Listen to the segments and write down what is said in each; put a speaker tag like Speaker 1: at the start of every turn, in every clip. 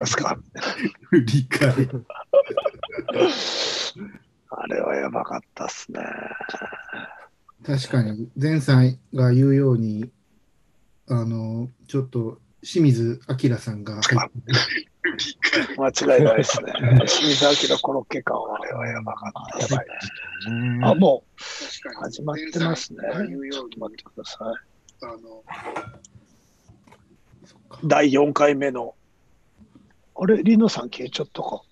Speaker 1: ますか。
Speaker 2: 理解。
Speaker 1: あれはやばかったっすね。
Speaker 2: 確かに、前さんが言うように、あの、ちょっと清水明さんが入って
Speaker 1: 間違いないですね。清水明コロッケ館、あれはやばかったっすね。あ、もう始まってますね。ちょっと待ってください。
Speaker 2: あの、そっか
Speaker 1: 第4回目の。あれ、リノさん消えちゃったか。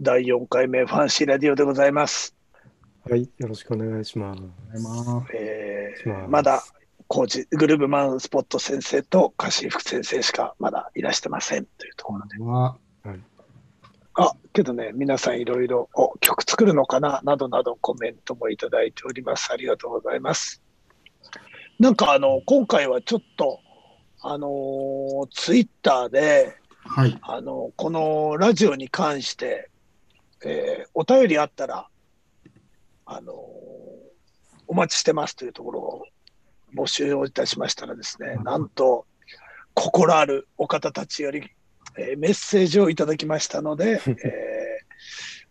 Speaker 1: 第4回目、ファンシーラディオでございます。
Speaker 3: はい、よろしくお願いします。
Speaker 2: ありがとうございます
Speaker 1: えー
Speaker 3: します
Speaker 1: まだコーチ、グルーブマンスポット先生とカシフ先生しかまだいらしてませんというところで。
Speaker 2: は
Speaker 1: あ、けどね、皆さんいろいろ、お、曲作るのかななどなどコメントもいただいております。ありがとうございます。なんかあの、今回はちょっと、あのツイッター Twitter で、
Speaker 2: はい。
Speaker 1: あの、このラジオに関して、えーお便りあったら、あのーお待ちしてますというところを募集をいたしましたらですね、なんと、心あるお方たちより、えーメッセージをいただきましたので、えー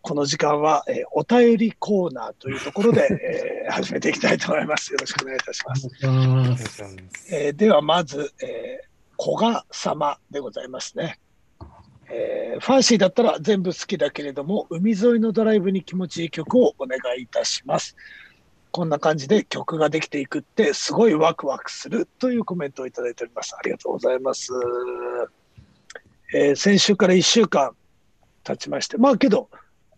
Speaker 1: この時間は、えーお便りコーナーというところで、えー始めていきたいと思います。よろしくお願いいたします。
Speaker 2: お願いしま
Speaker 3: お願い
Speaker 2: す
Speaker 3: します
Speaker 1: えーではまず、えー、古賀様でございますね、えーファンシーだったら全部好きだけれども、海沿いのドライブに気持ちいい曲をお願いいたします。こんな感じで曲ができていくってすごいワクワクするというコメントをいただいております。ありがとうございます。えー先週から1週間経ちまして、まあけど、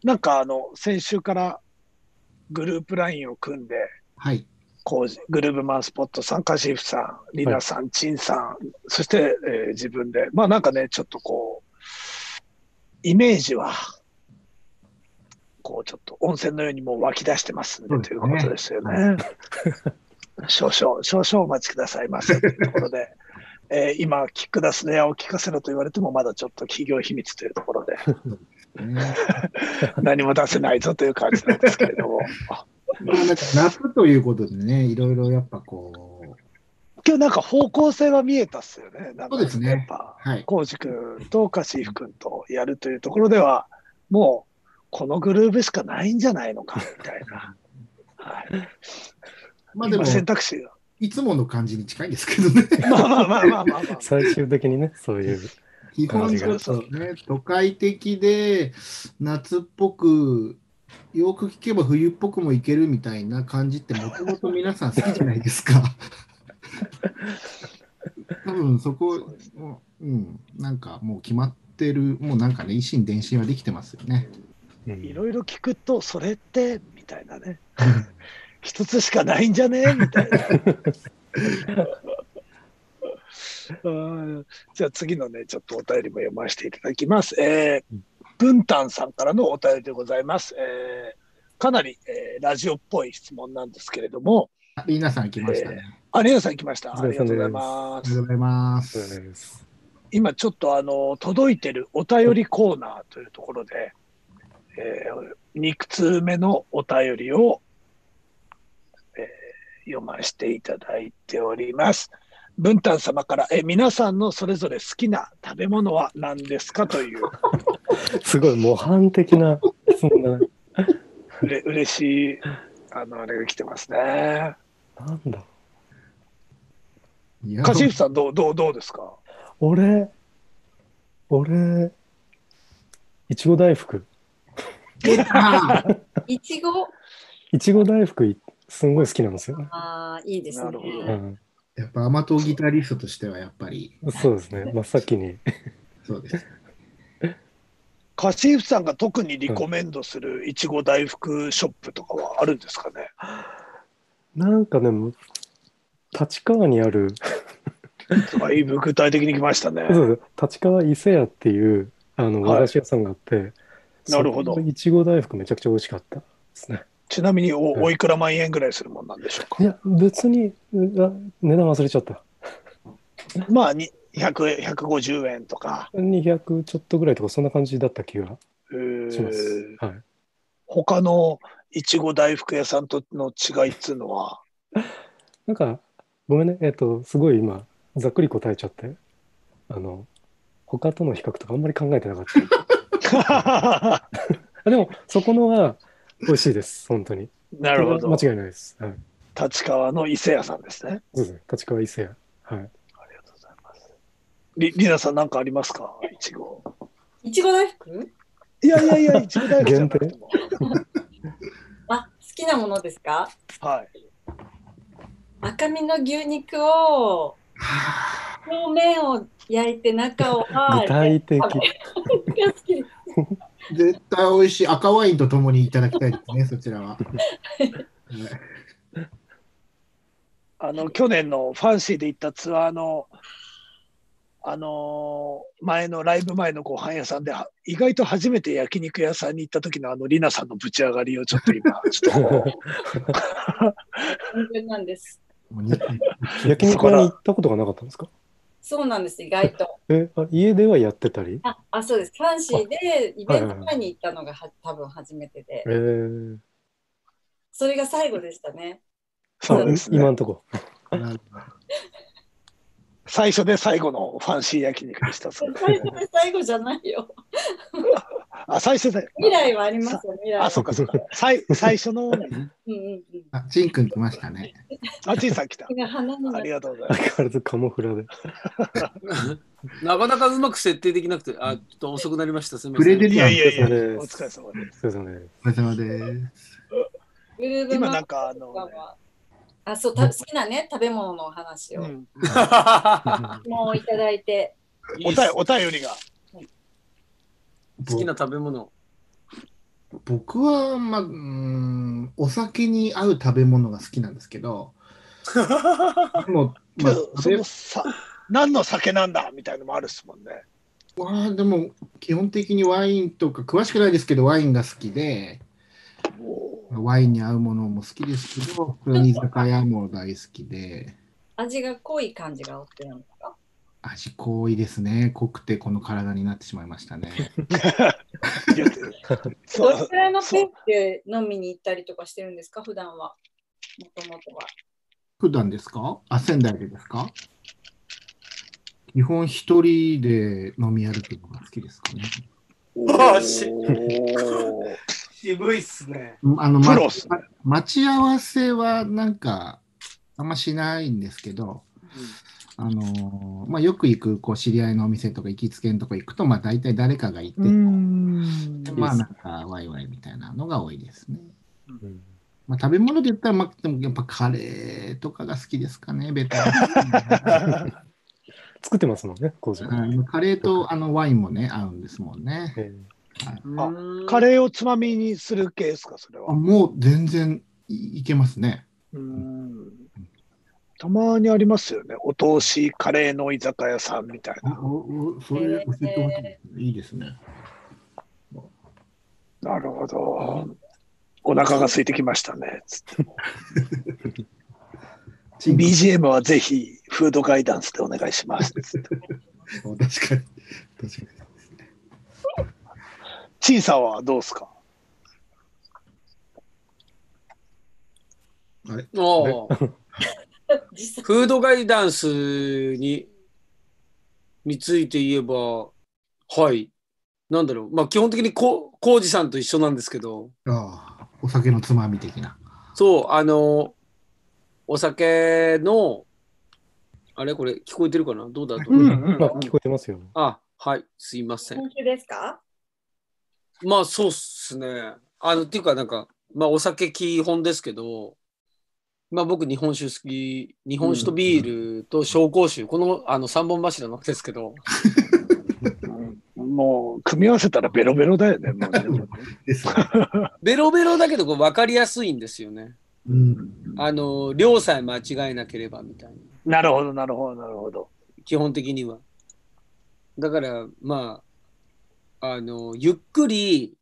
Speaker 1: なんかあの、先週からグループラインを組んで、
Speaker 2: はい。
Speaker 1: こうグルーブマンスポットさん、カシフさん、リナさん、チンさん、そして、えー自分で、まあなんかね、ちょっとこう、イメージは、こうちょっと温泉のようにもう湧き出してますんで
Speaker 2: そう
Speaker 1: と
Speaker 2: です
Speaker 1: いう
Speaker 2: ね
Speaker 1: ことですよね。少々、少々お待ちくださいませというところで、えー今、キック出すのやを聞かせろと言われても、まだちょっと企業秘密というところ で、
Speaker 2: ね
Speaker 1: 何も出せないぞという感じなんですけれども。
Speaker 2: まあなんか夏ということでね、いろいろやっぱこう、
Speaker 1: 今日なんか方向性は見えたっすよね。なんか
Speaker 2: そうですね
Speaker 1: やっぱ
Speaker 2: はい。
Speaker 1: コウジ君とカシフ君とやるというところでは、もうこのグルーブしかないんじゃないのかみたいな。はい
Speaker 2: まあでも
Speaker 1: 今、選択肢 が。
Speaker 2: いつもの感じに近いんですけどね。
Speaker 1: まあまあまあまあまあ、まあ。
Speaker 3: 最終的にね、そういう。
Speaker 2: 基本ちょっとね、都会的で夏っぽく、よく聞けば冬っぽくもいけるみたいな感じってもともと皆さん好きじゃないですか。多分そこ、うん、なんかもう決まってる、もうなんかね、維新伝心はできてますよね。
Speaker 3: うん
Speaker 1: いろいろ聞くと、それってみたいなね。一つしかないんじゃねみたいな。 うんじゃあ次のね、ちょっとお便りも読ませていただきます。えー、文旦さんからのお便りでございます。えーかなり、えーラジオっぽい質問なんですけれども、
Speaker 2: あリーナさん来ましたね。
Speaker 1: ありがさん来ました。
Speaker 3: お
Speaker 1: あ
Speaker 3: 疲れ
Speaker 1: り
Speaker 3: 様です
Speaker 1: がとうございま
Speaker 2: ありがと
Speaker 1: す
Speaker 2: う。ございま
Speaker 3: そう
Speaker 2: す。
Speaker 3: です。
Speaker 1: 今ちょっとあの届いてるお便りコーナーというところで、え2通目のお便りを、えー読ませていただいております。文旦様から、え皆さんのそれぞれ好きな食べ物は何ですかと いう
Speaker 3: すごい模範的な質問だね。
Speaker 1: うれ嬉しいあのあれが来てますね。
Speaker 3: なんだろ
Speaker 2: いや
Speaker 1: カシフさんどうどうどうですか
Speaker 3: う俺、俺、いちご大福。
Speaker 2: あー
Speaker 4: いちご
Speaker 3: いちご大福、すんごい好きなんですよね。
Speaker 4: あーいいです
Speaker 1: な
Speaker 4: ね
Speaker 1: る。ほ
Speaker 3: う
Speaker 1: ど
Speaker 3: ん、
Speaker 2: やっぱ甘党ギタリストとしてはやっぱり
Speaker 3: そうですね。真っ先に。
Speaker 2: そうです。
Speaker 1: カシフさんが特にリコメンドするいちご大福ショップとかはあるんですかね
Speaker 3: なんかね、む立川にある、
Speaker 1: だいぶ具体的に来ましたね。
Speaker 3: そうです立川伊勢屋っていうあの
Speaker 1: はい
Speaker 3: 和菓子屋さんがあって、
Speaker 1: なるほど
Speaker 3: そこのいちご大福めちゃくちゃ美味しかったですね。
Speaker 1: ちなみにお
Speaker 3: うん
Speaker 1: おいくら万円ぐらいするもんなんでしょう
Speaker 3: い
Speaker 1: か。
Speaker 3: や、別に、うあ値段忘れちゃった。
Speaker 1: まあ、に100円150円とか。
Speaker 3: 200ちょっとぐらいとか、そんな感じだった気が
Speaker 1: えー
Speaker 3: します。はい、
Speaker 1: 他のいちご大福屋 さんとの違いっつうのは、
Speaker 3: なんか、ごめんね、えっ、と、すごい今、ざっくり答えちゃって、あの、他との比較とかあんまり考えてなかった。 あでも、そこのは美味しいです、本当に。
Speaker 1: なるほど。
Speaker 3: 間違いないです。はい。
Speaker 1: 立川の伊勢屋さんですね。
Speaker 3: そうですね。立川伊勢屋。はい。
Speaker 1: ありがとうございます。り、りなさん何かありますかいちご。
Speaker 4: いちご大福
Speaker 1: いやいやいや、いちご大福じゃなくても。
Speaker 4: あ、好きなものですか
Speaker 1: はい。
Speaker 4: 赤身の牛肉を表面を焼いて 中をは
Speaker 3: 具体的。
Speaker 4: が好きです
Speaker 2: 絶対美味しい。赤ワインとともにいただきたいですね、そちらは。はい
Speaker 1: あの、去年のファンシーで行ったツアーの、あのー前のライブ前のご飯屋さんで、は意外と初めて焼肉屋さんに行った時のあの、りなさんのぶち上がりをちょっと 今、ちょっと こう
Speaker 4: 本当なんです。
Speaker 2: もうに
Speaker 3: 焼肉屋に行ったことがなかったんですか
Speaker 4: そうなんです、意外と。
Speaker 3: えあ、家ではやってたり
Speaker 4: あ、あそうです。ファンシーでイベント前に行ったのがは多分初めてで
Speaker 3: え、ー、
Speaker 4: それが最後でしたね。
Speaker 1: そうですね
Speaker 3: 今んとこ。
Speaker 2: なるほど
Speaker 1: 最初で最後のファンシー焼肉でした。そ
Speaker 4: 最
Speaker 1: れ
Speaker 4: 初で最後じゃないよ。
Speaker 1: あ、最初で。
Speaker 4: 未来はありますよ、未来
Speaker 1: あ、そうか、そうか。最最初の、
Speaker 4: うんうんうん。
Speaker 2: あ、チンくん来ましたね。
Speaker 1: あちいさん来た
Speaker 4: そ。れが花にな
Speaker 1: あり
Speaker 4: って
Speaker 1: がとうございま
Speaker 3: 相
Speaker 1: す。
Speaker 3: 変わらずカモフラで。
Speaker 5: なかなかうまく設定できなくて、あ、ちょっと遅くなりました。すみま
Speaker 2: プ
Speaker 5: せ
Speaker 2: レ
Speaker 5: ん。
Speaker 2: デ
Speaker 1: い
Speaker 2: タ
Speaker 1: や
Speaker 2: ー
Speaker 1: いやいや、
Speaker 3: お疲れ様
Speaker 1: お
Speaker 3: で
Speaker 1: 疲
Speaker 3: す
Speaker 1: れ様です。
Speaker 3: すいませんね。
Speaker 2: お疲れ様です。
Speaker 4: グルーヴ
Speaker 1: 今
Speaker 4: マ
Speaker 1: なん
Speaker 4: ーク
Speaker 1: かあ
Speaker 4: と
Speaker 1: の
Speaker 4: か、はあ、そう、た好きなね、食べ物のお話
Speaker 1: う
Speaker 4: を、
Speaker 1: ん、
Speaker 4: もういただいて、
Speaker 1: おたお便りが。
Speaker 5: 好きな食べ物。
Speaker 2: 僕は、まあ、うーん、お酒に合う食べ物が好きなんですけど、で も、まあ、
Speaker 1: そ
Speaker 2: 食べ
Speaker 1: のさ何の酒なんだみたいのもあるっすもんね。
Speaker 2: はでも、基本的にワインとか、詳しくないですけど、ワインが好きで、ワインに合うものも好きですけど、普通に居酒屋も大好きで、
Speaker 4: 味が濃い感じがお好きなのか。
Speaker 2: 味濃いですね。濃くてこの体になってしまいましたね。
Speaker 1: 言ってる
Speaker 4: ど
Speaker 1: そ
Speaker 4: れ
Speaker 1: う
Speaker 4: くらいのペースで飲みに行ったりとかしてるんですか、普段は。もともとは。
Speaker 2: 普段ですかあ、仙台でですか基本一人で飲み歩くのが好きですかね。
Speaker 5: あし
Speaker 1: おー
Speaker 5: 渋いっすね。
Speaker 2: あの、
Speaker 1: プ
Speaker 2: ま
Speaker 1: ロっすね
Speaker 2: 待ち合わせはなんか、あんましないんですけど、あのーまあ、よく行くこう知り合いのお店とか行きつけんとか行くと、まあ、大体誰かがいて、でまあなんかワイワイみたいなのが多いですね。
Speaker 3: うん
Speaker 2: まあ、食べ物で言ったら、まあ、でもやっぱカレーとかが好きですかね、ベタな。
Speaker 3: 作ってますもんね、工場。
Speaker 2: うんカレーとあのワインもね、合うんですもんね。
Speaker 3: え
Speaker 1: カ
Speaker 5: ー。
Speaker 1: レーをつまみにする系ですか、それ
Speaker 2: あ
Speaker 1: は。
Speaker 2: もう全然いいけますね。
Speaker 1: うんたまにありますよね。お通しカレーの居酒屋さんみたい
Speaker 2: お
Speaker 1: な。
Speaker 2: おおそれ教えてほしいですね。いいですね。
Speaker 1: なるほど。お腹が空いてきましたね。つって
Speaker 2: チン
Speaker 1: BGM はぜひフードガイダンスでお願いします。つって
Speaker 2: コ確かに。確かに。
Speaker 1: 陳さんはどうですか
Speaker 5: おー
Speaker 4: 実際、
Speaker 5: フードガイダンスにについて言えば、はい。なんだろう。まあ、基本的にこう、コウジさんと一緒なんですけど、
Speaker 2: ああ、お酒のつまみ的な。
Speaker 5: そう、あの、お酒の、あれこれ、聞こえてるかなどうだと。
Speaker 1: うん
Speaker 3: えまあ、聞こえてますよ。
Speaker 5: あ、はい。すいません。
Speaker 4: 本酒ですか
Speaker 5: まあそうっすね。あのっていうかなんか、まあ、お酒基本ですけど、まあ、僕日本酒好き日本酒とビールと紹興酒、このあの3本柱なんですけど
Speaker 1: うんもう組み合わせたらベロベロだよね。もうね
Speaker 2: ですね。
Speaker 5: ベロベロだけどこう分かりやすいんですよね。
Speaker 2: うん。
Speaker 5: あの量さえ間違えなければみたいな
Speaker 1: なるほど、なるほど、なるほど。
Speaker 5: 基本的には。だからまああのゆっくり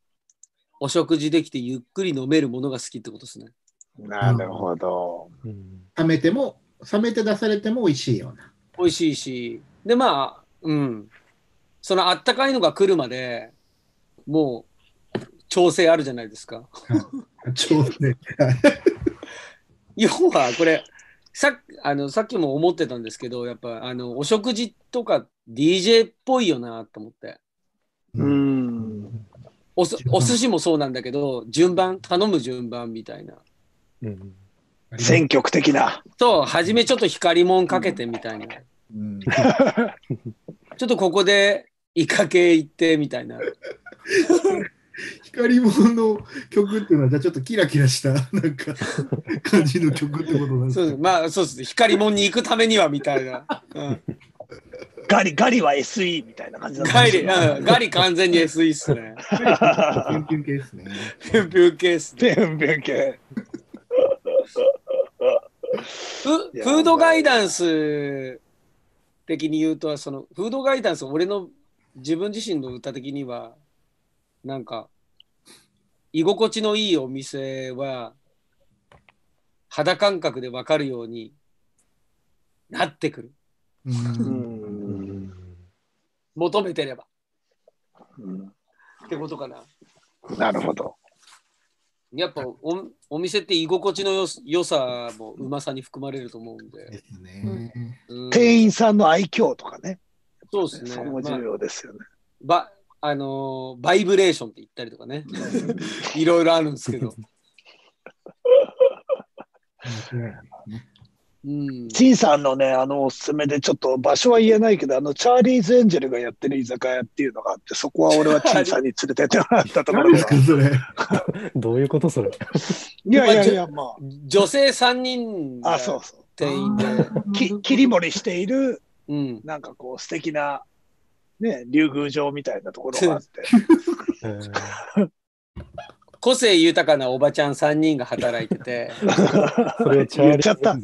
Speaker 5: お食事できてゆっくり飲めるものが好きってことですね。
Speaker 1: なるほど。
Speaker 3: うん
Speaker 2: 冷めても、冷めて出されても美味しいような。
Speaker 5: 美味しいし、で、まあ、うん。そのあったかいのが来るまで、もう、調整あるじゃ ないですか。
Speaker 2: ちょうどね。
Speaker 5: 要は、これ、さっあのさっきも思ってたんですけど、やっぱあのお食事とか DJ っぽいよなと思って。
Speaker 1: うん。
Speaker 5: おすお寿司もそうなんだけど、順番、頼む順番みたいな。
Speaker 3: うん。
Speaker 1: 選曲的な。
Speaker 5: そう、初めちょっと光もんかけてみたいな。
Speaker 2: うん
Speaker 5: ちょっとここでイカ系行ってみたいな。
Speaker 2: 光もの曲っていうのは、じゃあちょっとキラキラした、なんか、感じの曲ってことなんです
Speaker 5: そ
Speaker 2: か
Speaker 5: うまあそうです。光もんに行くためにはみたいな。うん、
Speaker 1: ガリ、ガリは SE みたいな感じだったん
Speaker 5: ガ
Speaker 1: です
Speaker 5: リ、
Speaker 1: よ
Speaker 5: うん、ガリ完全に SE っす ね。
Speaker 2: キュンキュン系ですね。
Speaker 5: ピュンピュン系っすね。
Speaker 1: ペンペン系。
Speaker 5: フ
Speaker 1: いや
Speaker 5: フードガイダンス的に言うとそのフードガイダンス俺の自分自身の歌的にはなんか居心地のいいお店は肌感覚で分かるようになってくる
Speaker 2: う
Speaker 1: うんん。
Speaker 5: 求めてれば
Speaker 1: うん
Speaker 5: ってことかな
Speaker 1: なるほど。
Speaker 5: やっぱおお店って居心地のよ良さもうまさに含まれると思うん
Speaker 2: で
Speaker 5: で、
Speaker 2: すね。
Speaker 5: うん、
Speaker 1: 店員さんの愛嬌とかね。
Speaker 5: そうですね
Speaker 1: そこも重要ですよね。
Speaker 5: ばあのーバイブレーションって言ったりと かねいろいろあるんですけど、うん、
Speaker 1: 陳さんのね、あのおすすめで、ちょっと場所は言えないけど、あの、チャーリーズ・エンジェルがやってる居酒屋っていうのがあって、そこは俺は陳さんに連れてってもらったとこ
Speaker 2: 何
Speaker 1: ろ
Speaker 2: で
Speaker 1: が
Speaker 2: す。か、それ。
Speaker 3: どういうことそれ。
Speaker 1: いやいやいや、ま
Speaker 5: 女性3人
Speaker 1: あ。
Speaker 5: が
Speaker 1: あ、そうそ
Speaker 5: 店員で、
Speaker 1: う。き切り盛りしている、
Speaker 5: うん、
Speaker 1: なんかこう、素敵な、ね、竜宮城みたいなところがあって。
Speaker 3: えー
Speaker 5: 個性豊かなおばちゃん3人が働いてて
Speaker 3: それをチ ャーリー
Speaker 1: 言っちゃった。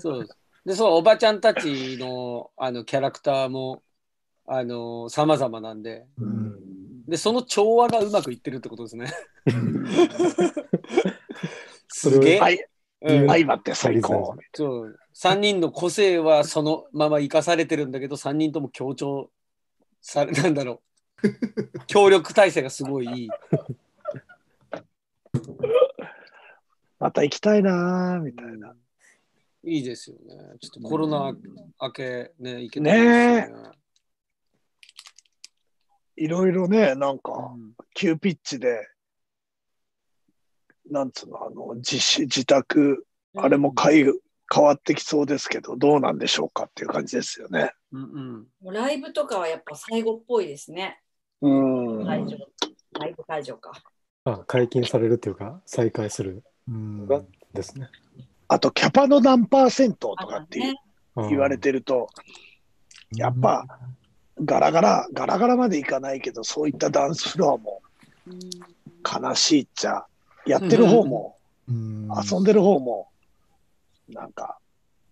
Speaker 5: そうでそうおばちゃんたちのあのキャラクターもあのさまざまなんででその調和がうまくいってるってことですねすげえ、
Speaker 1: はい、
Speaker 5: うん
Speaker 1: 相まって最高。
Speaker 5: そう3人の個性はそのまま生かされてるんだけど3人とも強調され なんだろう協力体制がすごいいい
Speaker 1: また行きたいなーみたいな。
Speaker 5: いいですよねちょっとコロナ明けね行け
Speaker 1: ねいろいろね、なんか、急ピッチで、なんつうの、あの、自主、自宅、あれも変え変わってきそうですけど、どうなんでしょうかっていう感じですよね。
Speaker 5: うんうん
Speaker 4: もうライブとかはやっぱ最後っぽいですね。
Speaker 1: うん。
Speaker 4: 会場、ライブ会場か。
Speaker 3: あ解禁されるっていうか、再開する
Speaker 2: うん
Speaker 3: がですね。
Speaker 1: あと、キャパの何パーセントとかっていう
Speaker 3: あー
Speaker 1: 言われてると、やっぱ、ガラガラ、ガラガラまでいかないけど、そういったダンスフロアも悲しいっちゃ、やってる方も、
Speaker 2: うん
Speaker 1: 遊んでる方も、なんか、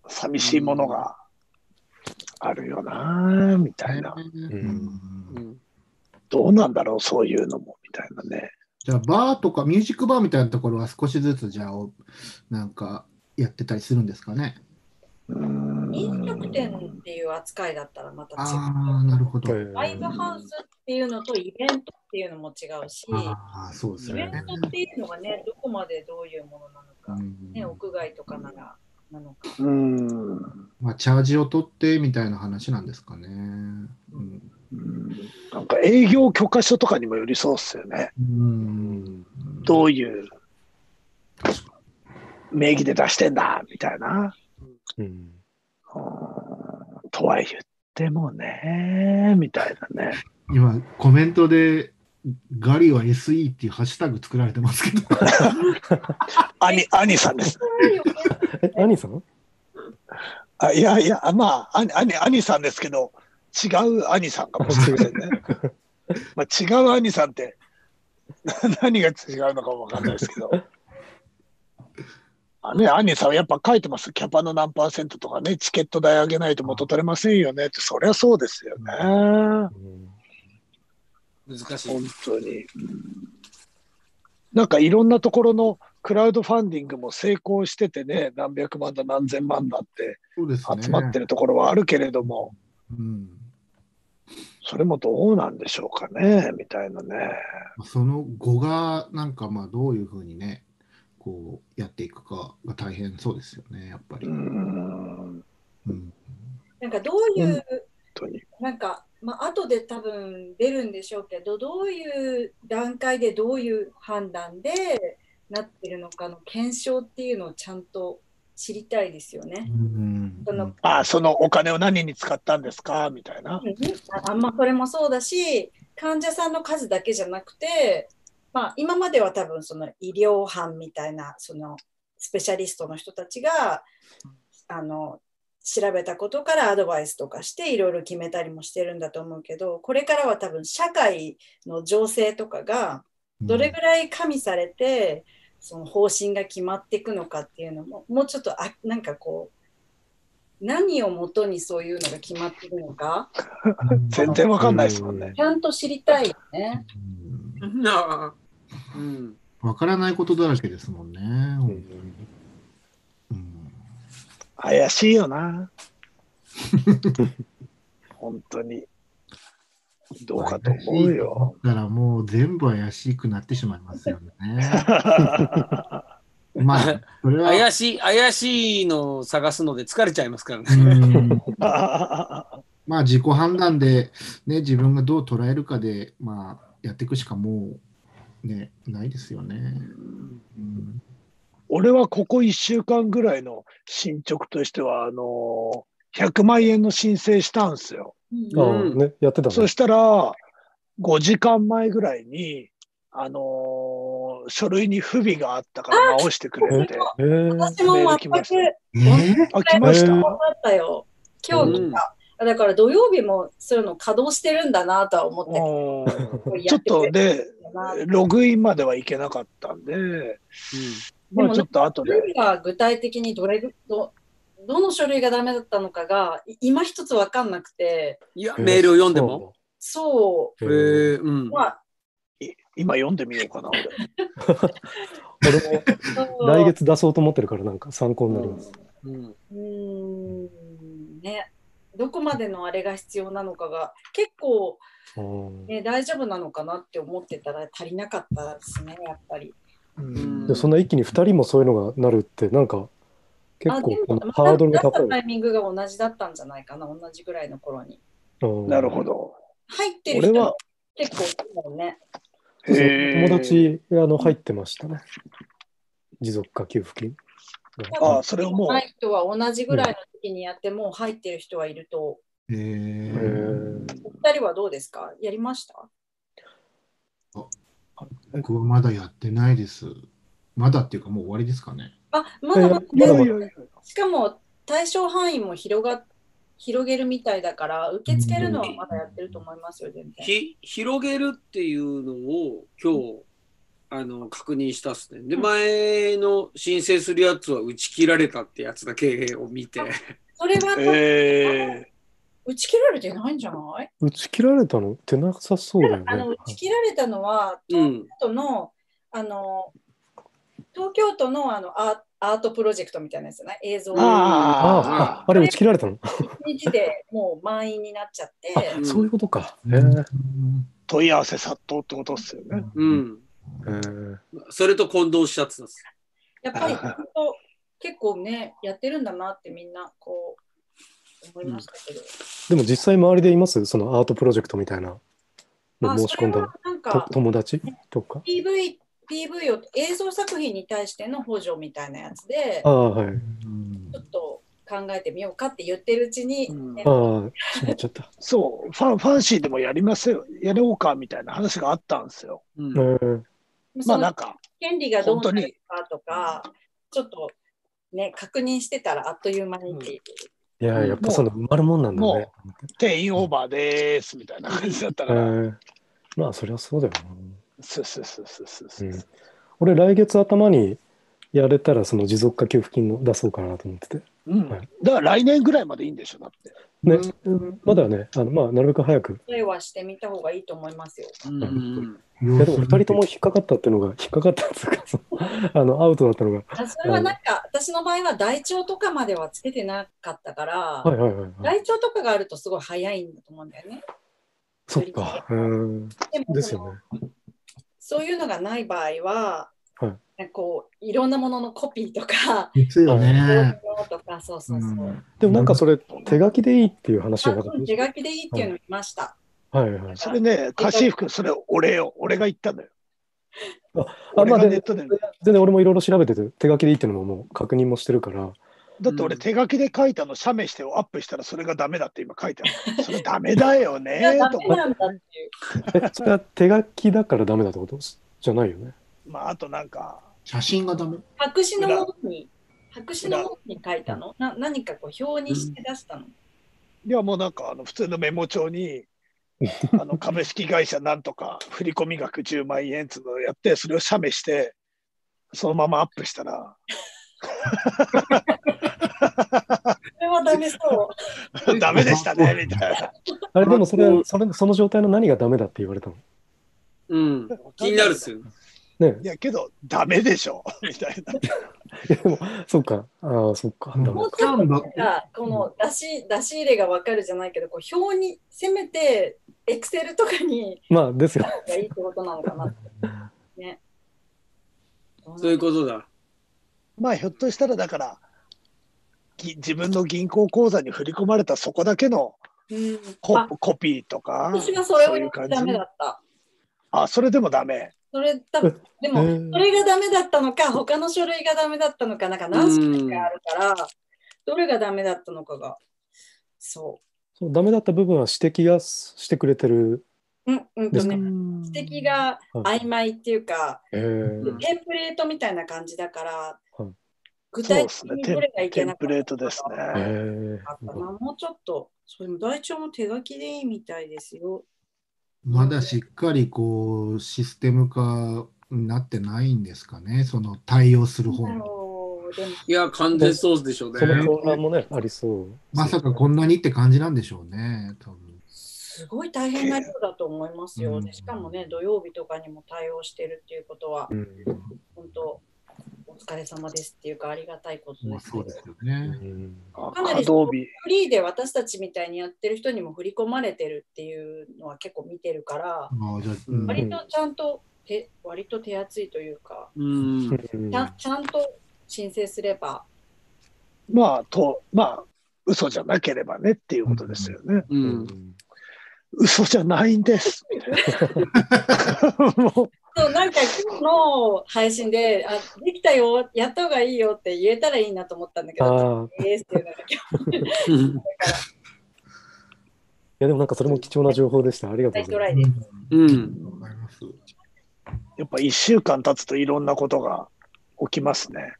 Speaker 1: 寂しいものがあるよなーみたいな。
Speaker 2: う
Speaker 3: うん
Speaker 5: うんん
Speaker 1: どうなんだろう、そういうのも、みたいなね。
Speaker 2: じゃあ、バーとかミュージックバーみたいなところは少しずつ、じゃあ、おなんかやってたりするんですかね。
Speaker 1: うーん
Speaker 4: 飲食店っていう扱いだったらまた違
Speaker 2: ああ、
Speaker 4: う。
Speaker 2: なるほど。
Speaker 4: ライブハウスっていうのとイベントっていうのも違うし、
Speaker 2: ああ、そうです
Speaker 4: イ
Speaker 2: よ
Speaker 4: ベン
Speaker 2: ね。
Speaker 4: トっていうのがね、どこまでどういうものなの
Speaker 2: う
Speaker 4: か、
Speaker 2: ん
Speaker 4: ね、屋外とかなら、なのか。
Speaker 1: うーんう
Speaker 2: まあ、チャージを取ってみたいな話なんですかね。うん
Speaker 1: ーんなんか営業許可書とかにもよりそうっすよね。
Speaker 2: うん。
Speaker 1: どういう名義で出してんだ、みたいな。
Speaker 3: うん
Speaker 1: うーんとは言ってもね、みたいなね。
Speaker 2: 今、コメントで、ガリは SE っていうハッシュタグ作られてますけど。
Speaker 1: 兄、兄さんです。
Speaker 3: え、兄さん
Speaker 1: あいやいや、まあ、兄、兄、兄さんですけど、違う兄さんかもしれません ね。まあ、違う兄さんって、 な何が違うのかもわかんないですけど。あね、兄さんはやっぱ書いてます。キャパの何パーセントとかね、チケット代上げないと元取れませんよねって、そりゃそうですよね。
Speaker 3: うん
Speaker 5: 難しい
Speaker 1: 本当に。なんかいろんなところのクラウドファンディングも成功しててね、何百万だ何千万だって
Speaker 2: そうです ね。
Speaker 1: 集まってるところはあるけれども、
Speaker 2: うん。
Speaker 1: それもどうなんでしょうかね、みたいなね。
Speaker 2: その語が、なんかまあ、どういうふうにね、ここうやっていくかが大変そうですよね、やっぱり。
Speaker 1: う
Speaker 2: うん
Speaker 1: ん。
Speaker 4: なんかどういう、
Speaker 1: 本当に。
Speaker 4: なんか、まあ後で多分出るんでしょうけど、どういう段階でどういう判断でなってるのかの検証っていうのをちゃんと知りたいですよね。
Speaker 2: うん
Speaker 4: その
Speaker 1: ああ、そのお金を何に使ったんですかみたいな。
Speaker 4: あんまそれもそうだし、患者さんの数だけじゃなくて、まあ、今までは多分その医療班みたいなそのスペシャリストの人たちがあの調べたことからアドバイスとかしていろいろ決めたりもしてるんだと思うけどこれからは多分社会の情勢とかがどれぐらい加味されてその方針が決まっていくのかっていうのももうちょっとあなんかこう何をもとにそういうのが決まっていくのか
Speaker 2: うん
Speaker 1: 全然わかんないですもんね。
Speaker 4: ちゃんと知りたいよね。
Speaker 2: うん
Speaker 5: なあ。うん。
Speaker 2: わからないことだらけですもんね。うん
Speaker 1: 怪しいよ な。本当に。どうかと思うよ。。
Speaker 2: だからもう全部怪しくなってしまいますよね。 まあ、それは。
Speaker 5: 怪しい、怪しいのを探すので疲れちゃいますからね。
Speaker 2: うん
Speaker 1: あ
Speaker 2: まあ自己判断で、ね、自分がどう捉えるかで、まあ、やっていくしかもう、ね、ないですよね。うん
Speaker 1: 俺はここ1週間ぐらいの進捗としては、あのー100万円の申請したんですよ。
Speaker 3: ああ、
Speaker 5: うん
Speaker 3: ね、やってた
Speaker 1: そ
Speaker 3: ね。
Speaker 1: したら、5時間前ぐらいに、あのー書類に不備があったから直してくれって。
Speaker 3: えー、
Speaker 4: 私も全
Speaker 1: メール
Speaker 4: く
Speaker 1: 来まし
Speaker 2: ね
Speaker 1: あ、来ました、
Speaker 3: え
Speaker 4: 分かったよ。今日来た。だから土曜日もそういうの稼働してるんだなとは思って
Speaker 1: うん
Speaker 4: こう
Speaker 1: ちょ
Speaker 4: や
Speaker 1: って
Speaker 4: く
Speaker 1: と
Speaker 4: れて
Speaker 1: で、
Speaker 4: るんだなって。
Speaker 1: ログインまではいけなかったんで、ま
Speaker 4: でも
Speaker 1: あ
Speaker 4: ね
Speaker 1: ちょっと後
Speaker 4: 書
Speaker 1: で。
Speaker 4: 類が具体的にどれぐどどの書類がダメだったのかがい今一つ分かんなくて
Speaker 5: いや、メールを読んでも。
Speaker 4: そ
Speaker 5: え
Speaker 3: そ
Speaker 5: え
Speaker 3: うなんだ。へえ
Speaker 5: うん
Speaker 4: う。ま
Speaker 1: い今読んでみようかな、俺。
Speaker 3: 俺も来月出そうと思ってるから、なんか参考になります。
Speaker 5: うん
Speaker 4: うーんねどこまでのあれが必要なのかが結構、
Speaker 3: うん
Speaker 4: ね、大丈夫なのかなって思ってたら足りなかったですねやっぱり。
Speaker 5: うん
Speaker 3: でもそんな一気に2人もそういうのがなるって、なんか結
Speaker 4: あ
Speaker 3: 構
Speaker 4: で
Speaker 3: こ
Speaker 4: も
Speaker 3: のハードルが高
Speaker 4: 出したタ
Speaker 3: い。
Speaker 4: イミングが同じだったんじゃないかな同じぐらいの頃に。
Speaker 3: うん
Speaker 1: なるほど。
Speaker 4: 入ってる
Speaker 1: 俺
Speaker 4: 人
Speaker 1: は
Speaker 4: も、結構いるもんね。
Speaker 3: そう
Speaker 1: へー
Speaker 3: 友達あの入ってましたね。持続化給付金。
Speaker 1: ああ、それをもう、
Speaker 4: ない人は同じぐらいの時にやって、もう入ってる人はいると。
Speaker 2: え
Speaker 3: え
Speaker 2: ー
Speaker 3: ー、
Speaker 4: お二人はどうですかやりました
Speaker 2: 僕はまだやってないです。まだっていうかもう終わりですかね。
Speaker 4: あ、まだまだ
Speaker 3: いや
Speaker 4: ね、
Speaker 3: まだま
Speaker 4: しかも対象範囲も広が広げるみたいだから、受け付けるのはまだやってると思いますよ、全然。
Speaker 5: ひ広げるっていうのを今日、あの確認したっすね。で、前の申請するやつは打ち切られたってやつだけを見て、
Speaker 4: それは、
Speaker 1: え
Speaker 4: 打ち切られてないんじゃない
Speaker 3: 打ち切られたのってなさそうだよね。
Speaker 4: あの打ち切られたのは、
Speaker 5: う
Speaker 4: 東
Speaker 5: ん、
Speaker 4: 京都の、あの、東京都のあのアーアートプロジェクトみたいなやつじゃない映像
Speaker 1: ー、あ
Speaker 3: あ
Speaker 1: あ、
Speaker 3: あれ打ち切られたの、
Speaker 4: 一日でもう満員になっちゃって、
Speaker 5: うん
Speaker 3: そういうことか。えー
Speaker 1: 問い合わせ殺到ってことっすよね。
Speaker 5: うん、
Speaker 3: えー
Speaker 5: それと混同しちゃってたっす。
Speaker 4: やっぱり本当結構ね、やってるんだなってみんなこう思いましたけど。
Speaker 3: でも実際周りでいますそのアートプロジェクトみたいな
Speaker 4: あ
Speaker 3: の申し込んだ
Speaker 4: それはなん
Speaker 3: と
Speaker 4: か
Speaker 3: 友達とか。
Speaker 4: PV, PV を映像作品に対しての補助みたいなやつで、
Speaker 3: ああ、はい。
Speaker 2: うん
Speaker 4: ちょっと考えてみようかって言ってるうちに、
Speaker 5: うん
Speaker 4: ね
Speaker 3: ああ、しまっちゃっ た。
Speaker 1: そう、ファンファンシーでもやりますよ、やろうかみたいな話があったんですよ。
Speaker 5: うん
Speaker 3: えー
Speaker 1: まあ
Speaker 4: そ
Speaker 1: な
Speaker 4: の
Speaker 1: んか、
Speaker 4: 権利がどうなるかとか、ちょっとね、確認してたらあっという間にっていう。
Speaker 3: いやー、やっぱその埋まるもんなんだね。
Speaker 1: 定員オーバーでーすみたいな感じだった
Speaker 3: え
Speaker 1: から、
Speaker 3: ーまあ、そりゃそうだよな。
Speaker 1: すすすすすす
Speaker 3: うん俺、来月頭にやれたら、その持続化給付金の出そうかなと思ってて。
Speaker 1: うん。だから来年ぐらいまでいいんでしょ、だって。
Speaker 3: ね、まだね、あのまあ、なるべく早く。
Speaker 4: それはしてみた方がいいと思いますよ。
Speaker 5: うん
Speaker 3: いやでも、2人とも引っかかったっていうのが、 引っかかったっていうか、その あのアウトだったのが。
Speaker 4: あそれはなんか、私の場合は台帳とかまではつけてなかったから、
Speaker 3: はいはいはい、はい。
Speaker 4: 台帳とかがあるとすごい早いんだと思うんだよね。
Speaker 3: そっか。うん。
Speaker 4: でも
Speaker 3: ですよね。
Speaker 4: そういうのがない場合は、
Speaker 3: はい
Speaker 4: こういろんなもののコピーとか、
Speaker 2: ですよね。
Speaker 4: とか、そうそうそう。
Speaker 2: うん
Speaker 3: でもなんかそれ、手書きでいいっていう話を
Speaker 4: あ
Speaker 3: なかった
Speaker 4: そう
Speaker 3: で
Speaker 4: 手
Speaker 3: し
Speaker 4: 書きでいいっていうの見ました。
Speaker 3: ょはいはい。
Speaker 1: それね、カシーフ君、それ俺よ。俺が言ったのよ。
Speaker 3: あ
Speaker 1: 俺
Speaker 3: まあ、
Speaker 1: が
Speaker 3: で
Speaker 1: ネットで。
Speaker 3: 全然俺もいろいろ調べてて、手書きでいいっていうのももう確認もしてるから、
Speaker 1: だって俺手書きで書いたの、写メしてをアップしたらそれがダメだって今書いてあ る。それダメだよ
Speaker 4: いや、
Speaker 1: ね
Speaker 4: ダ
Speaker 1: と
Speaker 4: メ
Speaker 1: か。
Speaker 4: なんだっていう。
Speaker 3: え、それは手書きだからダメだってことじゃないよね。
Speaker 1: まああとなんか、
Speaker 2: 写真がダメ。
Speaker 4: 白紙のものに、白紙のものに書いたのな何かこう表にして出したの、
Speaker 1: いやもうなんかあの普通のメモ帳に、あの株式会社なんとか振込額10万円っつうのをやって、それを写メして、そのままアップしたら、
Speaker 4: それはダメそう。
Speaker 1: ダメでしたね、みたいな。
Speaker 3: あれでもそれ
Speaker 2: う、
Speaker 3: それその状態の何がダメだって言われたの
Speaker 5: うん。 気になるっすよ。
Speaker 3: ね
Speaker 1: いやけど、ダメでしょ、みたいな。
Speaker 3: えでも、そっか、ああ、そっか、
Speaker 2: うん
Speaker 3: ダメ
Speaker 4: もうちょっとなんかこの出し出し入れが分かるじゃないけど、こう表にせめてエクセルとかに
Speaker 3: まあ、ですよ。
Speaker 4: がいいってことなのかなって。ね。
Speaker 5: そういうことだ。
Speaker 1: まあひょっとしたらだから、ぎ自分の銀行口座に振り込まれたそこだけの
Speaker 4: うん
Speaker 1: コ
Speaker 4: あ
Speaker 1: コピーとか、
Speaker 4: 私はそれ
Speaker 1: そ
Speaker 4: を
Speaker 1: うい
Speaker 4: や
Speaker 1: う
Speaker 4: っちゃ
Speaker 1: 感
Speaker 4: ダメ
Speaker 1: じ
Speaker 4: だ。った。
Speaker 1: あ、それでもダメ。
Speaker 4: それ多分でも、
Speaker 3: えー
Speaker 4: それがダメだったのか、他の書類がダメだったのか、なんか何種類かあるから、どれがダメだったのかが。そ
Speaker 3: そうダメだった部分は指摘がしてくれてる。
Speaker 4: う。うん、うん
Speaker 3: で
Speaker 4: と
Speaker 3: すか
Speaker 4: ね、指摘が
Speaker 3: はい
Speaker 4: 曖昧っていうか、
Speaker 3: えー
Speaker 5: うん
Speaker 4: テンプレートみたいな感じだから、
Speaker 3: はい
Speaker 4: 具
Speaker 1: そうで
Speaker 4: 体的
Speaker 1: すね。
Speaker 4: に
Speaker 1: テ
Speaker 4: どれがい
Speaker 1: ンテ
Speaker 4: け
Speaker 1: ン
Speaker 4: な
Speaker 1: プ
Speaker 4: か
Speaker 1: レー
Speaker 4: った
Speaker 1: ト
Speaker 4: のか
Speaker 1: ですね。
Speaker 3: えー
Speaker 4: あったなもうちょっと、それも台帳も手書きでいいみたいですよ。
Speaker 2: まだしっかりこう、システム化になってないんですかね。その対応する方
Speaker 4: あの
Speaker 2: も。
Speaker 4: でも
Speaker 5: いや、完全そうでしょう
Speaker 3: その
Speaker 5: ね。
Speaker 3: 混乱もね、ありそう。
Speaker 2: まさかこんなにって感じなんでしょうね。多分。
Speaker 4: すごい大変な量だと思いますよ、
Speaker 2: うん
Speaker 4: しかもね、土曜日とかにも対応してるっていうことは、
Speaker 3: うん。
Speaker 4: 本当、お疲れ様ですっていうか、ありがたいこと
Speaker 2: ま
Speaker 4: で
Speaker 2: あ
Speaker 4: す
Speaker 2: そ
Speaker 4: け
Speaker 2: う
Speaker 4: ど
Speaker 2: で、すよ
Speaker 3: う
Speaker 2: ね。
Speaker 3: ん
Speaker 1: あ
Speaker 4: かなり
Speaker 1: 稼働日。
Speaker 4: フリーで私たちみたいにやってる人にも振り込まれてるっていうのは結構見てるか
Speaker 2: あ
Speaker 4: ら、
Speaker 2: あ、じゃあ、う
Speaker 5: うん
Speaker 2: ん
Speaker 4: 割とちゃんと手、割と手厚いというか、
Speaker 5: うん。
Speaker 3: うん
Speaker 4: ちゃんちゃんと申請すれば、
Speaker 1: まあ、と、まあ、嘘じゃなければねっていうことですよね。
Speaker 5: う。
Speaker 3: うんん
Speaker 1: 嘘じゃないんです。みたいなもう
Speaker 4: そうなんか今日の配信で、あできたよ、やった方がいいよって言えたらいいなと思ったんだけ
Speaker 3: あ
Speaker 4: ど、
Speaker 3: あ、い
Speaker 4: えーっていうのが今日
Speaker 3: やでもなんかそれも貴重な情報でした。ありがとう
Speaker 4: 大
Speaker 3: ご
Speaker 4: ト
Speaker 3: ざ
Speaker 4: ラ
Speaker 3: い
Speaker 4: イ
Speaker 2: うん
Speaker 4: です。
Speaker 5: うん。
Speaker 2: ありがとうございます。
Speaker 1: やっぱ1週間経つといろんなことが起きますね。
Speaker 3: ます。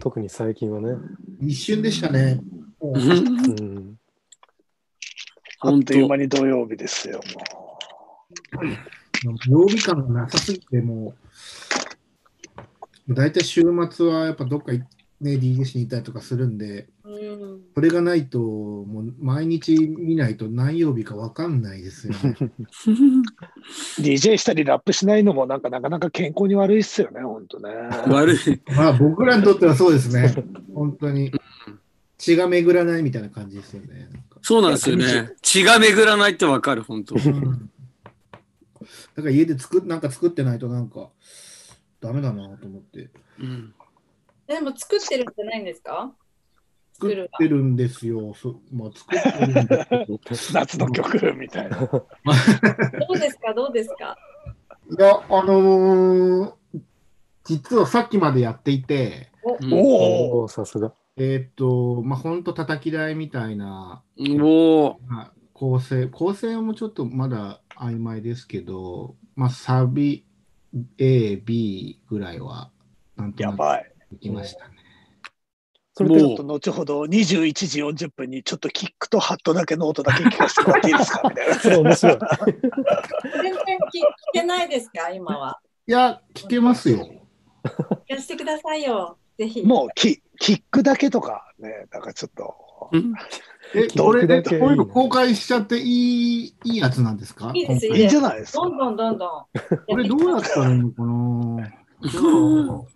Speaker 3: 特に最近はね。
Speaker 2: 一瞬でしたね。もう
Speaker 3: うん。
Speaker 1: あっ
Speaker 5: 本
Speaker 1: という
Speaker 5: 当
Speaker 1: 間に土曜日ですよ。も
Speaker 2: 曜日感がなさすぎて、もう、大体週末はやっぱどっか、ね、DJC にいたりとかするんで、
Speaker 4: うん
Speaker 2: それがないと、もう毎日見ないと何曜日か分かんないですよね。
Speaker 1: う DJ したりラップしないのもなんかなかなか健康に悪いっすよね、本当ね。
Speaker 5: 悪い。
Speaker 2: まあ僕らにとってはそうですね。本当に。血が巡らないみたいな感じですよね。なんか
Speaker 5: そうなんですよね。血が巡らないってわかる、本当。
Speaker 2: だから家で作っなんか作ってないとなんかダメだなと思って。
Speaker 5: うん。
Speaker 4: でも作ってるんじゃないんですか
Speaker 2: 作
Speaker 4: 作る
Speaker 2: ってるんですよ。そまあ、作ってるんですけど。
Speaker 1: 夏の曲みたいな。
Speaker 4: どうですかどうですか
Speaker 2: いや、あのー実はさっきまでやっていて、
Speaker 5: うん
Speaker 1: おお
Speaker 3: おお、さすが。
Speaker 2: えーっと、まあ、ほんと叩き台みたいな、
Speaker 5: おお。
Speaker 2: まあ、構成、構成もちょっとまだ曖昧ですけど、まあ、サビ A、B ぐらいは、なんと
Speaker 1: や
Speaker 2: なく
Speaker 1: ばい。
Speaker 2: できましたね。
Speaker 3: それ
Speaker 1: ちょっ
Speaker 5: も
Speaker 1: と後ほど21時40分にちょっとキックとハットだけの音だけ聞かせてもらっていいですかみたい な。
Speaker 3: それ面白い。
Speaker 4: 全然聞聞けないですか今は。
Speaker 2: いや、聞けますよ。
Speaker 4: 聞かせてくださいよ。ぜひ。
Speaker 1: もうキキックだけとかね、なんかちょっと。
Speaker 5: う。うん
Speaker 2: え、
Speaker 3: 聞
Speaker 2: これ、
Speaker 3: くだけ
Speaker 2: えこういうの公開しちゃっていい、いいやつなんですか
Speaker 4: いいです
Speaker 2: 今
Speaker 1: い
Speaker 2: 回
Speaker 1: いじゃないですか
Speaker 4: ど。んどんどんどん。
Speaker 2: これどうやったらいいのか な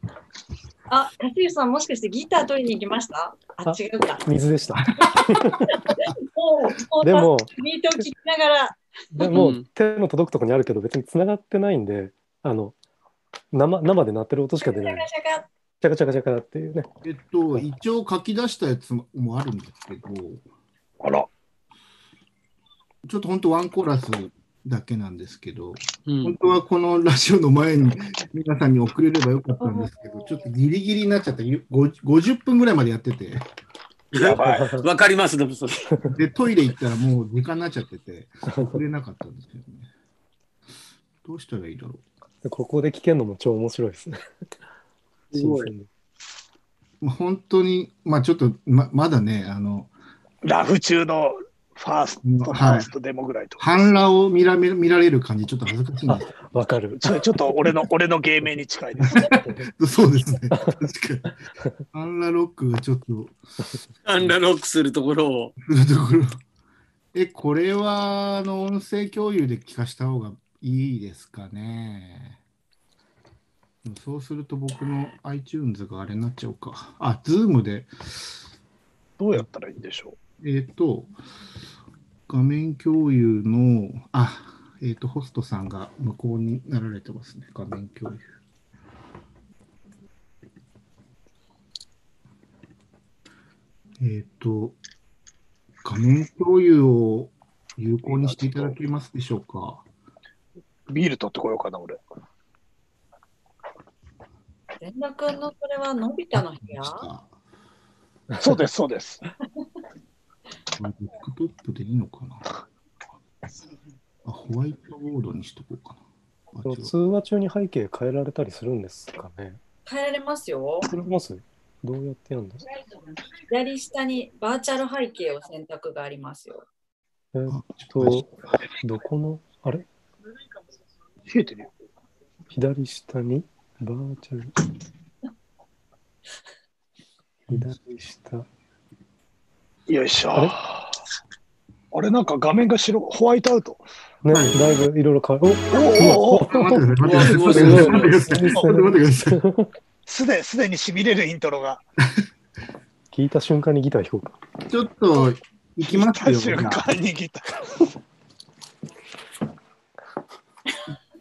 Speaker 4: あ、カシウさんもしかしてギター取りに行きましたあ
Speaker 3: あ、
Speaker 4: 違うか。
Speaker 3: 水でした。
Speaker 4: もう、もう
Speaker 3: でも、
Speaker 4: ビートを聴きながら。
Speaker 3: でも、
Speaker 5: うん
Speaker 3: 手の届くところにあるけど別に繋がってないんであの生生で鳴ってる音しか出
Speaker 4: シャ
Speaker 3: な
Speaker 4: カ
Speaker 3: い。
Speaker 4: シ
Speaker 3: チ
Speaker 4: ャカ。
Speaker 3: ャカチャカチャカっていうね。
Speaker 2: えっと、一応書き出したやつもあるんですけど、
Speaker 1: あら、
Speaker 2: ちょっと本当ワンコーラスだけなんですけど、
Speaker 5: うん
Speaker 2: 本当はこのラジオの前に皆さんに送れればよかったんですけど、ちょっとギリギリになっちゃった。ゆご50分ぐらいまでやってて、
Speaker 1: やばい。
Speaker 5: わかります、でもそれ。
Speaker 2: で、トイレ行ったらもう時間になっちゃってて、送れなかったんですけどね。どうしたらいいだろ
Speaker 3: ここで聞けるのも超面白いですね。
Speaker 5: すごい
Speaker 3: 新鮮で
Speaker 2: う。まあ、本当に、まあちょっとままだね、あの、
Speaker 1: ラフ中のファースト、
Speaker 2: うん
Speaker 1: フ
Speaker 2: はい
Speaker 1: ァーストデモぐらいと。
Speaker 2: 半裸を見ら見見られる感じ、ちょっと恥ずかしいんです
Speaker 3: わかる。
Speaker 1: ちょちょっと俺の、俺の芸名に近いです。
Speaker 2: けど、そうですね。確かに。半裸ロックがちょっと、
Speaker 5: アンラロックするところを。
Speaker 2: するところ。 え、これは、あの、音声共有で聞かした方がいいですかね。でもそうすると僕の iTunes があれになっちゃうか。あ、Zoom で、
Speaker 1: どうやったらいいんでしょ
Speaker 2: えっ、と、画面共有の、あ、えっ、と、ホストさんが向こうになられてますね、画面共有。えっ、と、画面共有を有効にしていただけますでしょうか。
Speaker 1: う。ビール取ってこようかな、俺。
Speaker 4: 連絡のそれはのび太の部屋
Speaker 1: そうです、そうです。
Speaker 2: これ、デスクトップでいいのかなあ、ホワイトボードにしとこうかな。あ違う
Speaker 3: 通話中に背景変えられたりするんですかね。
Speaker 4: 変えられますよ。
Speaker 3: それますどうやってやるんだ
Speaker 4: 左下にバーチャル背景を選択がありますよ。
Speaker 3: えーっと、どこの、あれ
Speaker 1: 冷えてるよ。
Speaker 3: 左下にバーチャル。左下。
Speaker 1: よいしょ。
Speaker 3: あれ
Speaker 1: あれ、なんか画面が白、ホワイトアウト。
Speaker 3: ね、だいぶいろいろ変え、お
Speaker 1: おお おお
Speaker 2: あ待ってください、
Speaker 5: う
Speaker 2: 待
Speaker 5: わ
Speaker 2: って
Speaker 5: す
Speaker 2: く
Speaker 5: ご
Speaker 2: だ
Speaker 5: い
Speaker 2: さい、待ってください、ちょっと待ってください。
Speaker 1: すで、すでにしびれるイントロが。
Speaker 3: 聞いた瞬間にギター弾こうか。
Speaker 2: ちょっと、行きますよ。
Speaker 1: 瞬間にギタ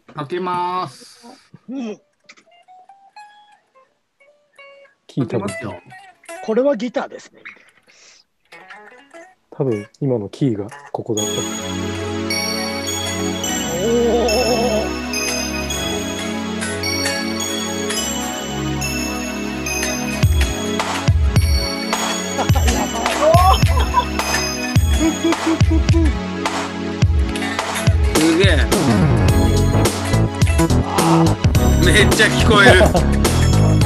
Speaker 1: ー。
Speaker 2: かけます。
Speaker 1: うん。
Speaker 2: か
Speaker 3: 聞いた
Speaker 2: け
Speaker 3: の
Speaker 2: ますよ。
Speaker 1: これはギターですね。
Speaker 3: 多分今のキーがここだった。
Speaker 1: お
Speaker 5: すげえ。めっちゃ聞こえる。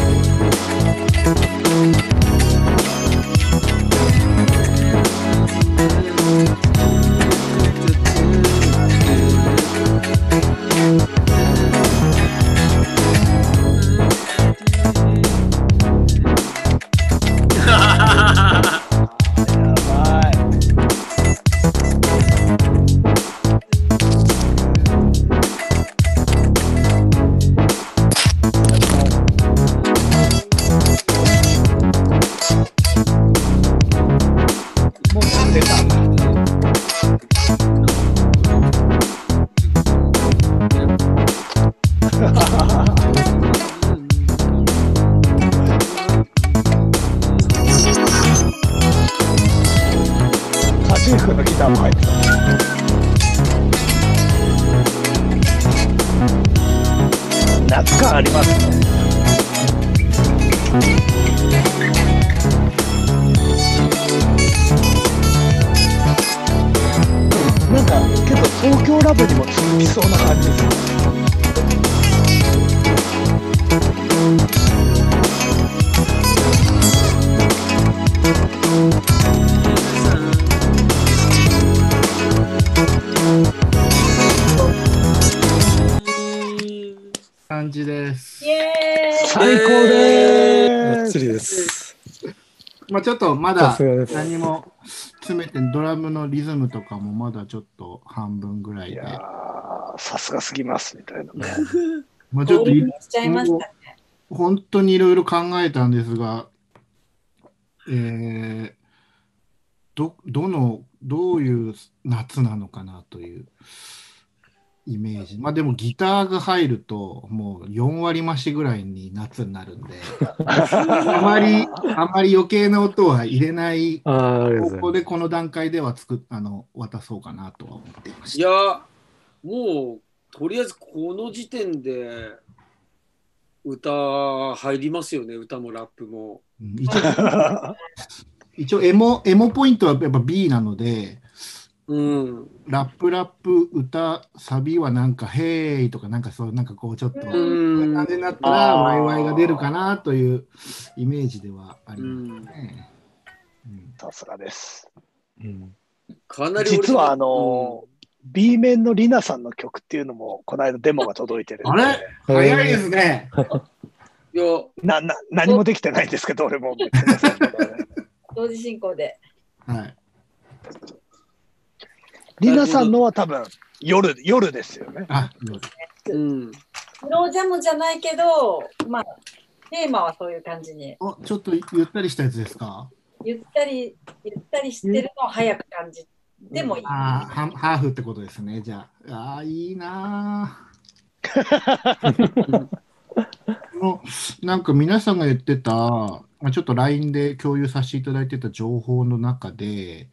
Speaker 1: お。やばい。もう死んでた。カジーフのギターも入ってた。夏感ありますね。なんか、けど東京ラブにも続きそうな感じですね。
Speaker 2: 感じです
Speaker 4: イ。エーイ
Speaker 1: 最高で
Speaker 3: ば
Speaker 1: ー
Speaker 3: っち
Speaker 1: す。
Speaker 3: りです。
Speaker 2: まあちょっとま
Speaker 3: さ
Speaker 2: だ
Speaker 3: すがです。
Speaker 2: 何も詰めて、ドラムのリズムとかもまだちょっと半分ぐら
Speaker 1: い
Speaker 2: いで
Speaker 1: や、ーさすがすぎますみたいなね。
Speaker 2: まあちょっ
Speaker 4: ゴー
Speaker 2: と
Speaker 4: ル
Speaker 2: い
Speaker 4: ドにしちゃいましたね。
Speaker 2: 本当にいろいろ考えたんですが、えー、ど、どの、どういう夏なのかなという。イメージ。まあでもギターが入ると、もう4割増しぐらいに夏になるんで、あまり、あまり余計な音は入れない
Speaker 3: ああ、ありがとう
Speaker 2: こ
Speaker 3: ご
Speaker 2: こ
Speaker 3: ざい
Speaker 2: でこの段階では作っあの渡そうかなとは思っていま
Speaker 5: い
Speaker 2: した。
Speaker 5: や、もう、とりあえずこの時点で、歌入りますよね、歌もラップも。
Speaker 2: うん一応一応エモ、エモポイントはやっぱ B なので、
Speaker 5: うん。
Speaker 2: ラップラップ歌、サビはなんか、へーとか、なんかそう、なんかこうちょっと、こ
Speaker 4: うん
Speaker 2: ういう感じになった
Speaker 1: あ
Speaker 2: ら、
Speaker 1: ー
Speaker 2: ワイワイが出るかなというイメージではあり
Speaker 5: う
Speaker 2: ます
Speaker 5: ん、
Speaker 2: ね。うん
Speaker 1: さすがです。
Speaker 3: ます。うん
Speaker 5: かなり
Speaker 1: 実はあのー B 面のリナさんの曲っていうのも、この間デモが届いてるんで。
Speaker 2: あれ早いですね。
Speaker 5: うんいや、
Speaker 1: なな何もできてないんですけど、俺も。めっちゃ皆さんのね
Speaker 4: 同時進行で。
Speaker 2: はい。
Speaker 1: リナさんのは多分夜夜ですよね。
Speaker 2: あ、よ
Speaker 5: うん。
Speaker 4: ノージャムじゃないけど、まあ、テーマはそういう感じに。
Speaker 2: おちょっとゆったりしたやつですか
Speaker 4: ゆったり、ゆったりしてるのを早く感じてもいい。
Speaker 2: あーハンハーフってことですね、じゃあ。あーいいなーこのなんか皆さんが言ってた、まあちょっと LINE で共有させていただいてた情報の中で、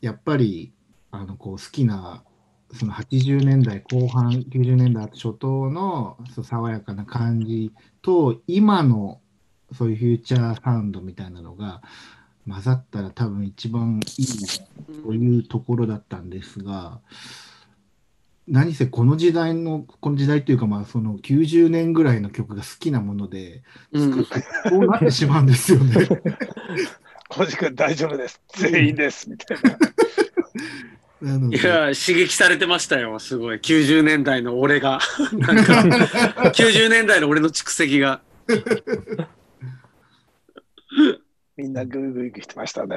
Speaker 2: やっぱりあのこう好きなその80年代後半、90年代初頭のそう爽やかな感じと、今のそういうフューチャーサウンドみたいなのが混ざったら多分一番いいというところだったんですが、何せこの時代の、この時代というか、まあ、その90年ぐらいの曲が好きなもので、
Speaker 5: うん、
Speaker 2: こうなってしまうんですよ ね。
Speaker 1: コジ君大丈夫です。全員です。みたいな。
Speaker 2: なの
Speaker 5: い
Speaker 2: で
Speaker 5: や、刺激されてましたよ、すごい。90年代の俺が。 なんか、90年代の俺の蓄積が。
Speaker 1: みんなグーグー来てましたね。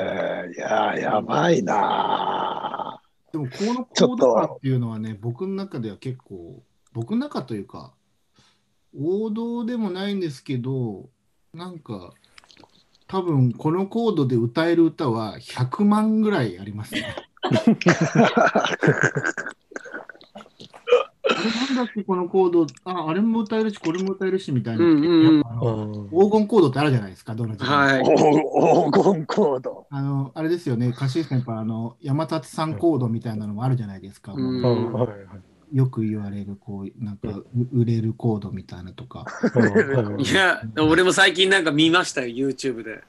Speaker 1: いやー、やばいな
Speaker 2: でも、この
Speaker 1: ち
Speaker 2: コ
Speaker 1: ょ
Speaker 2: ー
Speaker 1: っと
Speaker 2: ド感っていうのはね、僕の中では結構、僕の中というか、王道でもないんですけど、なんか、多分このコードで歌える歌は100万ぐらいありますね。
Speaker 1: ー。
Speaker 2: あれなんだっけ、このコード、あ、あれも歌えるし、これも歌えるしみたいな。
Speaker 5: うんうんうん
Speaker 2: やっぱあの
Speaker 3: あー
Speaker 2: 黄金コードってあるじゃないですか、どの時代も
Speaker 5: はい。
Speaker 1: 黄黄金コード。
Speaker 2: あの、あれですよね、歌詞先輩、あの、山立さんコードみたいなのもあるじゃないですか。
Speaker 5: うん
Speaker 3: あーは いはい
Speaker 2: よく言われる、こう、なんか、う売れるコードみたいなとか。
Speaker 3: あーはいはい
Speaker 5: いや、俺も最近なんか見ましたよ、YouTube で。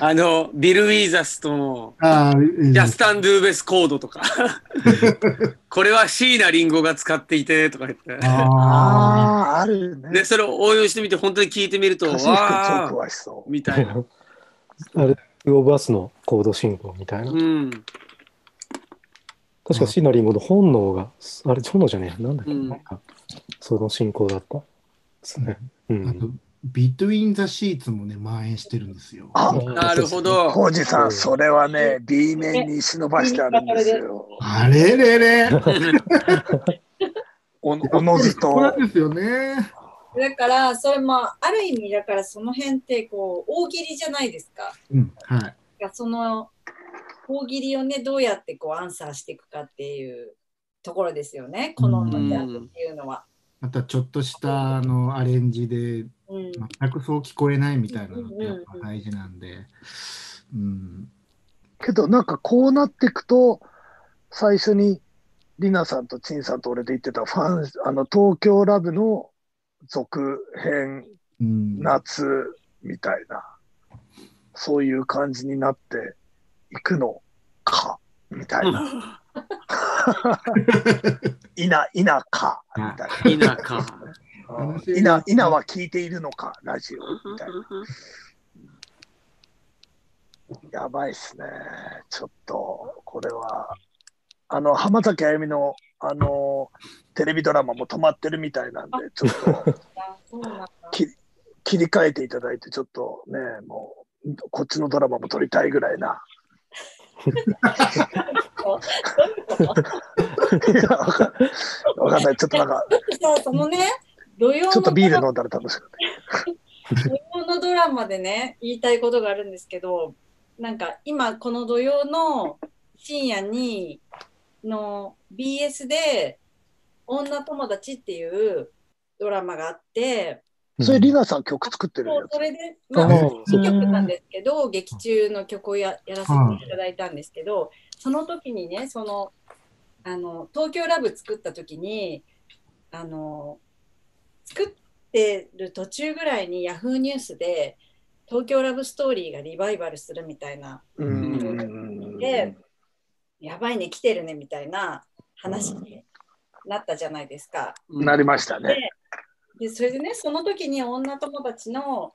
Speaker 5: あの、ビル・ウィーザスと、
Speaker 2: ああ、いい
Speaker 5: ジ
Speaker 2: で
Speaker 5: ャス
Speaker 2: す
Speaker 5: タン・ドゥーベスコード とか。これは椎名林檎が使っていて、とか言っ
Speaker 2: あ
Speaker 5: て。
Speaker 1: ああ、あるね。
Speaker 5: で、それを応用してみて、本当に聞いてみると、
Speaker 1: カシス君
Speaker 5: わ
Speaker 1: 超
Speaker 5: ー
Speaker 1: 詳しそう。
Speaker 5: みたいな。
Speaker 3: あれ、オブアスのコード進行みたいな。
Speaker 5: うん。
Speaker 3: 確かシナリンゴの本能が、あれ、本能じゃねえ、なんだっけ、
Speaker 5: うん
Speaker 3: なんか、その進行だった。ですね。う
Speaker 2: あ。あと
Speaker 3: ん。、
Speaker 2: ビトゥイン・ザ・シーツもね、蔓延してるんですよ。
Speaker 1: あ、
Speaker 5: なるほ。ど。
Speaker 1: コージさん、それはね、B 面に忍ばしてあるんですよ。
Speaker 2: あれれれ
Speaker 1: おおのず
Speaker 2: これ
Speaker 1: と。
Speaker 2: ですよね。
Speaker 4: だから、それもある意味、だからその辺ってこう大喜利じゃないですか。
Speaker 2: うん、はい。
Speaker 4: がその大喜利をね、どうやってこうアンサーしていくかっていうところですよね、この
Speaker 2: うん
Speaker 4: ジャンルっていうのは。
Speaker 2: またちょっとしたあのアレンジで
Speaker 4: うん、
Speaker 2: 全くそう聞こえないみたいなのってやっぱ大事なんで、うん、
Speaker 1: けど、なんかこうなっていくと、最初に、リナさんとチンさんと俺で言ってたファン、あの、東京ラブの続編
Speaker 2: うん、
Speaker 1: 夏みたいな、そういう感じになっていくのか、みたいな。いな、いなか、みたい
Speaker 5: 田舎。
Speaker 1: なうん。いな、いなは聞いているのか、ラジオ、みたいな。やばいっすね。ちょっと、これは。あの、浜崎あゆみの、あの、テレビドラマも止まってるみたい なんで、ちょっと。
Speaker 4: あそうなんだ
Speaker 1: 切り替えていただいて、ちょっとね、もう、こっちのドラマも撮りたいぐらい な。いやわかんないわかんない。ちょっとなんか、
Speaker 4: さそのね、土曜
Speaker 1: ちょっと
Speaker 4: の
Speaker 1: ビ
Speaker 4: ド
Speaker 1: ー
Speaker 4: ラ
Speaker 1: ル飲んだら楽しくて。
Speaker 4: 土曜のドラマでね、言いたいことがあるんですけど、なんか今、この土曜の深夜に、の BS で、女友達っていうドラマがあって、
Speaker 1: それ、リナさん曲作ってる
Speaker 4: そう
Speaker 1: や
Speaker 4: それで、
Speaker 1: あ
Speaker 4: まあ、
Speaker 1: ー
Speaker 4: 新曲なんですけど、劇中の曲をややらせていただいたんですけど、その時にね、その、あの、東京ラブ作った時に、あの、作ってる途中ぐらいに Yahoo ニュースで、東京ラブストーリーがリバイバルするみたいな、
Speaker 1: つ。う
Speaker 4: でやばいね、来てるねみたいな話になったじゃないですか。
Speaker 1: なりましたね。
Speaker 4: でそれでねその時に女友達の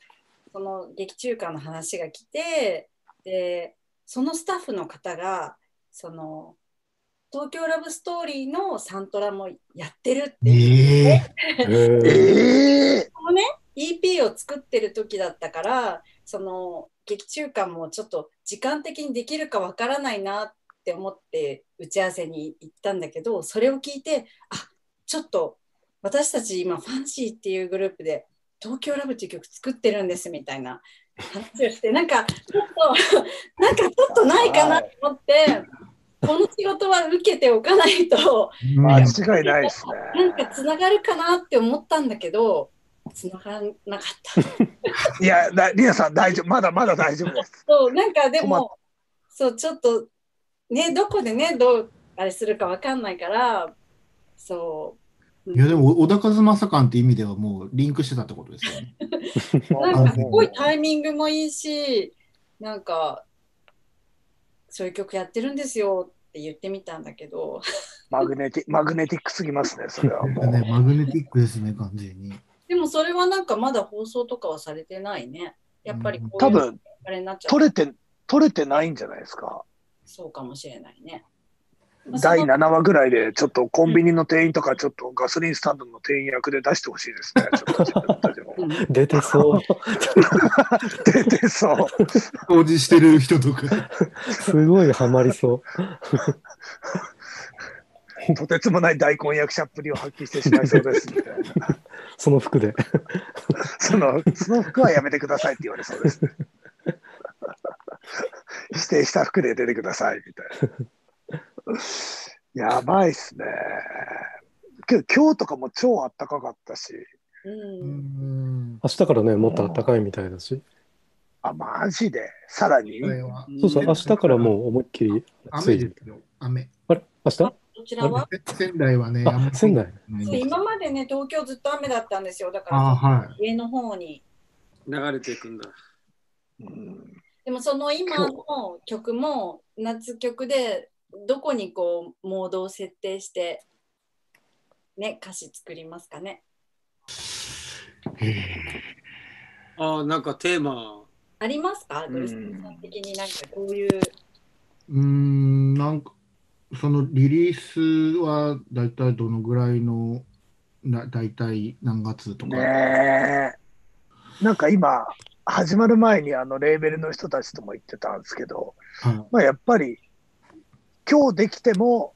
Speaker 4: その劇中歌の話が来てでそのスタッフの方がその「東京ラブストーリー」のサントラもやってるっていう、
Speaker 2: ええ
Speaker 3: へー
Speaker 1: ええ
Speaker 4: このね EP を作ってる時だったからその劇中歌もちょっと時間的にできるかわからないなって思って打ち合わせに行ったんだけどそれを聞いてあちょっと私たち今ファンシーっていうグループで「東京ラブ」っていう曲作ってるんですみたいな話をしてなんかちょっと なんかちょっとないかなと思って。この仕事は受けておかないと
Speaker 1: 間違いないですね。
Speaker 4: なんかつながるかなって思ったんだけどつながらなかった
Speaker 1: いや、だリナさん大丈夫。まだまだ大丈夫です。
Speaker 4: そうなんかで
Speaker 1: 困っ
Speaker 4: もそうちょっとねどこでねどうあれするかわかんないからそ
Speaker 2: いやでも、小田和正感って意味ではもうリンクしてたってことですよね。
Speaker 4: う なんかすごいタ
Speaker 1: イ
Speaker 4: イミングもいいしなんかそういう曲やってるんですよって言ってみたんだけど
Speaker 1: マグネティマグネティックすぎますね、それはも
Speaker 2: ね
Speaker 1: う。
Speaker 2: マグネティックですね、完全に。
Speaker 4: でもそれはなんかまだ放送とかはされてないねやっぱりこう
Speaker 1: 多
Speaker 4: いう
Speaker 1: 分
Speaker 4: あれになっちゃう
Speaker 1: 取れて、取れてないんじゃないですか。
Speaker 4: そうかもしれないね
Speaker 1: 第7話ぐらいで、ちょっとコンビニの店員とか、ちょっとガソリンスタンドの店員役で出してほしいです ね。ちょっと自分たちも
Speaker 3: 出てそう。
Speaker 1: 出てそう。
Speaker 2: 掃除してる人とか。
Speaker 3: すごいハマりそう。
Speaker 1: とてつもない大根役者っぷりを発揮してしまいそうですみたいな。
Speaker 3: その服で。
Speaker 1: その、その服はやめてくださいって言われそうですね。 指定した服で出てくださいみたいな。やばいっすね。けど今日とかも超あったかかったし、
Speaker 4: うん、
Speaker 3: 明日からね、もっと暖かいみたいだし。
Speaker 1: あ、マジで、さらに、
Speaker 3: そうそう、
Speaker 2: うん
Speaker 3: 明日からもう思いっきり暑
Speaker 2: 雨で
Speaker 3: い。
Speaker 2: すよ、雨。
Speaker 3: あれ明 日
Speaker 4: こちらは
Speaker 2: 仙台はね、
Speaker 3: あ、仙台。
Speaker 2: 雨
Speaker 4: そう今までね東京ずっと雨だったんですよだから
Speaker 2: あはい。
Speaker 4: 上の方に。
Speaker 5: 流れていくんだ。
Speaker 1: うん
Speaker 4: でもその今の曲も夏曲でどこにこうモードを設定してね歌詞作りますかね。
Speaker 5: ああ、なんかテーマ。
Speaker 4: ありますか？
Speaker 1: うん
Speaker 4: ドリスさん的になんかこういう
Speaker 2: うーん、なんか、そのリリースは大体どのぐらいの、な大体何月とか。
Speaker 1: ねえ。なんか今、始まる前にあのレーベルの人たちとも言ってたんですけど、
Speaker 2: は
Speaker 1: まあ、やっぱり今日できても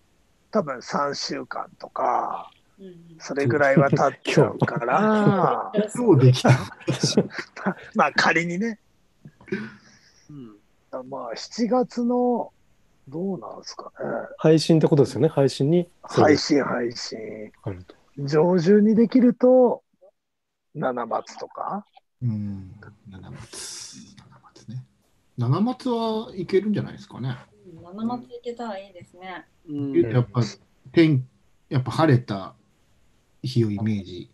Speaker 1: 多分3週間とか
Speaker 4: うんうん
Speaker 1: それぐらいは経っちゃうから
Speaker 2: い、今日できた。
Speaker 1: まあ仮にね
Speaker 5: うん。
Speaker 1: まあ7月のどうなんですかね
Speaker 3: 配信ってことですよね。配信に。
Speaker 1: 配信配信
Speaker 3: あると。
Speaker 1: 上旬にできると7月とか
Speaker 2: うん、7月。7月ね。7月はいけるんじゃないですかね。
Speaker 4: 七松いけたらいいですね。
Speaker 5: うん、
Speaker 2: やっぱ、天、やっぱ晴れた日をイメージ。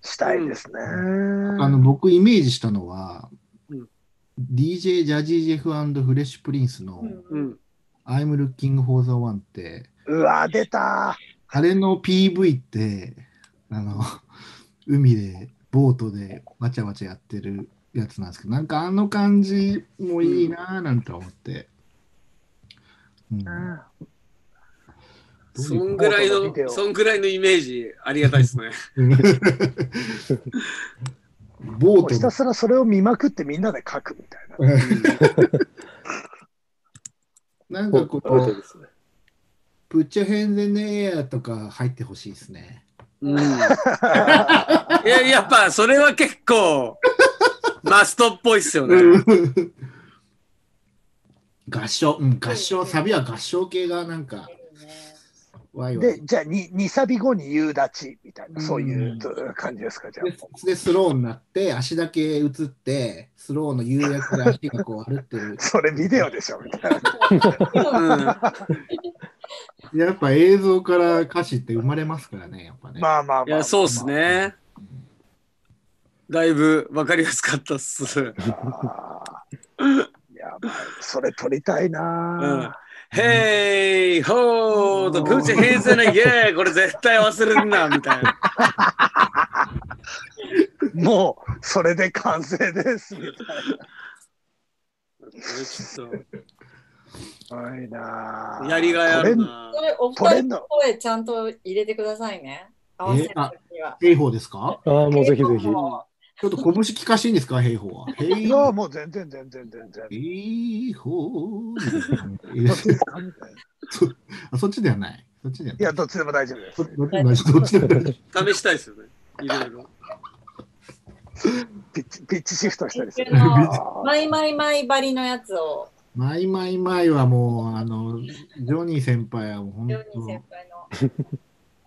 Speaker 1: したいですね、
Speaker 2: あの、僕イメージしたのは、
Speaker 5: うん
Speaker 2: DJ ジャジージェフフレッシュプリンスの
Speaker 4: うん
Speaker 5: う
Speaker 4: うん
Speaker 5: ん。
Speaker 2: I'm Looking for the One って、
Speaker 1: うわ出た
Speaker 2: あれの PV って、あの、海で、ボートでわちゃわちゃやってるやつなんですけど、なんかあの感じもいいなぁなんて思って。うん、どう
Speaker 5: そ
Speaker 2: いうん
Speaker 5: ぐらい
Speaker 1: コートのビデ
Speaker 5: の、
Speaker 1: オ
Speaker 5: そんぐらいのイメージ、ありがたいですね。
Speaker 2: ボ
Speaker 1: もうひ
Speaker 2: ート
Speaker 1: たすらそれを見まくってみんなで書くみたいな
Speaker 2: の、なんかこ
Speaker 3: 覚えて
Speaker 2: う、プッチャヘンゼネエアとか入ってほしいですね。
Speaker 5: うん。い や、やっぱ、それは結構、マストっぽいっすよね。
Speaker 2: 合唱、うん、合唱、サビは合唱系がなんか、
Speaker 4: いいね
Speaker 2: ワイワイ
Speaker 1: で、じゃあ2、2サビ後に夕立ちみたいな、そういう感じですか、じゃあ。
Speaker 2: で。でスローになって、足だけ映って、スローの夕焼けで足がこう歩ってる
Speaker 1: それビデオでしょみたいな。
Speaker 5: うん
Speaker 2: やっぱ映像から歌詞って生まれますからね、やっぱね。
Speaker 1: まあまあまあ。
Speaker 5: いや、そうっすね。だいぶ分かりやすかったっす。
Speaker 1: あーいや、まあ、それ撮りたいな、
Speaker 5: ヘイホーとグーチェヘイゼなイエーこれ絶対忘れるなみたいな。
Speaker 1: もう、それで完成です。み
Speaker 5: これちょった
Speaker 1: いないな
Speaker 5: と
Speaker 1: あ
Speaker 5: やりがいあ
Speaker 1: 撮れ
Speaker 5: る
Speaker 1: ん
Speaker 5: な
Speaker 4: そ。れお
Speaker 1: 撮れん
Speaker 4: 二人
Speaker 1: の
Speaker 4: の声ちゃんと入れてくださいね。合わせるときは。
Speaker 2: 兵法ですか
Speaker 3: ああ、もうぜひぜひ。
Speaker 2: ちょっと拳聞かしていいんですか、兵法 は。
Speaker 1: いや、もう全然全然全然。
Speaker 2: 兵法。
Speaker 1: どっちですかみたいな
Speaker 2: あそっちではない。そっちではいない。
Speaker 1: や、どっちでも大丈夫です
Speaker 2: そ。どっちでもないどっちでもない
Speaker 5: 試したいですよね。いろいろ。
Speaker 1: ピッチピッチシフトしたりする。
Speaker 4: のマイマイマイバリのやつを、
Speaker 2: マイマイマイはもう、あの、ジョニー先輩はもう本
Speaker 4: ジョニー先
Speaker 2: 当、
Speaker 4: 輩の。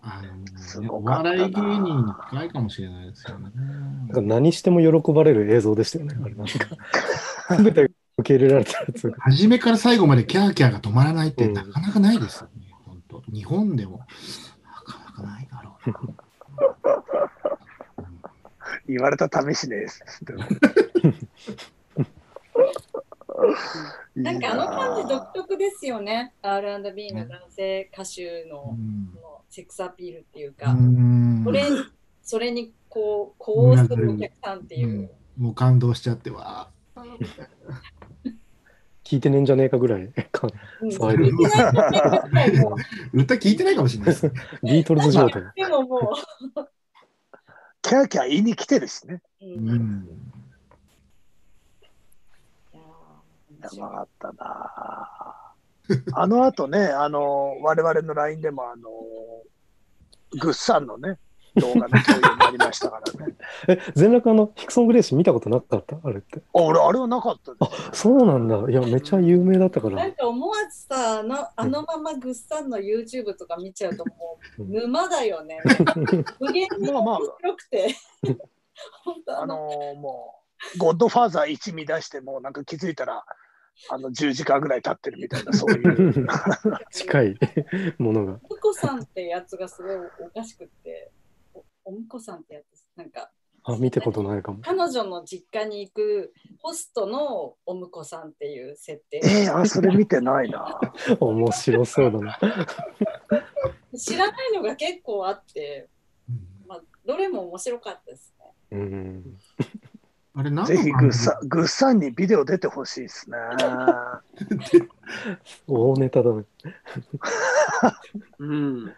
Speaker 2: あ
Speaker 1: す
Speaker 2: の、
Speaker 1: ご
Speaker 2: お
Speaker 1: かったな
Speaker 2: 笑い芸人に近いかもしれないですよね。
Speaker 3: なんか何しても喜ばれる映像でしたよね。あれなん か全て受け入れられたやつが。
Speaker 2: 初めから最後までキャーキャーが止まらないって
Speaker 3: うん
Speaker 2: なかなかないですよね、本当。日本でもなかなかないだろうな。
Speaker 1: 言われた試しねえです。
Speaker 4: なんかあの感じ
Speaker 1: いや
Speaker 4: 独特ですよね。R&B の男性歌手
Speaker 2: う
Speaker 4: の
Speaker 2: ん
Speaker 4: そのセックスアピールっていう
Speaker 2: う
Speaker 4: か、
Speaker 2: ん。
Speaker 4: それそれにこう、こうするお客さんっていううん
Speaker 2: もう感動しちゃってわ
Speaker 3: 聞いてねえんじゃねえかぐら い。か
Speaker 4: うん
Speaker 3: そういう
Speaker 4: 聞いてない人は絶対もう
Speaker 2: ー歌聞いてないかもしれないですね。
Speaker 3: ビートルズ状態。
Speaker 4: でもも
Speaker 1: キャーキャー言いに来てるしね。
Speaker 4: う。
Speaker 2: う
Speaker 4: うん
Speaker 2: ん
Speaker 4: い
Speaker 1: や
Speaker 4: やー面白
Speaker 1: ば
Speaker 4: い
Speaker 1: かったなあ。あの後ね、 あの、我々の LINE でも、あの、グッサンのね、動画の共有もありましたからね。
Speaker 3: え、全楽あの、ヒクソン・グレイシー見たことなかったあれっ
Speaker 1: あ
Speaker 3: て。
Speaker 1: 俺、あれはなかったです。
Speaker 3: そうなんだ。いや、めちゃ有名だったか
Speaker 4: な
Speaker 3: ら
Speaker 4: ん。か思わずさあの、あのままグッサンの YouTube とか見ちゃうともう沼だよ ね。無限に
Speaker 1: まあまあ
Speaker 4: 面白くて。 本当
Speaker 1: あ
Speaker 4: あ
Speaker 1: の
Speaker 4: の、
Speaker 1: もう、ゴッドファーザー1見出して、もうなんか気づいたら、あの、10時間ぐらい経ってるみたいな、そういう。
Speaker 3: 近いものが。
Speaker 4: おむこさんってやつがすごいおかしくって、おおむこさんってやつ、なんか
Speaker 3: あ、見たことないかも。
Speaker 4: 彼女の実家に行くホストのおむこさんっていう設定。
Speaker 1: えー、あ、それ見てないな。
Speaker 3: 面白そうだな。
Speaker 4: 知らないのが結構あって、まあ、どれも面白かったですね。
Speaker 3: うん。
Speaker 2: あれ何
Speaker 1: ぜひ
Speaker 2: の
Speaker 1: グ
Speaker 2: 番
Speaker 1: ッサン、グッサンにビデオ出てほしいですね。
Speaker 3: 大ネタだね。
Speaker 5: うん。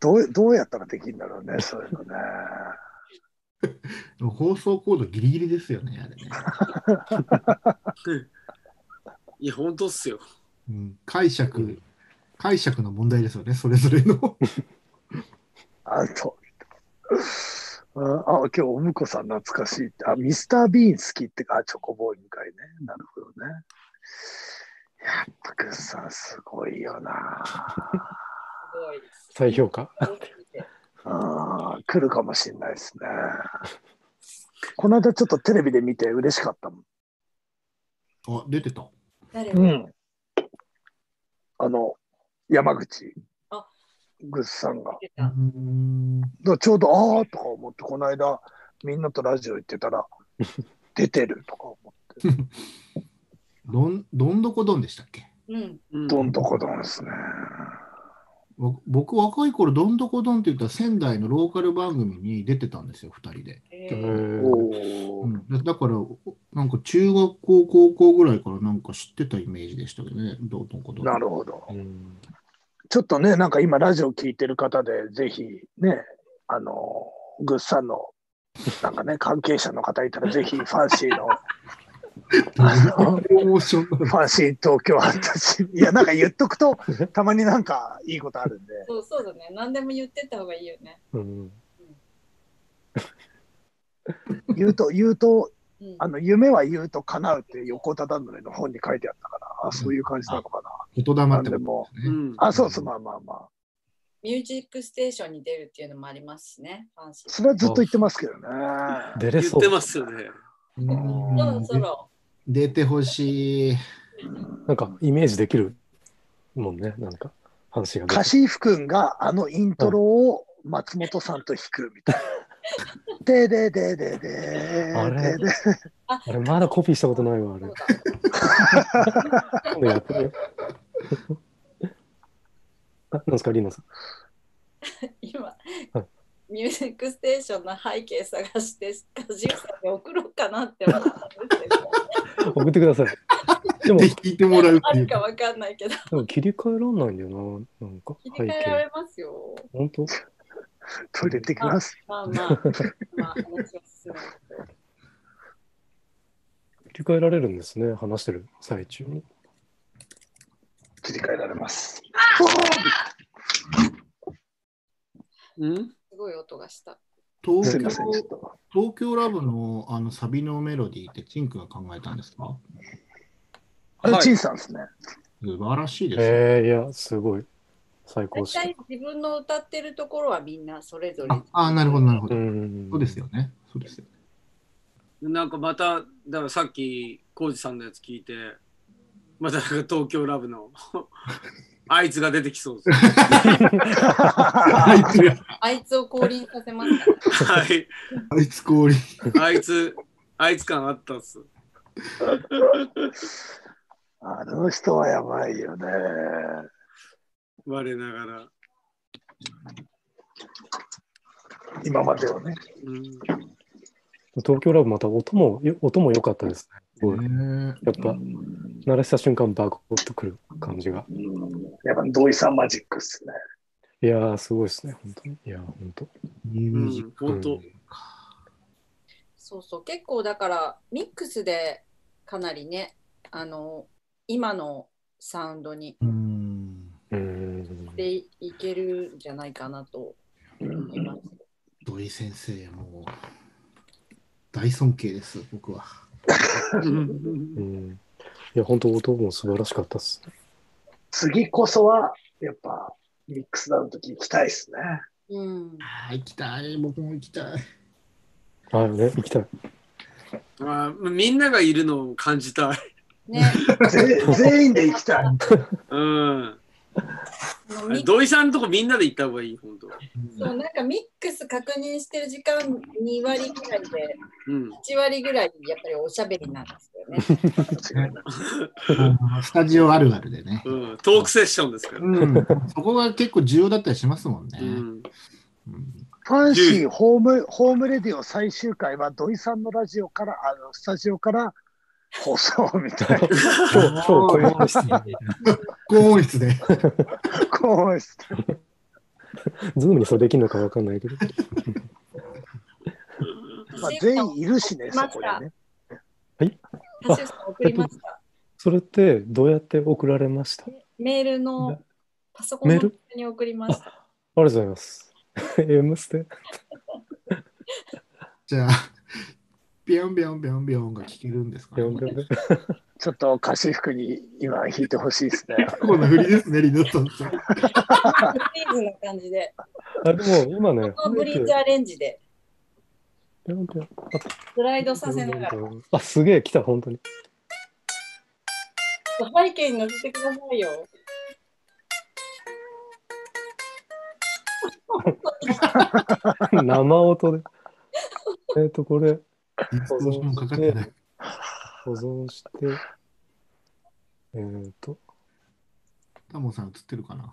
Speaker 1: どう、どうやったらできるんだろうね、そういうのね。
Speaker 2: 組放送コードギリギリですよね、あれね。
Speaker 5: いや、本当っすよ。
Speaker 2: うん解釈、解釈の問題ですよね、それぞれの。
Speaker 1: あと、うんあ、今日、おむこさん懐かしいって。あ、ミスター・ビーン好きってか、あチョコボーイみたいね。なるほどね。やっぱグッサンすごいよな。
Speaker 4: すごい。
Speaker 3: 再評価。
Speaker 4: 面白くて
Speaker 1: あー来るかもしれないですね。この間ちょっとテレビで見て嬉しかったもん。
Speaker 2: あ、出てた。
Speaker 4: 誰
Speaker 1: うん。あの、山口
Speaker 4: あ。
Speaker 1: グッさんが。だか
Speaker 4: 出
Speaker 2: う
Speaker 4: た
Speaker 2: ん
Speaker 1: らちょうど、ああとか思って、この間、みんなとラジオ行ってた ら、出てるとか思って、
Speaker 2: どん、どんどこどんでしたっけ
Speaker 4: うん。
Speaker 5: うん
Speaker 1: どんどこどんですね。
Speaker 2: わ僕、若い頃、どんどこどんって言ったら仙台のローカル番組に出てたんですよ、2人で。
Speaker 4: え
Speaker 3: う
Speaker 4: ー
Speaker 3: ん
Speaker 1: お
Speaker 2: う
Speaker 1: お。
Speaker 2: ん、だだから、おなんか中学校、高校ぐらいからなんか知ってたイメージでしたけどね、どんどこどん。
Speaker 1: なるほど。
Speaker 3: うん。
Speaker 1: ちょっとね、なんか今、ラジオ聞いてる方で、ぜひ、ね、あの、グッさんの、なん かね、関係者の方いたら、ぜひ、ファンシーの、あ の
Speaker 2: プロモーションなの
Speaker 1: ファンシー東京あったし、いや、なんか言っとくと、たまになんかいいことある んで、
Speaker 4: そうそうだね。何でも言ってった方がいいよね。
Speaker 3: うん。
Speaker 1: 言うと、言うと、
Speaker 4: うん
Speaker 1: あの、夢は言うと叶うって横田段取りの本に書いてあったから、あそういう感じなのかな。
Speaker 2: 言霊
Speaker 1: な
Speaker 2: っ
Speaker 1: ん
Speaker 2: て
Speaker 1: で
Speaker 2: こと
Speaker 1: も、
Speaker 2: です
Speaker 5: う
Speaker 2: ね。
Speaker 5: ん。
Speaker 1: あ、そうそう、まあまあまあ。
Speaker 4: ミュージックステーションに出るっていうのもありますしね、ファンシー。
Speaker 1: それはずっと言ってますけどね。
Speaker 3: 出
Speaker 5: 言
Speaker 3: れそ
Speaker 5: って
Speaker 3: う。
Speaker 5: ますよね。
Speaker 2: うん
Speaker 4: そろそろ。
Speaker 2: 出てほしい。
Speaker 3: なんかイメージできるもんね、なんか話が出て。
Speaker 1: カシーフ君があのイントロを松本さんと弾くみたいな。ででででで
Speaker 3: あ
Speaker 1: で
Speaker 3: れ
Speaker 1: で。
Speaker 4: あ
Speaker 3: あれ、まだコピーしたことないわ、あ
Speaker 4: そ
Speaker 3: れ
Speaker 4: う。だ
Speaker 3: 今度やってみよう あなんですか、リーナさん。
Speaker 4: 今
Speaker 3: はい、
Speaker 4: ミュージックステーションの背景探して、カジュさんに送ろうかなって思ったんですけ ど、
Speaker 3: 送ってください。でも、
Speaker 2: で
Speaker 3: で
Speaker 2: 聞いてもらうっ
Speaker 4: あ
Speaker 2: てい
Speaker 4: る
Speaker 2: う
Speaker 4: か。わかんないけど、
Speaker 3: も切り替えらんないんだよな、なんか
Speaker 4: 切り
Speaker 3: 背
Speaker 4: 替えら
Speaker 3: 景。
Speaker 4: れますよ。
Speaker 3: 本当
Speaker 1: トイレ行ってきます。
Speaker 4: まあまあ、まあ、話を進めると。
Speaker 3: 切り替えられるんですね、話してる最中に。
Speaker 1: 切り替えられます。
Speaker 5: うん
Speaker 4: すごい音がした。
Speaker 1: す
Speaker 2: 東
Speaker 1: いません、ちょ
Speaker 2: 京
Speaker 1: っと。
Speaker 2: 東京ラブのあのサビのメロディーってチンくんが考えたんですか
Speaker 1: あれ、
Speaker 5: はい
Speaker 1: チンさん ですね。
Speaker 2: 素晴らしいですね。
Speaker 3: ええいや、すごい。最高
Speaker 4: 大
Speaker 3: っす。
Speaker 4: 体自分の歌ってるところはみんなそれぞれ。
Speaker 2: ああー、なるほど、なるほ
Speaker 3: う
Speaker 2: ど。
Speaker 3: ん。
Speaker 2: そうですよね。そうですよね。
Speaker 5: なんかまた、だからさっき、浩二さんのやつ聞いて、またなんか東京ラブの あいつが出てきそうです。
Speaker 2: あいつが、
Speaker 4: あいつを降臨させますから。
Speaker 5: はい。
Speaker 2: あいつ 氷。
Speaker 5: あいつ、あいつ感あったっす。
Speaker 1: あの人はやばいよね。
Speaker 5: 我ながら。
Speaker 1: 今まではね。
Speaker 5: うん、
Speaker 3: 東京ラブまた音もよ、音も良かったですね。すごい
Speaker 2: ね
Speaker 3: やっぱ、鳴らした瞬間、バコッとくる感じが。
Speaker 1: やっぱ土井さんマジックっすね。
Speaker 3: いやー、すごいですね、本当に。いやー、本当。
Speaker 2: ミュ
Speaker 5: う
Speaker 2: ージッ
Speaker 5: ん、
Speaker 2: ク
Speaker 5: 本当。
Speaker 4: そうそう、結構だからミックスでかなりね、あの、今のサウンドに
Speaker 2: うん。
Speaker 3: うん。
Speaker 4: でいけるんじゃないかなと思います。
Speaker 2: 土井先生、もう、大尊敬です、僕は。
Speaker 5: うん
Speaker 3: うん。いや、本当音も素晴らしかったっす。
Speaker 1: 次こそは、やっぱ、ミックスダウンの時行きたいっすね。
Speaker 4: うん。
Speaker 2: あー行きたい、僕も行きたい。
Speaker 3: あね、行きたい。
Speaker 5: あーみんながいるのを感じたい。
Speaker 4: ね、
Speaker 1: ぜ 全員で行きたい。
Speaker 5: うん。
Speaker 4: あ のミック
Speaker 5: 土井さんのとこみんなで行った方がいい、本当。
Speaker 4: スそうなんかミックス確認してる時間2割ぐらいで、
Speaker 5: うん。
Speaker 4: 1割ぐらいやっぱりおしゃべりなんですよ
Speaker 1: 間
Speaker 4: ね。
Speaker 1: 違いない
Speaker 2: あースタジオあるあるでね。
Speaker 5: うん、トークセッションですから。
Speaker 2: うん、そこが結構重要だったりしますもんね。
Speaker 5: うん、
Speaker 2: うん
Speaker 1: ファンシーホーム、ホームレディオ最終回は土井さんのラジオから、あの、スタジオから放送みたいな。
Speaker 3: 今日、今日こういう話して、
Speaker 2: 高音質で。
Speaker 1: こうして。
Speaker 3: ズームにそれできるのかわかんないけど。
Speaker 1: まあ、全員いるしね、そこにね。
Speaker 4: 橋下さん送りました。
Speaker 3: それって、どうやって送られましたあり
Speaker 4: メールのパソコン
Speaker 3: メ
Speaker 4: の
Speaker 3: ール
Speaker 4: 中に送りました。
Speaker 3: がとうございます。M ステ。
Speaker 2: じゃあ、ビョンビョンビョンビョンが聞けるんですか、ね、
Speaker 1: ちょっと歌詞服に今弾いてほしいですね。
Speaker 2: この振りですね、リノさんさん。
Speaker 4: ブリーズの感じで、
Speaker 3: あ、でも今ね
Speaker 4: こ、のブリーズアレンジで
Speaker 3: ピョンピョン
Speaker 4: スライドさ せながら、
Speaker 3: あ、すげえ、来た、本当に。
Speaker 4: 背景に乗せてくださいよ。
Speaker 3: 生音 で。えっ、と、これ、
Speaker 2: 少しもかかってない。
Speaker 3: 保存して、えっ、と、
Speaker 2: タモさん映ってるかな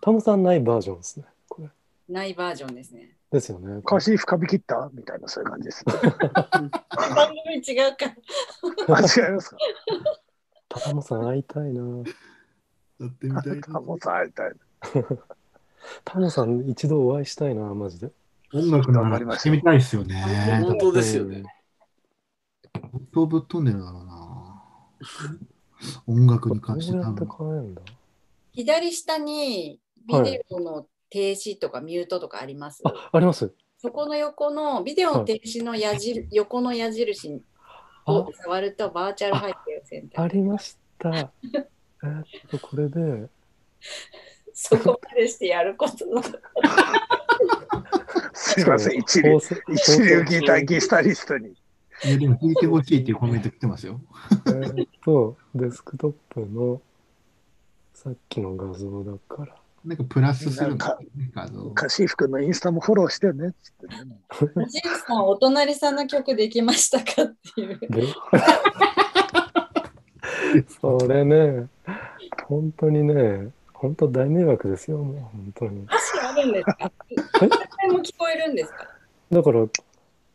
Speaker 3: タモさんないバージョンですね。これ。
Speaker 4: ないバージョンですね。
Speaker 3: ですよね。
Speaker 1: 歌詞深引きったみたいな、そういう感じです、ね。
Speaker 4: 番組違うから。
Speaker 1: あ、違いますか。
Speaker 3: タモさん会いたいな。
Speaker 2: やってみたいな。
Speaker 1: あもうさ、会いたい。
Speaker 3: タモさん一度お会いしたいな、マジで。
Speaker 2: 音楽の話してみたいですよね。
Speaker 5: 本当ですよね。
Speaker 2: 本当ぶっ飛んでるだろうな。音楽
Speaker 3: ど
Speaker 2: に関して
Speaker 3: うや
Speaker 2: 多
Speaker 3: って
Speaker 2: 分。
Speaker 3: 変えるんだ
Speaker 4: 左下にビデオの停止とかミュートとかあります。
Speaker 3: あ、あります。
Speaker 4: そこの横のビデオの停止の矢印、横の矢印
Speaker 3: あ
Speaker 4: を、触るとバーチャル背景を選択
Speaker 3: あ。りました。えっと、これで、
Speaker 4: そこまでしてやることの
Speaker 1: すいません、一流
Speaker 3: 放、送
Speaker 1: 一流ギター、ギタリストに。
Speaker 2: いやでも弾いてほしいっていうコメント来てますよ。
Speaker 3: えーっと、デスクトップのさっきの画像だから。
Speaker 2: なんかプラスする
Speaker 1: な
Speaker 2: の
Speaker 1: んか
Speaker 2: なんかあの
Speaker 1: カシーフ君のインスタもフォローしてね、つってね。
Speaker 4: ジェイさん、お隣さんの曲できましたかっていう。
Speaker 3: でそれね、本当にね、本当大迷惑ですよ、もう本当に。
Speaker 4: 歌詞あるんですか
Speaker 3: え
Speaker 4: 歌も聞こえるんですか
Speaker 3: だから、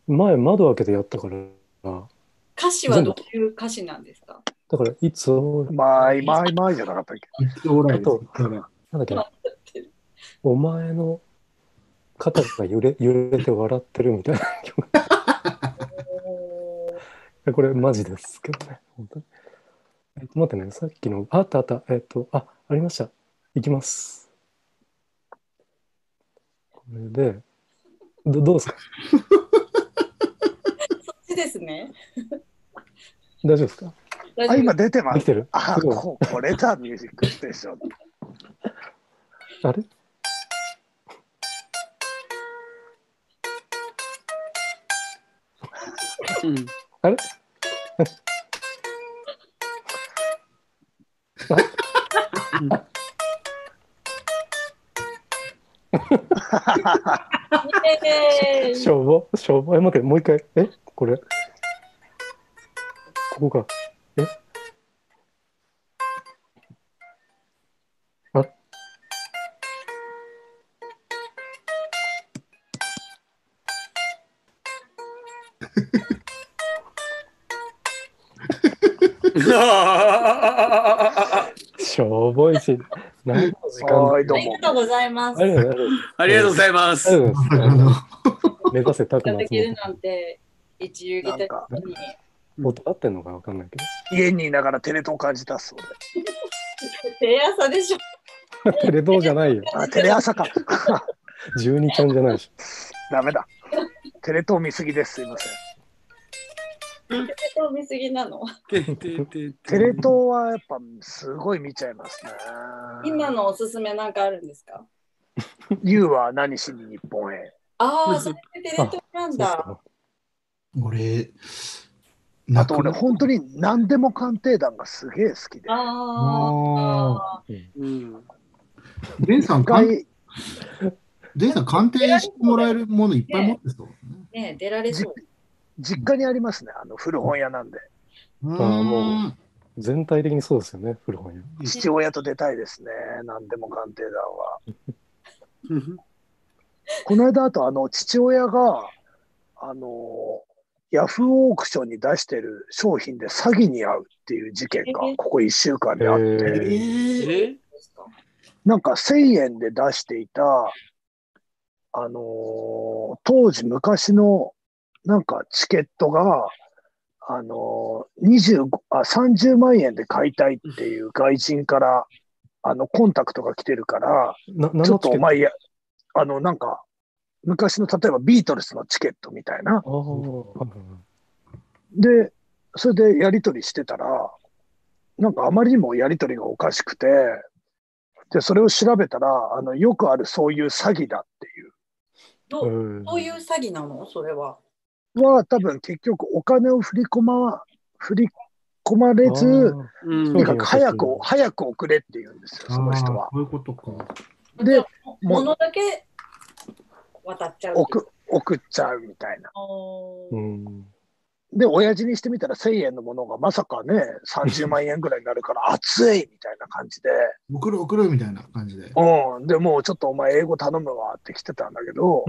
Speaker 3: 前窓開けてやったから、だ
Speaker 4: 歌詞はどういう歌詞なんですか
Speaker 3: から、いつ、なん
Speaker 1: まあ、今、今じゃなかったっけ
Speaker 2: 一生オーライです
Speaker 3: あとだっけな、お前の肩が揺れ揺れて笑ってるみたいな曲。いやこれマジですけどね、本当に。えっと、待ってね、さっきの、ああったあった、えっと、あ、ありました。いきます。これで、どどうですか
Speaker 4: そっちですね。
Speaker 3: 大丈夫ですか
Speaker 4: 大
Speaker 1: あ、
Speaker 4: 丈夫
Speaker 1: 今出てま
Speaker 3: でき
Speaker 1: す。
Speaker 3: てる
Speaker 1: あ、
Speaker 3: すごい
Speaker 1: ここれだ、ミュージックステーション。
Speaker 3: あれ
Speaker 5: うん
Speaker 3: あれ
Speaker 4: イエーイ
Speaker 3: しょぼ、しょぼ、え、待って、もう一回。え、これ。ここか。え。あ。しょぼいし。何の時間。
Speaker 1: はい、ど
Speaker 4: あ
Speaker 1: う
Speaker 4: り
Speaker 1: も
Speaker 4: が。とうございます。
Speaker 3: あれ、あれ、あれ、
Speaker 5: ありがとうございます。
Speaker 2: あの
Speaker 3: 目指せたく
Speaker 4: いた
Speaker 3: な
Speaker 4: だ
Speaker 3: い。
Speaker 4: けるなんて、一遊戯的に。
Speaker 3: 音合ってんのかわかんないけど。
Speaker 1: 家にいながらテレ東感じたっす。俺
Speaker 4: 手朝でしょ。
Speaker 3: テレ東じゃないよ。
Speaker 1: あ、テレ朝か。
Speaker 3: 12ちゃんじゃないし。
Speaker 1: ダメだ。テレ東見すぎです。すいません。
Speaker 4: 手相見すぎなの。
Speaker 1: テレ東はやっぱすごい見ちゃいますね。
Speaker 4: 今のおすすめなんかあるんですか
Speaker 1: ユーは何しに日本へ。
Speaker 4: ああ、それでテレ東な
Speaker 3: そうっ
Speaker 4: ん
Speaker 3: す
Speaker 4: だ。
Speaker 3: か
Speaker 2: 俺、
Speaker 1: あ
Speaker 2: な
Speaker 1: と俺本当に何でも鑑定団がすげえ好きで。
Speaker 4: ああ。
Speaker 5: うん
Speaker 2: デンさん、
Speaker 1: 一
Speaker 2: 鑑
Speaker 1: 回
Speaker 2: デンさん鑑定してもらえるものいっぱい持ってそう。
Speaker 4: ねえ出られ
Speaker 1: じ
Speaker 4: そう。
Speaker 1: 実家にありますね。あの古本屋なんで。
Speaker 2: う
Speaker 3: あーもう
Speaker 2: ーん
Speaker 3: 全体的にそうですよね、古本屋。
Speaker 1: 父親と出たいですね。何でも鑑定団は。この間あとあの父親があのヤフーオークションに出してる商品で詐欺に遭うっていう事件が
Speaker 4: えー
Speaker 1: ここ1週間であって、
Speaker 2: え
Speaker 3: え
Speaker 2: ー
Speaker 5: え
Speaker 4: ですか
Speaker 1: なんか1000円で出していたあのー当時昔のなんかチケットがあのー25あ30万円で買いたいっていう外人からあのコンタクトが来てるから
Speaker 3: な、何
Speaker 1: ちょ
Speaker 3: の
Speaker 1: っと
Speaker 3: チケ
Speaker 1: お
Speaker 3: ット
Speaker 1: 前や、あの、なんか、昔の例えばビートルズのチケットみたいな。
Speaker 3: ああ、はいはいはい
Speaker 1: で、それでやり取りしてたら、なんかあまりにもやり取りがおかしくて、で、それを調べたら、あの、よくあるそういう詐欺だってい
Speaker 4: どうどういう詐欺なのそれは。
Speaker 1: う。は、多分結局お金を振り込ま、振り込まれず、
Speaker 5: うん
Speaker 1: と
Speaker 3: そ
Speaker 1: に
Speaker 3: う
Speaker 1: かく早く
Speaker 3: そう、そう
Speaker 1: 早く送れって言うんですよ、
Speaker 2: あー
Speaker 1: その人は。
Speaker 2: そういうことか。
Speaker 1: で、もう
Speaker 4: 物だけ渡っちゃうっていう。
Speaker 1: 送、送っちゃうみたいな。
Speaker 4: あー
Speaker 3: あーうん。
Speaker 1: で、親父にしてみたら1000円のものがまさかね、30万円ぐらいになるから熱いみたいな感じで、
Speaker 2: 送る送るみたいな感じで。
Speaker 1: うん、でもうちょっとお前英語頼むわって来てたんだけど、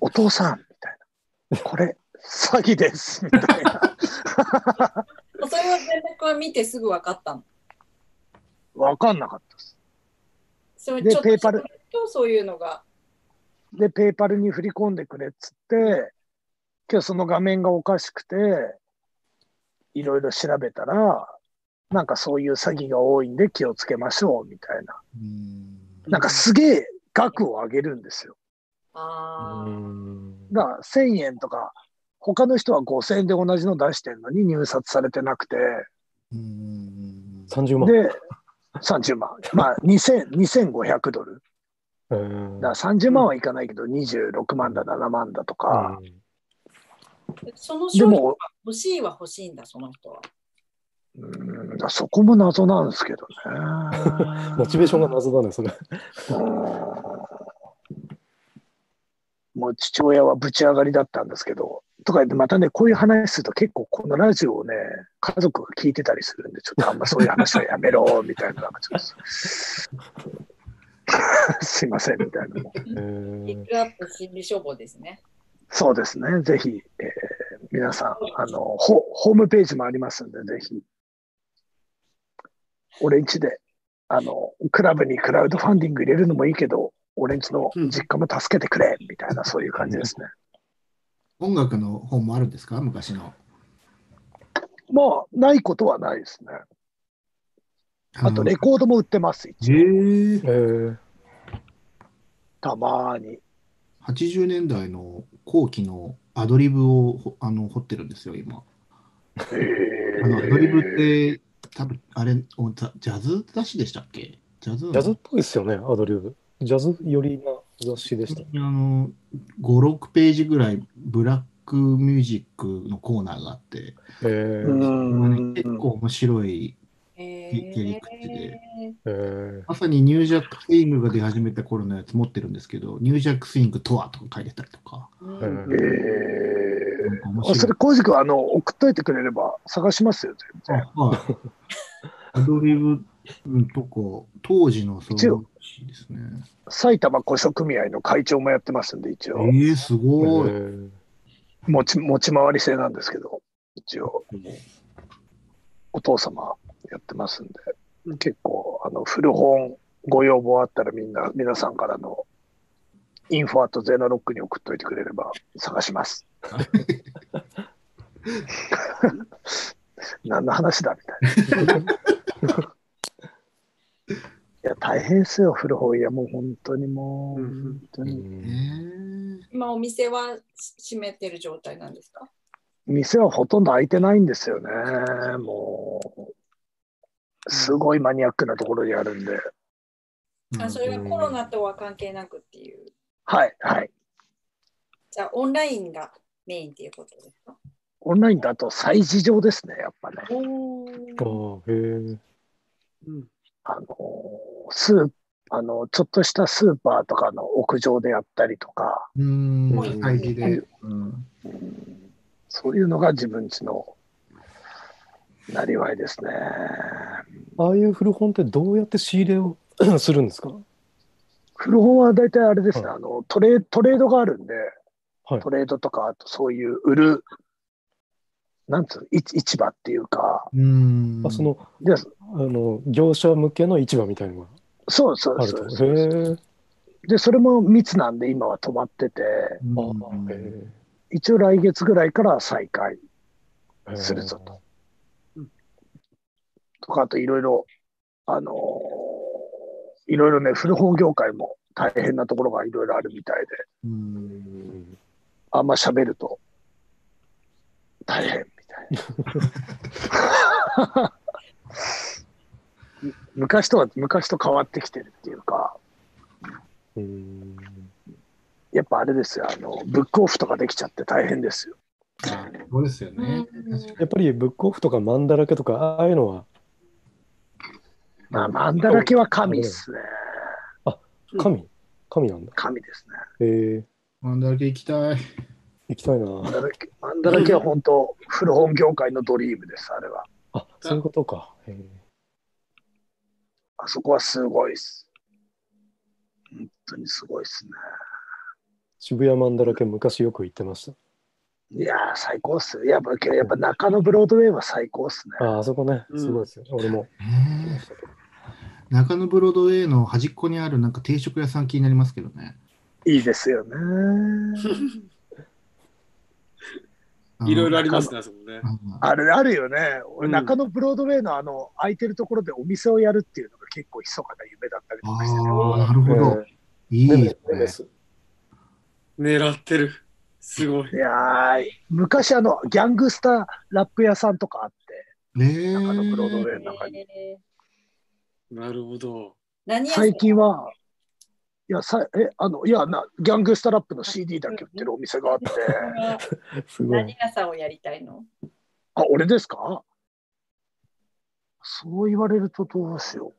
Speaker 1: お父さんみたいな、これ詐欺ですみたいな、
Speaker 4: それは全力は見てすぐ分かったの。
Speaker 1: わかんなかったです。
Speaker 4: それ
Speaker 1: で
Speaker 4: ちょっと
Speaker 1: ペーパル
Speaker 4: 知らないとそういうのが。
Speaker 1: で、ペーパルに振り込んでくれっつって、今日その画面がおかしくて、いろいろ調べたら、なんかそういう詐欺が多いんで気をつけましょうみたいな、
Speaker 2: うーん
Speaker 1: なんかすげえ額を上げるんですよ。
Speaker 4: あ
Speaker 3: う
Speaker 4: ー
Speaker 3: ん
Speaker 1: だから1000円とか、他の人は5000円で同じの出してるのに入札されてなくて、
Speaker 2: うーん
Speaker 3: 30万。
Speaker 1: で、 30万。まあ、2000 2500ドル。
Speaker 3: うん。
Speaker 1: だから30万はいかないけど、26万だ、7万だとか。
Speaker 3: うん。
Speaker 4: その
Speaker 1: で
Speaker 4: 商品
Speaker 1: も、
Speaker 4: 欲しいは欲しいんだ、その人は。
Speaker 1: うん、そこも謎なんですけどね
Speaker 3: モチベーションが謎だね、それ。
Speaker 1: うんもう父親はぶち上がりだったんですけど、とか言って、またね、こういう話すると結構このラジオをね、家族が聞いてたりするんで、ちょっとあんまそういう話はやめろ、みたいな、なんかちょっと すいません、みたいな。
Speaker 3: え
Speaker 4: ピ
Speaker 3: ー
Speaker 4: ックアップ心理処方ですね。
Speaker 1: そうですね、ぜひ、えー皆さんあのホ、ホームページもありますんで、ぜひ、俺んちであの、クラブにクラウドファンディング入れるのもいいけど、俺んちの実家も助けてくれ、みたいな、そういう感じですね。
Speaker 2: 音楽の本もあるんですか昔の。
Speaker 1: まあ、ないことはないですね。あと、レコードも売ってます、
Speaker 2: えー、
Speaker 3: えー
Speaker 1: たまに。
Speaker 2: 80年代の後期のアドリブをほあの掘ってるんですよ、今。
Speaker 1: え
Speaker 2: あのアドリブっ
Speaker 1: え
Speaker 2: て、多分あれおジャ、ジャズ雑誌でしたっけジャズ
Speaker 3: ジャズっぽいですよね、アドリブ。ジャズ寄りな雑誌でした。
Speaker 2: あの5、6ページぐらいブラックミュージックのコーナーがあって、
Speaker 3: えー
Speaker 1: うん
Speaker 2: 結構面白い、
Speaker 4: え
Speaker 2: 切り口で
Speaker 3: えー
Speaker 2: まさにニュージャックスイングが出始めた頃のやつ持ってるんですけど、ニュージャックスイングとはとか書いてたりとか、
Speaker 3: え
Speaker 4: うん
Speaker 1: え
Speaker 3: ー
Speaker 2: なんか面
Speaker 1: あそ
Speaker 2: 白
Speaker 1: れ、
Speaker 2: い。
Speaker 1: 浩二君、あの、送っといてくれれば探しますよ、全然。
Speaker 2: はいアドリブうんとか、当時のそう
Speaker 1: 一応
Speaker 2: いですね。
Speaker 1: 埼玉古書組合の会長もやってますんで、一
Speaker 2: え
Speaker 1: 応。
Speaker 2: ー、す
Speaker 3: え
Speaker 2: ごい。
Speaker 3: ー
Speaker 1: 持ち持ち回り制なんですけど、一応、お父様やってますんで、結構、あの、古本、ご要望あったらみんな、皆さんからの、インフォアットゼナロックに送っといてくれれば探し ます。何の話だみたいな。いや、大変ですよ、古本。いや、もう本当にもう、
Speaker 5: うん
Speaker 1: 本当
Speaker 3: う
Speaker 1: に。
Speaker 2: え
Speaker 3: ん
Speaker 2: ー、
Speaker 4: 今お店は閉めてる状態なんですか
Speaker 1: 店はほとんど開いてないんですよね、もう。すごいマニアックなところにあるんで。
Speaker 4: あそれはコロナとは関係なくっていう。
Speaker 1: はい、はい。
Speaker 4: じゃあオンラインがメインっていうことですか
Speaker 1: オンラインだと催事場ですね、やっぱね。
Speaker 4: お
Speaker 3: あーえー
Speaker 5: うん
Speaker 1: あの、スーあの、ちょっとしたスーパーとかの屋上でやったりとか、
Speaker 2: うーん、
Speaker 3: うん
Speaker 2: 会議で。うん、
Speaker 1: うんそういうのが自分ちの、なりわいですね。
Speaker 3: ああいう古本ってどうやって仕入れを するんですか
Speaker 1: 古本は大体あれですね、あのトレトレードがあるんで、
Speaker 3: はい
Speaker 1: トレードとか、あとそういう売る、なんつうの、い市場っていうか、
Speaker 2: うーん
Speaker 3: あその
Speaker 1: で
Speaker 3: あの業者向けの市場みたいなのが
Speaker 1: そうそう
Speaker 3: ある
Speaker 1: そ
Speaker 3: と
Speaker 1: う
Speaker 3: へー
Speaker 1: で、それも密なんで、今は止まってて、
Speaker 2: うん
Speaker 3: あーへ
Speaker 1: 一応来月ぐらいから再開
Speaker 3: ー
Speaker 1: するぞと。とか、あといろいろ、あのーいろいろね、古本業界も大変なところがいろいろあるみたいで、
Speaker 2: うん
Speaker 3: うん
Speaker 1: あんま喋ると大変みたい な。 昔とは昔と変わってきてるっていうか、
Speaker 3: うん
Speaker 1: やっぱあれですよ、あの、ブックオフとかできちゃって大変ですよ。
Speaker 2: そうですよね。
Speaker 3: やっぱりブックオフとかマンだらけとかああいうのは
Speaker 1: まあ、マンダラケは神っすね。
Speaker 3: 神神なんだ。
Speaker 1: 神ですね。
Speaker 3: えー、
Speaker 2: マンダラケ行きたい。
Speaker 3: 行きたい
Speaker 1: マン
Speaker 3: な。
Speaker 1: ダラケマンダラケは本当、古本業界のドリームです、あれは。
Speaker 3: あそういうことか。えー
Speaker 1: あそこはすごいっす。本当にすごいっすね。
Speaker 3: 渋谷マンだらけ昔よく行ってまし
Speaker 1: いやー、最高っす。やっぱ、けどやっぱ中野ブロードウェイは最高っすね。
Speaker 3: た。ああそこね、すごいですよ。俺も。
Speaker 2: 中野ブロードウェイの端っこにあるなんか定食屋さん気になりますけどね。
Speaker 1: いいですよね。
Speaker 2: あの
Speaker 5: いろいろありますね、あそこね。
Speaker 2: あ
Speaker 1: あれあるよね。俺、
Speaker 5: うん
Speaker 1: 中野ブロードウェイのあの、空いてるところでお店をやるっていうのが結構密かな夢だったりとかして、
Speaker 2: あー、なるほど。いい
Speaker 3: ネメ
Speaker 2: です
Speaker 3: ネメス。
Speaker 5: 狙ってる。すごい。
Speaker 1: いやー、昔あの、ギャングスターラップ屋さんとかあって、
Speaker 2: ね。え
Speaker 1: 中野ブロードウェイの中に。
Speaker 4: え
Speaker 5: なるほど。
Speaker 4: 何屋さん
Speaker 1: 最近は、いや、さえあのいやなギャングスタラップの CD だけ売ってるお店があって、
Speaker 3: すごい
Speaker 4: 何。屋さんをやりたいの
Speaker 1: あ、俺ですかそう言われるとどうしよう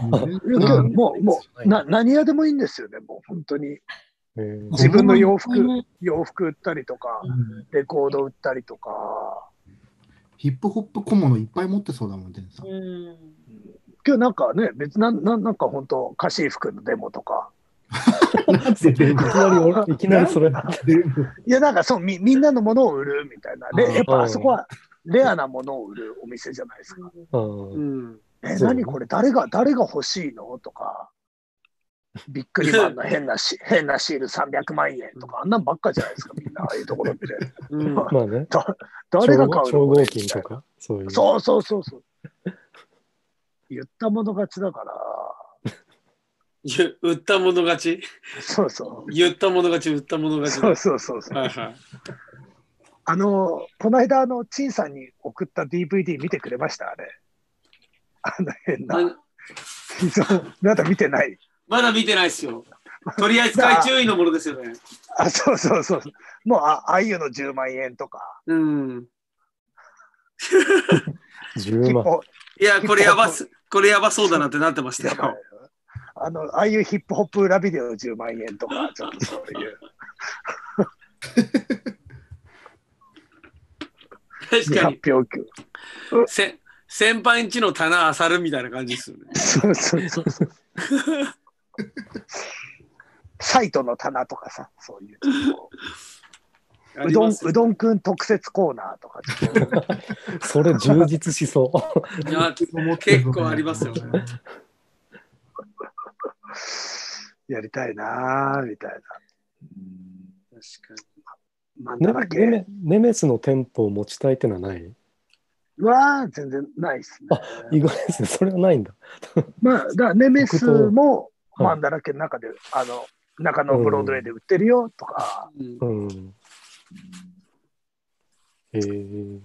Speaker 1: かな。いやけど
Speaker 2: うん
Speaker 1: もう、もうな、何屋でもいいんですよね、もう本当に。自分の洋服
Speaker 2: うん
Speaker 1: 洋服売ったりとか、レコード売ったりとか。
Speaker 2: ヒップホップ小物いっぱい持ってそうだもん、デンさん。
Speaker 4: うん。
Speaker 1: けどなんかね、別なん、なんなんか本当、歌詞服のデモとか。
Speaker 2: なんで全
Speaker 3: いきなり俺、いきなりそれ。
Speaker 2: 部。
Speaker 1: いや、なんかそう、みみんなのものを売るみたいな。
Speaker 2: あー
Speaker 1: で、やっぱあそこはレアなものを売るお店じゃないですか。
Speaker 3: あ
Speaker 5: う
Speaker 3: ー
Speaker 5: ん。
Speaker 1: え、
Speaker 3: そう
Speaker 1: 何これ、誰が、誰が欲しいのとか。ビックリマンの変なし、変なシール300万円とか、あんなんばっかじゃないですか、みんな、ああいうところ って。
Speaker 5: うん、
Speaker 3: まあね。
Speaker 1: 誰が買うの
Speaker 3: 超合金とか、そういう。
Speaker 1: そうそうそうそう。言ったもの勝ちだから、
Speaker 5: ゆ売ったもの勝ち
Speaker 1: そうそう。
Speaker 5: 言ったもの勝ち、売ったもの
Speaker 1: そう
Speaker 5: 勝ち
Speaker 1: そうそうそう
Speaker 5: だ。。はいはい。
Speaker 1: あの、この間、あの、陳さんに送った DVD 見てくれましたあれ。あの変な。
Speaker 5: あ
Speaker 1: そうまだ見て ない。
Speaker 5: まだ見てないっすよ。取り扱い注意のものですよね。
Speaker 1: あ、そうそうそう。もう、ああゆの10万円とか、
Speaker 5: うん。
Speaker 1: ヒ
Speaker 3: 10
Speaker 1: ップ
Speaker 3: 万。
Speaker 1: ホ
Speaker 5: いや、これやばす、これやばそうだなってなってまし
Speaker 1: や
Speaker 5: た
Speaker 1: ばい
Speaker 5: よ。
Speaker 1: あの、ああいうヒップホップ裏ビデオ10万円とか、ちょっとそういう。
Speaker 5: 確かに。
Speaker 1: 発表級。
Speaker 5: せ先輩んちの棚あさるみたいな感じですよね。
Speaker 1: そうそうそうそう。サイトの棚とかさ、そういう。
Speaker 5: あ
Speaker 1: う
Speaker 5: り
Speaker 1: どん
Speaker 5: ます
Speaker 1: うどんくん特設コーナーとか、ちょっと
Speaker 3: それ充実し そう。
Speaker 5: いや結構ありますよね。
Speaker 1: やりたいなぁ、みたいな。
Speaker 5: 確か
Speaker 1: なん
Speaker 3: ね
Speaker 1: だら
Speaker 3: ネ
Speaker 1: け。
Speaker 3: メネメスの店舗を持ちたいってのはない
Speaker 1: は全然ないっすね。
Speaker 3: 意外ですね。それはないんだ。
Speaker 1: まあ、だからネメスも
Speaker 3: 僕とは
Speaker 1: マ
Speaker 3: い
Speaker 1: ンだらけの中で、あの、中野ブロードウェイで売ってるよとか、
Speaker 5: に。うん
Speaker 3: うん。えー、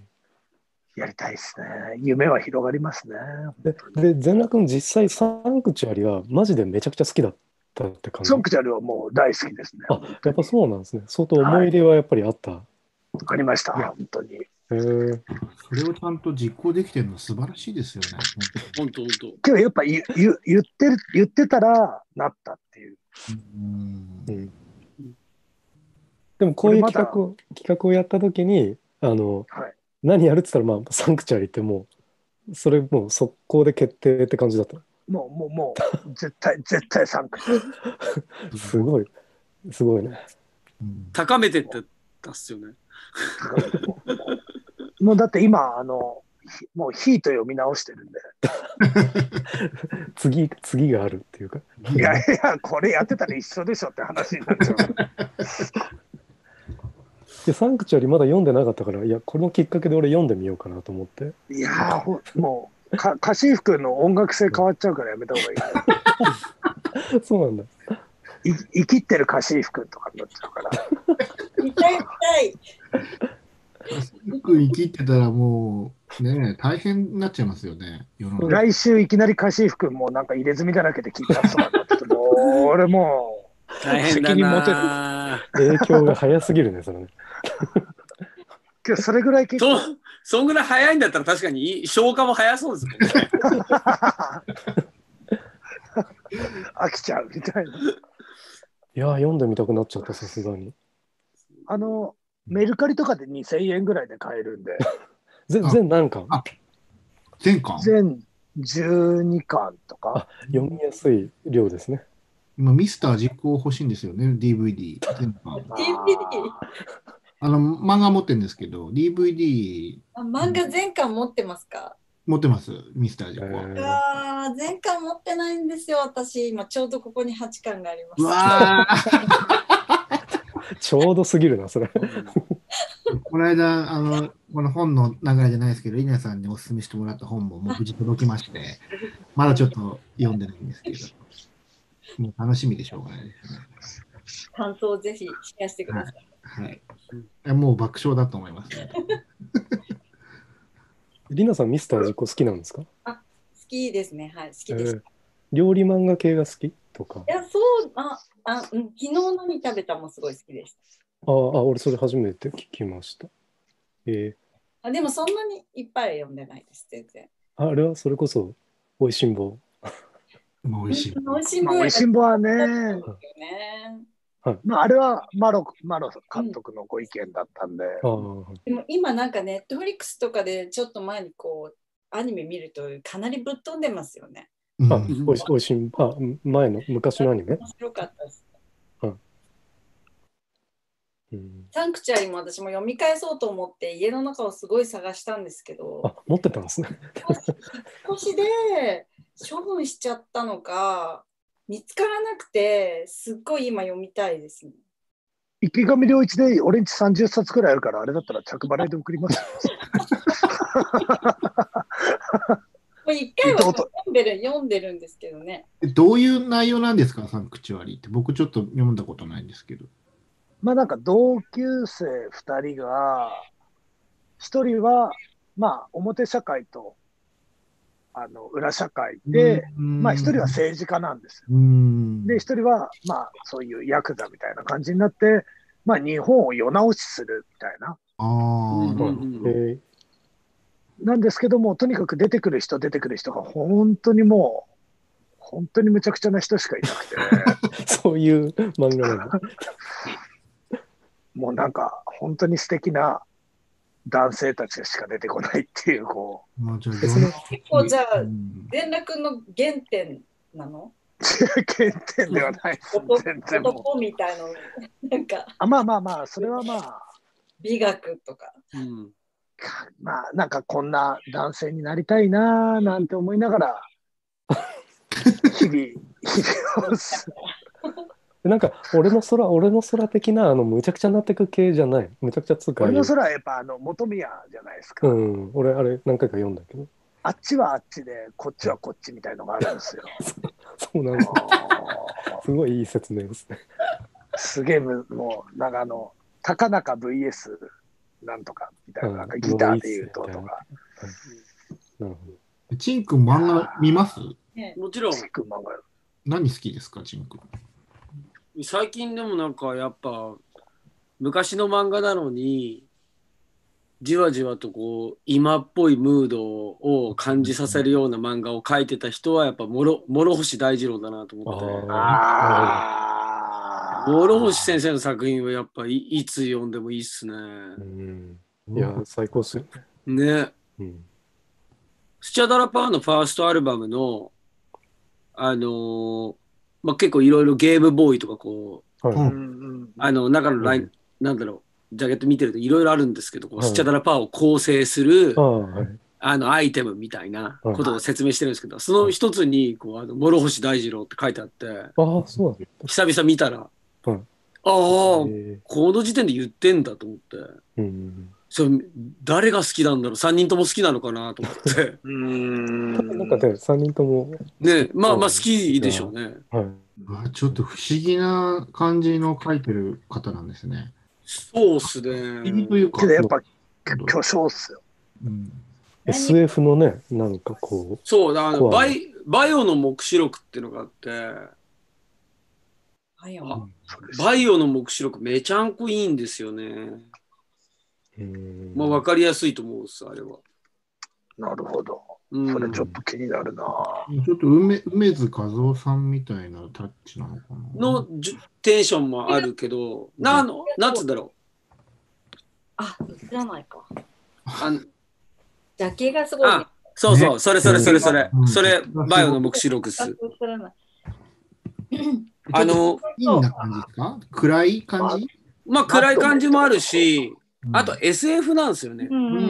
Speaker 1: やりたいっすね。夢は広がりますね。
Speaker 3: で、で全楽の実際サンクチュアリはマジでめちゃくちゃ好きだったって感じ
Speaker 1: ソン。クチャルはもう大好きですね。
Speaker 3: あ、やっぱそうなんですね。相当思い入れはやっぱりあった。
Speaker 1: わかりました、本当に。
Speaker 3: へー
Speaker 2: それをちゃんと実行できてるのは素晴らしいですよね。
Speaker 5: 本当本
Speaker 1: けどやっぱ言言言ってる、言ってたらなったっていう。
Speaker 2: うん
Speaker 3: うんでもこういう企画を企画をやった時にあの
Speaker 1: はい。
Speaker 3: 何やるって言ったら、まあ、サンクチュアリってもうそれもう速攻で決定って感じだった。
Speaker 1: もう、もう、も う、絶対、絶対サンクチャル。
Speaker 3: すごい。すごいね。
Speaker 2: うん
Speaker 5: 高めてってたっすよね。
Speaker 1: もうだって今、あの、ひもうヒート読み直してるんで。
Speaker 3: 次、次があるっていうか。
Speaker 1: いやいや、これやってたら一緒でしょって話になっちゃう。
Speaker 3: で、サンクチュアリまだ読んでなかったから、いや、このきっかけで俺読んでみようかなと思って。
Speaker 1: いやーほんもう、か、カシーフ君の音楽性変わっちゃうからやめた方が
Speaker 3: そうなんだ。
Speaker 1: いい。い生きってるカシーフ君とかになっちゃうから。
Speaker 4: 見たい見たい。
Speaker 2: よく生きてたらもう、ね大変になっちゃいますよね。世の中。
Speaker 1: 来週いきなりカシーフ君もうなんか入れ墨だらけで聞いたとかになってて、もう、俺も
Speaker 5: 大変だ
Speaker 1: 責任持てる
Speaker 5: な
Speaker 3: 影響が早すぎるね、それね。
Speaker 1: う、今日それぐらい結
Speaker 5: と
Speaker 1: 構、
Speaker 5: そんぐらい早いんだったら確かにいい消化も早そうですもんね。
Speaker 1: 飽きちゃうみたいな。
Speaker 3: いや、読んでみたくなっちゃった、さすがに。
Speaker 1: あの、メルカリとかで2000円ぐらいで買えるんで、
Speaker 3: 全全何巻
Speaker 2: あ前回、
Speaker 1: 全12巻とか、
Speaker 3: 読みやすい量ですね。
Speaker 2: 今、ミスター実行欲しいんですよね、DVD。前回
Speaker 1: まあ
Speaker 4: DVD
Speaker 2: あの、漫画持ってるんですけど、DVD
Speaker 4: あ漫画全巻持ってますか、
Speaker 2: 持ってます、ミスター
Speaker 3: え
Speaker 2: 実行。
Speaker 4: う
Speaker 3: ー
Speaker 4: わー全巻持ってないんですよ、私。今ちょうどここに8巻があります。
Speaker 2: うわー
Speaker 3: ちょうどすぎるな、それ。
Speaker 2: この間、あの、この本の流れじゃないですけど、稲さんにお勧めしてもらった本ももう無事届きまして、まだちょっと読んでないんですけど、もう楽しみでしょうがないですね。
Speaker 4: 感想をぜひシェアしてください。
Speaker 2: はい。えもう爆笑だと思います、
Speaker 3: リナさん、ミスター実行好きなんですか
Speaker 4: 好きですね。はい、好きです。
Speaker 3: えー料理漫画系が好きとか。
Speaker 4: いや、そう、あ、あ、うん昨日何食べたもすごい好きでした。
Speaker 3: ああ、俺それ初めて聞きました。え
Speaker 4: あ、でもそんなにいっぱい読んでないです、全然。
Speaker 3: ー、あれはそれこそ、おいしんぼ。
Speaker 2: もう美味しい。
Speaker 4: 美味しい
Speaker 1: まあ、
Speaker 4: も
Speaker 1: お
Speaker 4: ん
Speaker 1: いしんぼはね、
Speaker 4: ね。
Speaker 1: まあ、あれはマロマロ監督のご意見だったんで、
Speaker 3: ああ、
Speaker 4: でも今なんかネットフリックスとかでちょっと前にこうアニメ見るとかなりぶっ飛んでますよね。
Speaker 2: うん
Speaker 3: あおいしおいしんぼ。あ、前の、昔のアニメ
Speaker 4: 面。白かったです。
Speaker 3: うん、
Speaker 4: サンクチュアリも私も読み返そうと思って家の中をすごい探したんですけど
Speaker 3: あ、持ってたんですね。
Speaker 4: 少しで処分しちゃったのか見つからなくてすっごい今読みたいですね。
Speaker 1: 池上良一で俺んち30冊くらいあるから、あれだったら着払いで送りますよ。
Speaker 4: もう一回は
Speaker 1: どう
Speaker 4: 読
Speaker 1: ぞ
Speaker 4: んでる読んでるんですけどね。
Speaker 2: えどういう内容なんですか、サンクチュアリーって。僕ちょっと読んだことないんですけど。
Speaker 1: まあなんか同級生2人が、1人は、まあ表社会と、あの、裏社会で、
Speaker 2: うん
Speaker 1: まあ1人は政治家なんですよ。
Speaker 2: うん。
Speaker 1: で、1人は、まあそういうヤクザみたいな感じになって、まあ日本を世直しするみたいな。
Speaker 2: ああ、
Speaker 5: うんうんうん
Speaker 3: え
Speaker 1: なんですけども、とにかく出てくる人、出てくる人が本当にもう、本当にむちゃくちゃな人しかいなくて、
Speaker 3: ー、そういう漫画なんだ。
Speaker 1: もうなんか本当に素敵な男性たちしか出てこないっていう、こ
Speaker 2: まあじゃあ
Speaker 3: えその
Speaker 4: 結構じゃあ
Speaker 2: うん
Speaker 4: 連絡の原点なの
Speaker 1: う、原点ではないです
Speaker 4: 男
Speaker 1: 全然もう。
Speaker 4: 男みたいななんか
Speaker 1: あまあまあまあ、それはまあ、
Speaker 4: 美学とか。
Speaker 5: うん
Speaker 1: かまあなんかこんな男性になりたいなーなんて思いながら、日々、日々をす
Speaker 3: なんか、俺の空、俺の空的な、あの、むちゃくちゃなってく系じゃない。むちゃくちゃつうか。
Speaker 1: 俺の空はやっぱあの、元宮じゃないですか。
Speaker 3: うん、俺、あれ、何回か読んだけど。
Speaker 1: あっちはあっちで、こっちはこっちみたいのがあるんですよ。
Speaker 3: そうなんだ。すごいいい説明ですね。
Speaker 1: すげえむ、もう、なんかあの、高中 VS なんとかみたいな、なんか
Speaker 3: うん
Speaker 1: ギターで言うととか、
Speaker 3: なるほど。
Speaker 2: チンくん漫画見ます
Speaker 4: ね
Speaker 5: もちろん
Speaker 1: チックマンが
Speaker 2: 何好きですか、チンくん。
Speaker 5: 最近でもなんかやっぱ昔の漫画なのにじわじわとこう今っぽいムードを感じさせるような漫画を描いてた人はやっぱ諸諸星大二郎だなと思って
Speaker 3: あ
Speaker 1: あー
Speaker 5: 諸星先生の作品はやっぱいいつ読んでもいいっすね。
Speaker 3: うん。いや、最高っすよね。
Speaker 5: ね。
Speaker 3: うん。
Speaker 5: スチャダラパーのファーストアルバムのあのーまあ、結構いろいろゲームボーイとかこう
Speaker 3: はい。
Speaker 2: うん
Speaker 1: うん
Speaker 5: あの中のライン、
Speaker 3: うん
Speaker 5: なんだろうジャケット見てるといろいろあるんですけど、こう
Speaker 3: はい
Speaker 5: スチャダラパーを構成する
Speaker 3: ああ、はい。
Speaker 5: あのアイテムみたいな
Speaker 3: はい
Speaker 5: ことを説明してるんですけど、その一つにこうあの諸星大二郎って書いてあって
Speaker 3: ああ、そうなんだ。
Speaker 5: 久々見たら、
Speaker 3: はい
Speaker 5: ああこ
Speaker 3: え
Speaker 5: の時点で言ってんだと思って
Speaker 3: ーうん。
Speaker 5: それ誰が好きなんだろう3人とも好きなのかなと思って
Speaker 1: うん。うーん
Speaker 3: なんかね、3人とも、
Speaker 5: ねまあまあ好
Speaker 3: そう
Speaker 5: きでしょうね
Speaker 3: はい。
Speaker 2: あちょっと不思議な感じの書いてる方なんですね。
Speaker 5: そうっす
Speaker 2: 不思議とい
Speaker 5: ね
Speaker 2: う
Speaker 1: け
Speaker 2: か
Speaker 1: ど、やっぱ巨匠っすよ。
Speaker 2: うん、
Speaker 4: 何
Speaker 3: SF のね、なんかこ
Speaker 5: そうあの
Speaker 3: そう
Speaker 5: バイバイオの目視録っていうのがあって
Speaker 4: はいよ
Speaker 5: あバイオの目視録めちゃんこいいんですよね。
Speaker 3: う、うん。
Speaker 5: まあ分かりやすいと思うんです、あれは。
Speaker 1: なるほど。
Speaker 5: うん、
Speaker 1: それちょっと気になるな。
Speaker 2: ちょっと梅梅津和夫さんみたいなタッチなのかな。
Speaker 5: のじゅテンションもあるけど、なあの、なんつうんだろ
Speaker 4: あ、映らないか。
Speaker 5: う。あの
Speaker 4: ジャケがすごい、ね
Speaker 5: あ。そうそう、それそれそれそれ
Speaker 2: う。ん
Speaker 5: それ、バイオの目視録っす。
Speaker 4: 映らない。
Speaker 5: あの、
Speaker 2: いいな感じですか暗い感じ
Speaker 5: まあ暗い感じもあるし、
Speaker 2: うん
Speaker 5: あと SF なんですよね
Speaker 4: う。
Speaker 2: うん
Speaker 4: うん。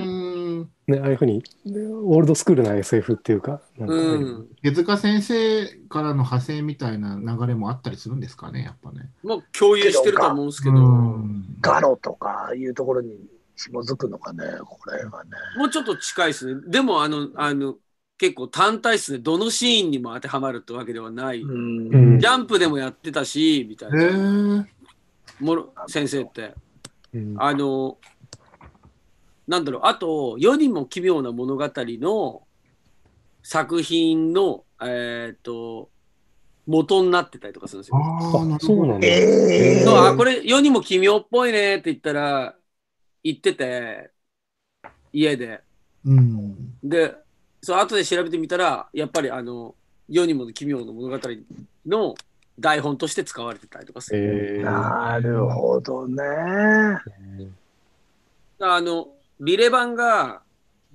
Speaker 2: ーん
Speaker 3: ね、ああいうふうに、ねオールドスクールな SF っていうか、なんかね
Speaker 5: うん。
Speaker 2: 手塚先生からの派生みたいな流れもあったりするんですかね、やっぱね。
Speaker 5: まあ共有してると思うんですけど、も
Speaker 2: ん
Speaker 1: ガロとかいうところに紐づくのかね、これはね。
Speaker 5: うちょっと近いですね。でも、あの、あの、結構単体ですね。どのシーンにも当てはまるってわけではない。
Speaker 1: うん
Speaker 5: ジャンプでもやってたし、みたい
Speaker 2: へ
Speaker 5: な。
Speaker 2: ー
Speaker 5: もろ先生って。
Speaker 3: うん
Speaker 5: あの、なんだろう、あと、世にも奇妙な物語の、作品の、えっ、と、元になってたりとかするんですよ。
Speaker 2: あ
Speaker 3: あ、そうなんだ。
Speaker 1: えー
Speaker 5: そうあこれ世にも奇妙っぽいねって言ったら言ってて家で
Speaker 2: うん。
Speaker 5: でそう後で調べてみたらやっぱりあの世にも奇妙の物語の台本として使われてたりとかする、
Speaker 3: えー
Speaker 1: なるほどね。
Speaker 5: あのビレ版が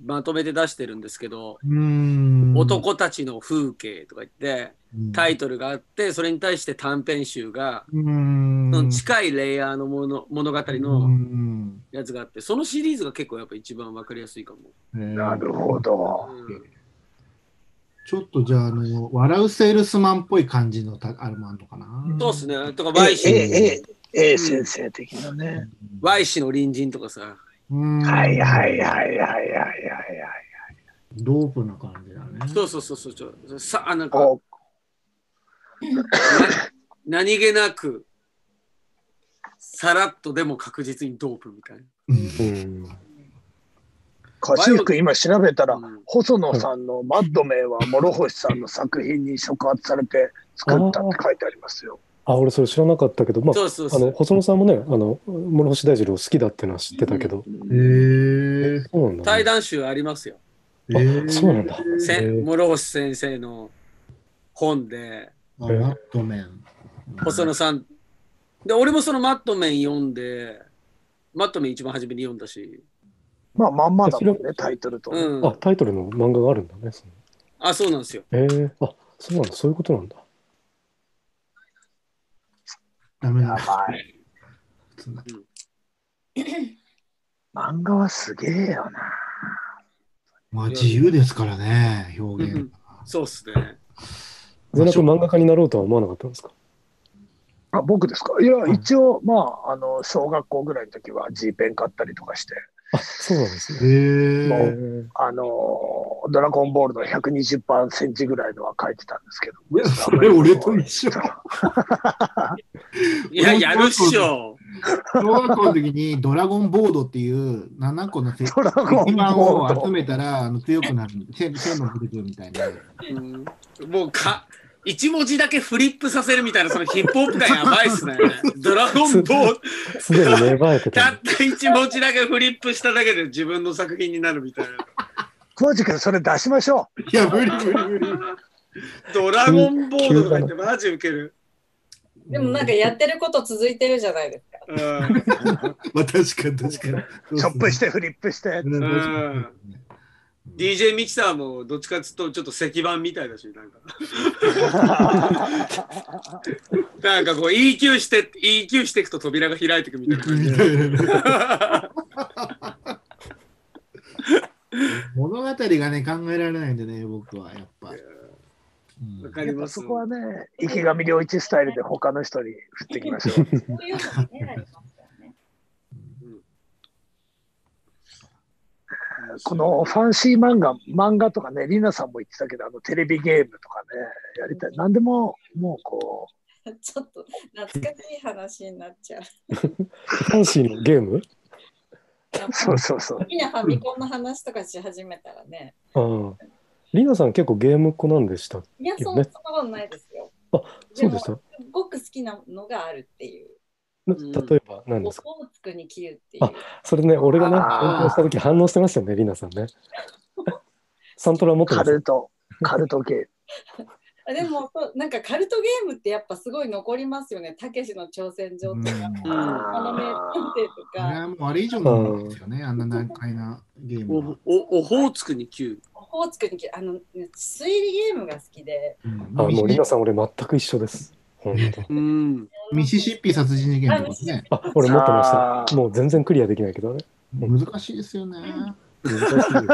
Speaker 5: まとめて出してるんですけど
Speaker 2: うん
Speaker 5: 「男たちの風景」とか言ってタイ
Speaker 2: ト
Speaker 5: トルがあってそれに対して短編集が
Speaker 2: ル。うん。
Speaker 5: その近いレイヤーのもの物語
Speaker 2: う
Speaker 5: の
Speaker 2: ん
Speaker 5: やつがあってそのシリーズが結構やっぱ一番わかりやすいかも。
Speaker 2: えー
Speaker 1: なるほど。
Speaker 5: うん
Speaker 2: ちょっとじゃあ、あの、笑うセールスマンっぽい感じのたあれもあるのかな。
Speaker 5: そうっすね。とか
Speaker 1: え
Speaker 5: Y
Speaker 1: え
Speaker 5: 氏、
Speaker 1: えええ先生的なね。
Speaker 5: Y 氏の隣人とかさ。
Speaker 2: うん。
Speaker 1: はいはいは
Speaker 2: い。
Speaker 1: いはいはいはいはい。
Speaker 2: ドープな感じだね。
Speaker 5: そうそうそうそうちょ。さあなんか
Speaker 1: こ
Speaker 5: な何気なくさらっとでも確実にドープみたい
Speaker 3: うん
Speaker 1: う、かしゆく今調べたら、
Speaker 5: うん
Speaker 1: 細野さんのマッドメンは諸星さんの作品に触発されて作ったって書いてありますよ。
Speaker 3: あ、俺それ知らなかったけど、ま
Speaker 5: な。
Speaker 3: あ、
Speaker 5: そうそう
Speaker 3: あ
Speaker 5: そ
Speaker 3: の
Speaker 5: う。
Speaker 3: 細野さんもね、あの諸星大二郎好きだってのは知ってたけど、
Speaker 2: へえ。
Speaker 3: そうなんだね、
Speaker 5: 対談集ありますよ。
Speaker 2: えー、
Speaker 3: そうなんだ
Speaker 5: せ
Speaker 3: へー
Speaker 5: 諸星先生の本で
Speaker 2: あマットメン。
Speaker 5: 細野さん。で俺もそのマットメン読んでマットメン一番初めに読んだし。
Speaker 1: まあまんまだもん
Speaker 3: それ
Speaker 1: ね、タイトルと。
Speaker 5: うん。
Speaker 3: あ、タイトルの漫画があるんだね。その
Speaker 5: あそうなんですよ。
Speaker 3: えー、あ、そうなんだ、そういうことなんだ。
Speaker 2: ダメ
Speaker 1: や
Speaker 2: だ。
Speaker 1: ばい。漫画はすげえよな。
Speaker 2: まあ自由ですからね、表現が。
Speaker 5: そうっすね。
Speaker 3: 全楽漫画家になろうとは思わなかったんですか
Speaker 1: あ僕ですかいや、
Speaker 2: ん
Speaker 1: 一応、まあ、あの、小学校ぐらいの時は G ペン買ったりとかして、
Speaker 3: あ、そうなんで
Speaker 2: へ
Speaker 3: すね。
Speaker 2: え
Speaker 3: え
Speaker 2: ー。
Speaker 3: ー、
Speaker 1: あの、ドラゴンボールの120番センチぐらいのは書いてたんですけど。
Speaker 2: いやそれ俺と一緒。
Speaker 5: いや、やるっしょ。
Speaker 2: 小学校の時にドラゴンボードっていう7個の石
Speaker 1: ドラゴン
Speaker 2: 板
Speaker 1: ボー
Speaker 2: を集
Speaker 1: ド。
Speaker 2: めたらあの強くなる、線線の出てくるみたいな。
Speaker 5: もうか、一文字だけフリップさせるみたいな、そのヒップホップ感やばいっす ね。ドラゴンボール、
Speaker 3: すでに芽生えて た
Speaker 5: たっ。た一文字だけフリップしただけで自分の作品になるみたいな。
Speaker 1: 当時からそれ出しましょ
Speaker 2: いや、無理無理無理。
Speaker 5: ドラゴンボールとか言ってマジウケる。
Speaker 4: でもなんかやってること続いてるじゃないですか。
Speaker 5: うん。
Speaker 2: まあ確かに確かに。
Speaker 1: う。チョップして、フリップして
Speaker 2: う。ん。確か
Speaker 5: DJ ミキサーもどっちかっつうとちょっと石板みたいだし、 なんか。なんかこう EQ して、EQ していくと扉が開いていくみたいな感
Speaker 2: に
Speaker 5: じ
Speaker 2: み
Speaker 5: で。
Speaker 2: たいなね物語がね、考えられないんでね、僕はやっぱ。うん
Speaker 5: わか
Speaker 1: や
Speaker 5: り
Speaker 1: っぱ
Speaker 5: ます
Speaker 1: そ。こはね、池上良一スタイルで他の人に振っていきましょう。
Speaker 4: そういうのもね、ありますよね。
Speaker 1: このファンシー漫画、漫画とかね、リナさんも言ってたけど、あのテレビゲームとかね、やりたい。何でも、もうこ
Speaker 4: ちょっと懐かしい話になっちゃう。
Speaker 3: ファンシーのゲーム
Speaker 1: う、そうそうそう
Speaker 4: 好。きなファミコンの話とかし始めたらね。
Speaker 3: ああ。リナさん結構ゲームっ子なんでした。
Speaker 4: いや、そんなことないですよ。
Speaker 3: そうでした。
Speaker 4: すごく好きなのがあるっていう。
Speaker 3: な
Speaker 5: うん
Speaker 3: 例えば何
Speaker 4: オ
Speaker 3: ですか、
Speaker 4: ホーツクに切るっていう。
Speaker 3: それね、俺がね、
Speaker 1: あー
Speaker 3: 勉強した時反応してましたよね、リナさんね。 サントラ持って
Speaker 1: カ
Speaker 3: ます
Speaker 1: ルト、カルトゲーム。
Speaker 4: あでもそうなんかカルトゲームってやっぱすごい残りますよね。たけしの挑戦状とか、
Speaker 5: う
Speaker 2: あ
Speaker 5: ん
Speaker 4: あの名探偵と
Speaker 2: れは
Speaker 4: か、
Speaker 2: もうあれ以上のものですよね、あんな難解なゲームは
Speaker 5: お。、お、オホーツクに9。
Speaker 4: オホーツクに切る。あの、推理ゲームが好きで。
Speaker 2: うん
Speaker 3: あ、もうリナ
Speaker 2: ミ
Speaker 3: さん、俺全く一緒です。本当に。
Speaker 5: うん。
Speaker 2: シシッピ殺人事件とかね、
Speaker 3: あ、俺持ってま
Speaker 1: あ
Speaker 3: し
Speaker 1: ー
Speaker 3: た。もう全然クリアできないけどね。
Speaker 2: 難しいですよね。
Speaker 3: 難しいです
Speaker 4: ゲーム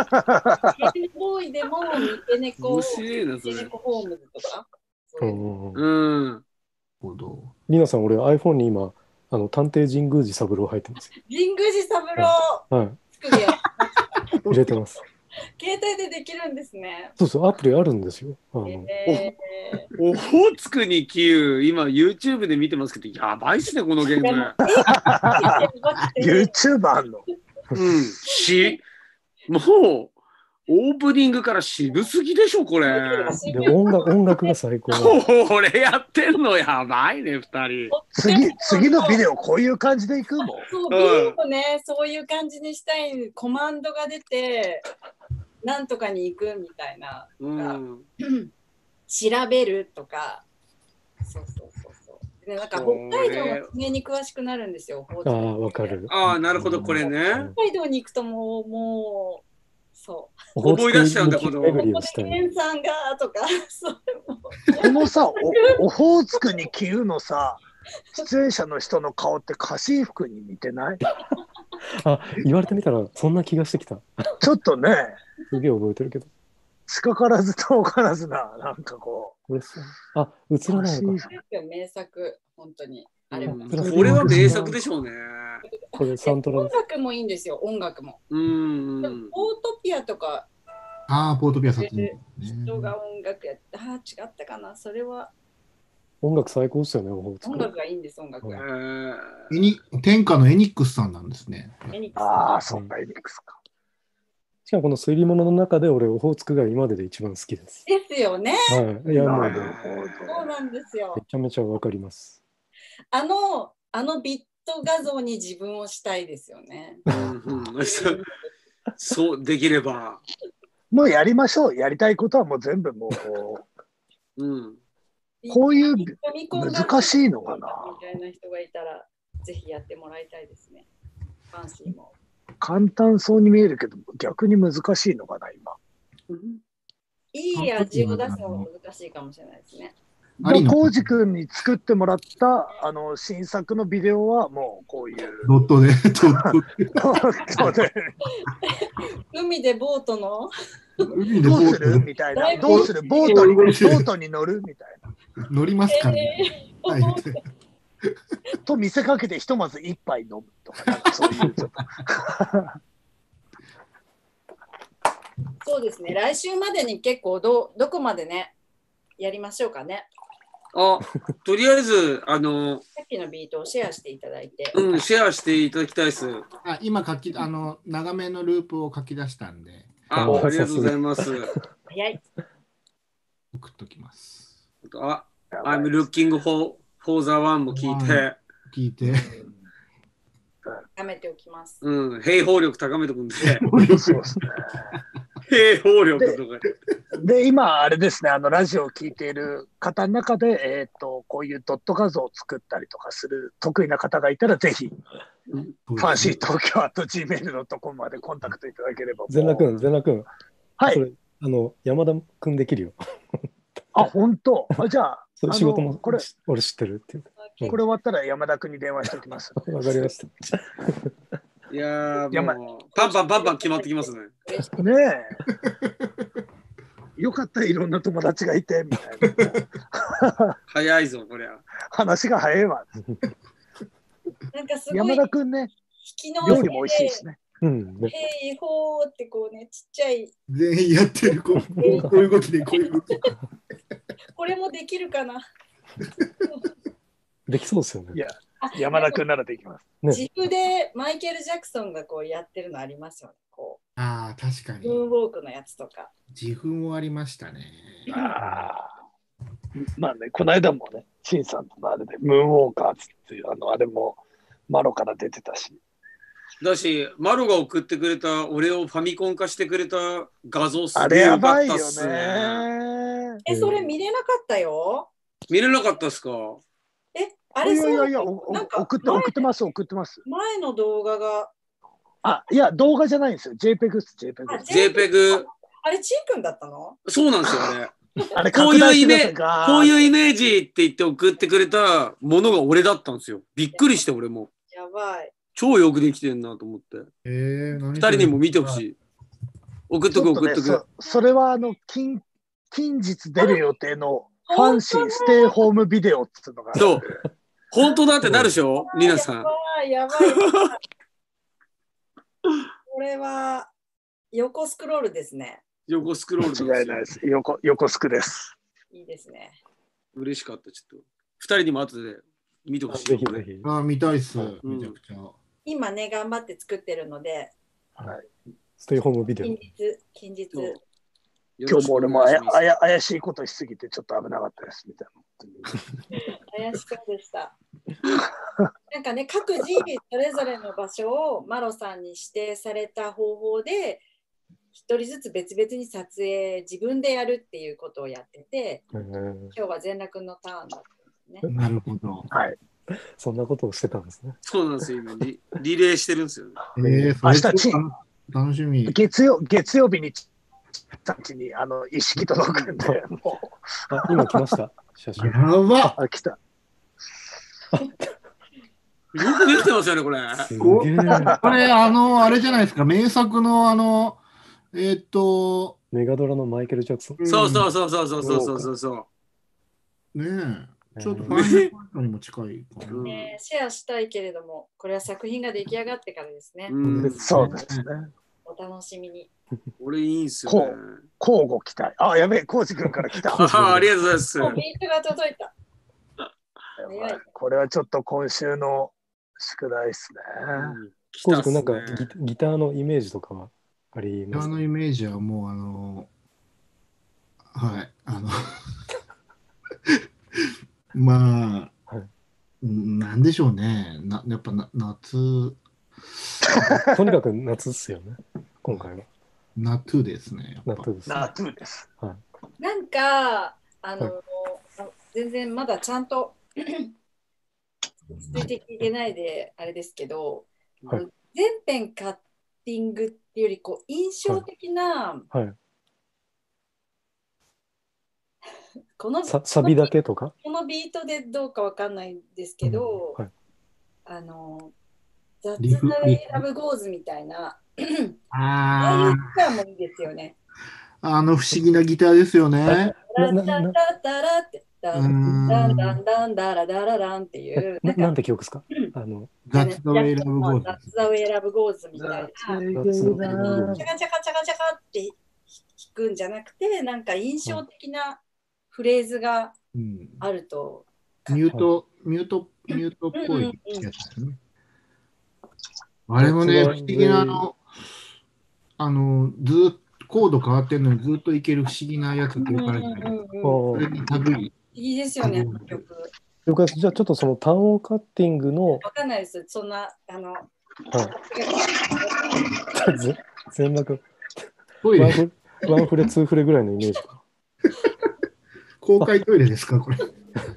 Speaker 4: ボーイでも、三毛猫、
Speaker 5: 面
Speaker 4: 三
Speaker 5: 白いな、そ
Speaker 4: 毛
Speaker 5: れ。
Speaker 4: 猫ホームズとか。そううい
Speaker 3: ん
Speaker 4: う
Speaker 3: うんうん。
Speaker 5: うん。
Speaker 2: ほど。
Speaker 3: リナさん、俺 iPhone に今、あの、探偵神宮寺三郎入ってます
Speaker 4: 神宮寺三郎
Speaker 3: よ。はい。
Speaker 4: 作りや
Speaker 3: 入れてます。
Speaker 4: 携帯でできるんですね。
Speaker 3: そうそう、アプリあるんですよ。あの、
Speaker 4: え
Speaker 5: オホーツクに9、今 YouTube で見てますけど、やばいっすね、このゲー ム。
Speaker 4: ー、
Speaker 1: YouTuber の。
Speaker 5: うん。し、もう、オープニングから渋すぎでしょ、これ。
Speaker 3: で、音楽、音楽が最高 だ。
Speaker 5: これやってんのやばいね、二人。
Speaker 1: 次、次のビデオ、こういう感じでいくもん。
Speaker 4: そう、ビーをね、そういう感じにしたい、コマンドが出て、なんとかに行くみたいな、
Speaker 5: うん。
Speaker 4: 調べるとか、そうそうそうそう。でなんか北海道は地名に詳しくなるんですよ。
Speaker 3: ああ、わか。る。
Speaker 5: ああ、なるほど、これね。
Speaker 4: 北海道に行くともう、もう、そ
Speaker 5: 思い出しちゃうんだ
Speaker 3: オホーツク
Speaker 4: う。
Speaker 5: こ
Speaker 4: こ
Speaker 5: の
Speaker 3: 巡り
Speaker 4: こ
Speaker 3: を
Speaker 4: で
Speaker 3: したい
Speaker 4: 県産がとか、 そう。
Speaker 1: このさ、おオホーツクに着るのさ、出演者の人の顔って家臣服に似てない
Speaker 3: あ、言われてみたら、そんな気がしてきた。
Speaker 1: ちょっとね、
Speaker 3: すげえ覚えてるけど。
Speaker 1: 近からず遠からずな、なんかこ
Speaker 3: これさあ、映ら
Speaker 1: う。
Speaker 3: ないのか。
Speaker 4: 名作、本当に。あれは。
Speaker 5: これは名作でしょうね。
Speaker 3: これサントラ
Speaker 4: 音
Speaker 3: です。
Speaker 4: 楽もいいんですよ、音楽も。
Speaker 5: うん
Speaker 4: で。もオートピアとか
Speaker 2: ああ、ポートピアさんってね。
Speaker 4: 人が音楽やって、ああ、違ったかな、それは
Speaker 3: 音楽最高ですよね、オホーツ
Speaker 4: 音
Speaker 3: ク。
Speaker 4: 楽がいいんです、音楽
Speaker 5: え
Speaker 4: が。
Speaker 5: ー
Speaker 2: エニ天下のエニックスさんなんですね。
Speaker 4: エニックス
Speaker 1: ああ、そんなエニックスか。
Speaker 3: しかもこの推理物の中で俺、オホーツクが今までで一番好きです。
Speaker 4: ですよね、
Speaker 3: はい。いや、もう、
Speaker 1: な
Speaker 3: め
Speaker 1: るほ
Speaker 4: そう
Speaker 1: ど。
Speaker 4: なんですよ。
Speaker 3: ちゃめちゃわかります。
Speaker 4: あの、あのビット画像に自分をしたいですよね。
Speaker 5: うんうんそそう、できれば。
Speaker 1: もうやりましょう。やりたいことはもう全部もうこ
Speaker 5: うん。
Speaker 1: う、こういう、難しいのかな
Speaker 4: みたいな人がいたら、ぜひやってもらいたいですね。ファンシーも。
Speaker 1: 簡単そうに見えるけど、逆に難しいのかな、今。
Speaker 4: いい味を出すのが難しいかもしれないですね。
Speaker 2: ありの
Speaker 1: コウジ君に作ってもらったあの新作のビデオはもうこういう。
Speaker 2: ドットで、ドットで。
Speaker 1: そうね
Speaker 4: 海でボートの
Speaker 2: 海で
Speaker 1: ど
Speaker 2: ボ
Speaker 1: うす
Speaker 2: ート
Speaker 1: る
Speaker 2: で
Speaker 1: みたいな。どうするボートにボートに乗るみたい
Speaker 2: 乗りますから
Speaker 4: え
Speaker 2: ね。
Speaker 4: ー
Speaker 2: はい
Speaker 1: な。と見せかけてひとまず一杯飲むとか、なんかそういうちょっと。
Speaker 4: そうですね。来週までに結構どどこまでねやりましょうかね。
Speaker 5: あ、とりあえず、あの、
Speaker 4: さっきのビートをシェアしていただいて。
Speaker 5: うん、シェアしていただきたいです。
Speaker 2: あ今書き、あの、長めのループを書き出したんで、
Speaker 5: あ、ありがとうございます。
Speaker 4: 早い。
Speaker 2: 送っときます。
Speaker 5: あ、I'm looking for, for the one も聞いて、
Speaker 2: 聞いて。
Speaker 4: やめておきます。
Speaker 5: うん、兵法力高めてくんで、
Speaker 1: そうですね
Speaker 5: 兵法力とか。
Speaker 1: で、今、あれですね、あの、ラジオを聞いている方の中で、えっ、と、こういうドット画像を作ったりとかする得意な方がいたら、ぜひ、ファンシー東京あと Gmail.com までコンタクトいただければ。
Speaker 3: 全楽君、全楽君。
Speaker 1: は
Speaker 3: そ
Speaker 1: い。
Speaker 3: れあの、山田君できるよ。
Speaker 1: あ、本当。あじゃあ、
Speaker 3: それ仕事
Speaker 1: あ
Speaker 3: も
Speaker 1: のこれ
Speaker 3: し俺知ってるっていう。
Speaker 1: これ終わったら山田君に電話しておきます。
Speaker 3: わかりました。
Speaker 5: いや
Speaker 1: やば
Speaker 5: ー、もう、パンパンパンパン決まってきますね。
Speaker 4: 嬉しい
Speaker 1: ねえ。 よかった、いろんな友達がいて、みたいな。
Speaker 5: 早いぞ、こりゃ。
Speaker 1: 話が早いわ。
Speaker 4: なんかすごい
Speaker 1: 山
Speaker 4: 引
Speaker 1: 田君ね、
Speaker 4: きの
Speaker 1: 料理も美味しいですね。
Speaker 3: うん。ね
Speaker 4: 平方ってこうねちっちゃい
Speaker 2: 全員やってる、こうこういうことで、こういうこと。
Speaker 4: これもできるかな。
Speaker 3: できそうですよね。
Speaker 1: いや山田君ならできます。
Speaker 3: ね
Speaker 4: 自分でマイケル・ジャクソンがこうやってるのありますよね。こ
Speaker 2: ああ、確か
Speaker 4: うムーン
Speaker 2: に。
Speaker 4: ウォークのやつとか。
Speaker 2: 自分もありましたね。
Speaker 1: あーまあね、この間もね、陳さんとのあれで、ムーンウォーカーズっていう、あの、あれも、マロから出てたし。
Speaker 5: だし、マロが送ってくれた、俺をファミコン化してくれた画像す
Speaker 1: あ
Speaker 5: げ
Speaker 1: れ
Speaker 5: え
Speaker 1: や
Speaker 5: よか
Speaker 1: ば
Speaker 5: っ
Speaker 1: い
Speaker 5: た
Speaker 1: よ
Speaker 5: っすね。
Speaker 1: ね。
Speaker 4: え、それ見れなかったよ。
Speaker 5: 見れなかったっすか
Speaker 4: え、あ
Speaker 1: あ
Speaker 4: れ
Speaker 1: いやい
Speaker 4: そ
Speaker 1: や
Speaker 4: う
Speaker 1: いや、おお
Speaker 4: なんか
Speaker 1: 送って、送ってます、送ってます。
Speaker 4: 前の動画が。
Speaker 1: あ、いや、動画じゃないんですよ。JPEG です、JPEG です。
Speaker 5: ?JPEG。
Speaker 4: あれ、ちーくんだったの
Speaker 5: そうなんですよ、あれ。
Speaker 1: あれ、
Speaker 5: こういうイメー
Speaker 1: 拡大して
Speaker 5: ジ
Speaker 1: ください
Speaker 5: こう
Speaker 1: う。
Speaker 5: いうイメージって言って送ってくれたものが俺だったんですよ。びっくりして、俺も。
Speaker 4: やばい。
Speaker 5: 超よくできてんなと思って。
Speaker 2: えー、何
Speaker 5: 二
Speaker 2: それ
Speaker 5: 人にも見てほし。い。送っ
Speaker 1: ち
Speaker 5: とく、
Speaker 1: ょっと
Speaker 5: 送
Speaker 1: ね
Speaker 5: っとく
Speaker 1: そ。それはあの近近日出る予定のファンシ
Speaker 4: 本
Speaker 1: ー
Speaker 4: 当
Speaker 1: ステイホームビデオっつうのが
Speaker 5: そう。本当だってなるでしょ
Speaker 4: だ
Speaker 5: ニナさん。
Speaker 4: やばい、 やばい。これは横スクロールですね。
Speaker 5: 横スクロールなんですよ
Speaker 1: 間違いないです横横スクです
Speaker 4: いいですね。
Speaker 5: 嬉しかった、ちょっと。二人にも後で見てほしい。
Speaker 3: ぜひぜひ。
Speaker 2: ああ、見たいっす。
Speaker 1: うん
Speaker 2: めちゃくちゃ。
Speaker 4: 今ね、頑張って作ってるので、
Speaker 3: ステイホームビデ
Speaker 4: 近
Speaker 3: オ。
Speaker 4: 日、近日。
Speaker 5: そう
Speaker 1: 今日も俺もあや
Speaker 5: よろしくお
Speaker 1: あ
Speaker 5: 願いし
Speaker 1: や怪しいことしすぎてちょっと危なかったですみたいな。
Speaker 4: 怪しそうで した。なんかね、各自それぞれの場所をマロさんに指定された方法で、一人ずつ別々に撮影、自分でやるっていうことをやってて、
Speaker 3: うん
Speaker 4: 今日は全楽のターンだったんですね。
Speaker 2: なるほど。
Speaker 3: そんなことをしてたんですね。
Speaker 5: ますそうなんですよ、今リ、リレーしてるんですよね。
Speaker 2: えー、それち
Speaker 1: 明日チ
Speaker 2: ょっと楽しみ。
Speaker 1: 月曜月曜日にたちにあの一式届くんで、も
Speaker 3: あ、今来ました。写真
Speaker 2: や。ば
Speaker 1: うあ来た。
Speaker 5: よくできてますよね、これ。
Speaker 3: すげえ。
Speaker 2: これ、あの、あれじゃないですか、名作の、あの、えーっと、
Speaker 3: メガドラのマイケル・ジャクソン。
Speaker 5: そうそうそうそうそうそうそうそう。
Speaker 2: ねえ、ちょっと
Speaker 3: え
Speaker 2: ファイナルファンタにも近いかな。
Speaker 5: うん
Speaker 4: ねシェアしたいけれども、これは作品が出来上がってからですね。
Speaker 5: うん、
Speaker 1: そうですね。
Speaker 4: お楽しみに。
Speaker 5: 俺いいんすよ、
Speaker 1: こ
Speaker 5: ね。
Speaker 1: 交互期待。あ、やべえ、コウジ君から来た。
Speaker 5: あありがとうございます。
Speaker 4: もうビートが届いた。早い
Speaker 1: これはちょっと今週の宿題ですね。
Speaker 5: 来
Speaker 3: コージ
Speaker 5: たっす
Speaker 3: 君、な
Speaker 5: ね
Speaker 3: んかギギターのイメージとかはありま
Speaker 2: あ
Speaker 3: すか
Speaker 2: のイメージはもう、あの、はい、あの、 まあ、
Speaker 3: は
Speaker 2: うんなんでしょうね。なやっぱな夏、
Speaker 3: とにかく夏っすよね。今回は。
Speaker 2: 夏ですね。やっぱ
Speaker 3: 夏です。
Speaker 1: ナトゥーです。
Speaker 4: なんか、あの、
Speaker 3: は
Speaker 4: あ全然まだちゃんとついて聞いてないで、あれですけど、
Speaker 3: はい
Speaker 4: 全編カッティングっていうより、こう、印象的な、
Speaker 3: はい。
Speaker 4: この
Speaker 3: さサビだけとか
Speaker 4: このビートでどうかわかんないんですけど、
Speaker 3: はい
Speaker 4: あの、雑
Speaker 2: リフ
Speaker 4: なラブゴーズみたいな、ああい
Speaker 2: あ
Speaker 4: うギターもいいですよね。
Speaker 2: あ、あの不思議なギターですよね。
Speaker 4: ダ
Speaker 3: なな
Speaker 4: ラダラ
Speaker 3: な
Speaker 4: ダラって、ダ
Speaker 2: うー
Speaker 4: ン
Speaker 2: ん
Speaker 4: ダンダンダンダラダラランっていう、
Speaker 3: な
Speaker 4: なんか
Speaker 3: なんて曲ですかあの、
Speaker 2: That's the way love goes.
Speaker 4: ダッツ・ザ・ウェイ・ラブ・ゴーズみたいな、
Speaker 3: 夏の
Speaker 4: チャカチャカチャカチャカって弾くんじゃなくて、なんか印象的なフレーズが
Speaker 2: うん
Speaker 4: あると、
Speaker 2: ミュート、ミュート、ミュートっぽいやつですね。あれもね、不
Speaker 3: 夏の
Speaker 2: 思議なあの、あの、ずーっと、コード変わってんのにずっといける不思議なやつっていうからじゃないですか。
Speaker 4: うんうん
Speaker 2: そ
Speaker 3: お
Speaker 2: れ
Speaker 3: ー
Speaker 2: に類い
Speaker 4: いいですよね、あの曲。
Speaker 3: 了解ですじゃあちょっとその単音カッティング の
Speaker 4: わかんないです、そんな、あの、
Speaker 3: ぜ全楽
Speaker 2: トイ
Speaker 3: ワン
Speaker 2: レ、
Speaker 3: フレ、ワンフレ、ツーフレぐらいのイメージか。
Speaker 2: 公開トイレですか、これ。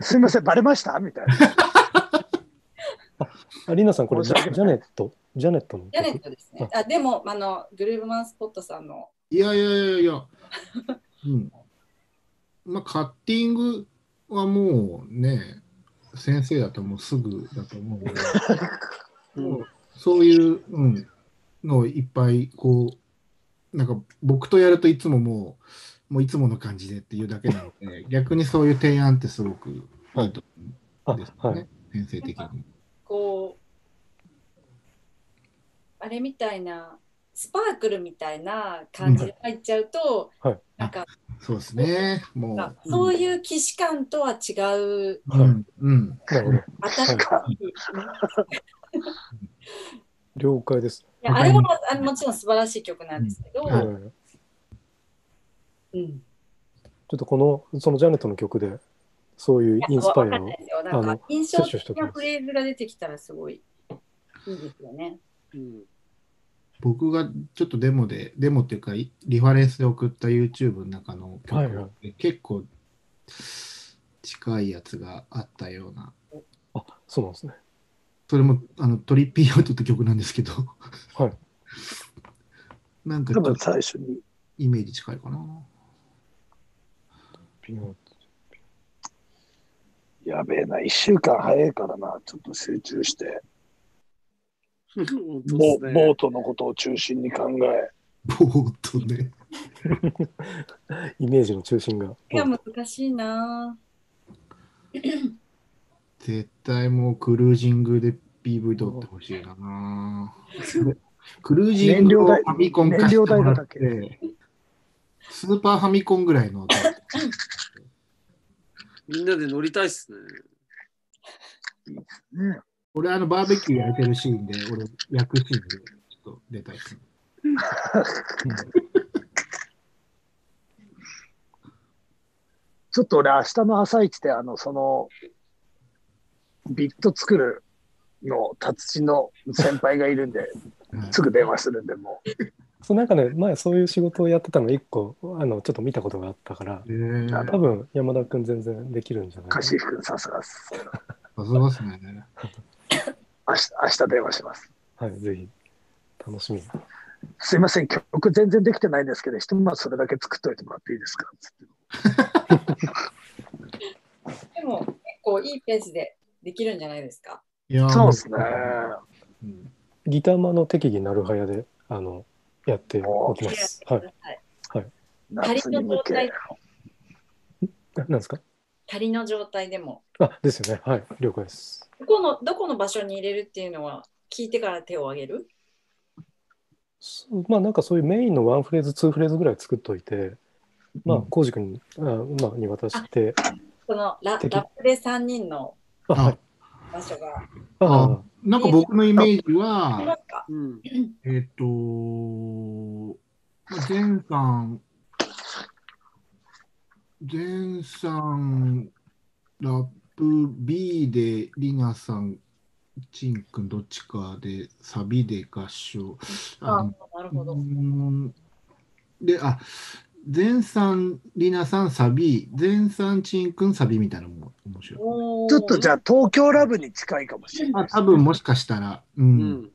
Speaker 1: すいません、バレましたみたいな。
Speaker 3: あ、リーナさん、これ、
Speaker 1: 申
Speaker 3: ジ
Speaker 1: し訳ない
Speaker 3: ャジャネットジャネットの
Speaker 4: ジャネ
Speaker 3: 曲
Speaker 4: ットですね。あでもあの、グルーブマン・スポットさんの、
Speaker 2: いやいやいやいや。うん。まあ、カッティングはもうね、先生だともうすぐだと思うので、も うそういう、うん、のをいっぱい、こう、なんか僕とやるといつももう、もういつもの感じでっていうだけなので、 逆にそういう提案ってすごくいいと
Speaker 3: あ、
Speaker 2: 思うんですよ
Speaker 3: はい。
Speaker 2: ね、先生的に。
Speaker 4: こう、あれみたいな、スパークルみたいな感じで入っちゃうと、
Speaker 3: はい
Speaker 4: なんか、
Speaker 2: そうですね、も
Speaker 4: あ
Speaker 2: う。
Speaker 4: そういう既視感とは違う
Speaker 2: うん、うん、
Speaker 3: なるほど。
Speaker 4: 新しい。い
Speaker 3: 了解です。
Speaker 4: やあれはあのもちろん素晴らしい曲なんですけど、
Speaker 2: はい
Speaker 3: うん
Speaker 4: うん
Speaker 3: ちょっとこの、そのジャネットの曲で、そういうインスパイ
Speaker 4: わか
Speaker 3: アを
Speaker 4: んない。ですよなん
Speaker 3: あ
Speaker 4: か
Speaker 3: の
Speaker 4: 印象
Speaker 3: 摂取してお
Speaker 4: 的
Speaker 3: きま
Speaker 4: な
Speaker 3: す
Speaker 4: フレーズが出てきたらすごいいいですよね。
Speaker 5: うん
Speaker 2: 僕がちょっとデモで、デモっていうか、いリファレンスで送った YouTube の中の曲で、
Speaker 3: はいは
Speaker 2: 結構近いやつがあったような。
Speaker 3: あ、そうなんですね。
Speaker 2: それもあのトリッピーアウトって曲なんですけど、
Speaker 3: はい。
Speaker 2: なんかち
Speaker 1: 多
Speaker 2: ょっ
Speaker 1: 分
Speaker 2: と
Speaker 1: 最初に。
Speaker 2: イメージ近いかな。
Speaker 3: 微妙
Speaker 1: やべえな、1週間早いからな、ちょっと集中して、
Speaker 5: 本当
Speaker 1: ボ
Speaker 5: っすね
Speaker 1: ボートのことを中心に考え、
Speaker 2: ぼーっとね。
Speaker 3: イメージの中心が。
Speaker 4: いや難しいな
Speaker 2: 絶対もうクルージングで PV 撮ってほし いな。クルージングをファミコン化してもらって、スーパーファミコンぐらいの。
Speaker 5: みんなで乗りたいっすね。
Speaker 1: うん、
Speaker 2: 俺、あの、バーベキュー焼いてるシーンで、俺、焼くシーンで、ちょっと出たいですね。
Speaker 1: ちょっと俺、明日の朝一で、あの、その、ビット作るの達人の先輩がいるんで、すぐ電話するんで、も
Speaker 3: そうなんかね、前そういう仕事をやってたの一個、あの、ちょっと見たことがあったから、
Speaker 2: え
Speaker 1: あ
Speaker 3: 多分山田君全然できるんじゃ
Speaker 1: う、
Speaker 3: ない
Speaker 1: カシフ君さすがです。
Speaker 2: さすがですね。
Speaker 1: 明日、明日電話します。
Speaker 3: はい、ぜひ。楽しみ。
Speaker 1: すいません、曲全然できてないんですけど、ひとまずそれだけ作っといてもらっていいですかつって
Speaker 4: でも結構いいペースでできるんじゃないですか。
Speaker 2: いやー
Speaker 1: そうですね。
Speaker 2: うん
Speaker 3: ギターマの適宜なるはやで、あの、やっておきます。はい。
Speaker 4: い。
Speaker 1: 夏に向け。
Speaker 3: ななんですか
Speaker 4: 仮の状態でも。
Speaker 3: あ、ですよね。はい。了解です。
Speaker 4: どこの、どこの場所に入れるっていうのは聞いてから手を挙げる
Speaker 3: そうまあなんかそういうメインのワンフレーズ、ツーフレーズぐらい作っといて、まあ、
Speaker 2: うん
Speaker 3: コウジ君に、あまあ、に渡して、
Speaker 4: このララ
Speaker 3: 敵
Speaker 4: ップで3人の
Speaker 3: あ、
Speaker 2: あ
Speaker 3: はい。
Speaker 4: 場所が
Speaker 3: あ
Speaker 2: なんか僕のイメージ
Speaker 4: ありま
Speaker 2: は
Speaker 4: す、か
Speaker 5: うん。
Speaker 2: えっ、と、まあ、前さん、前さん、ラップ B で、りなさん、ちんくん、どっちかで、サビで合唱。
Speaker 4: あ
Speaker 2: の
Speaker 4: なるほ
Speaker 2: う
Speaker 4: ど
Speaker 2: ー。んで、あ、前さん、りなさん、サビ、前さん、ちんくん、サビみたいなのも面白い。
Speaker 4: おー
Speaker 1: ちょっとじゃあ、東京ラブに近いかもしれない
Speaker 2: あ
Speaker 1: です
Speaker 2: 多分もしかしたら、うん、
Speaker 5: うん。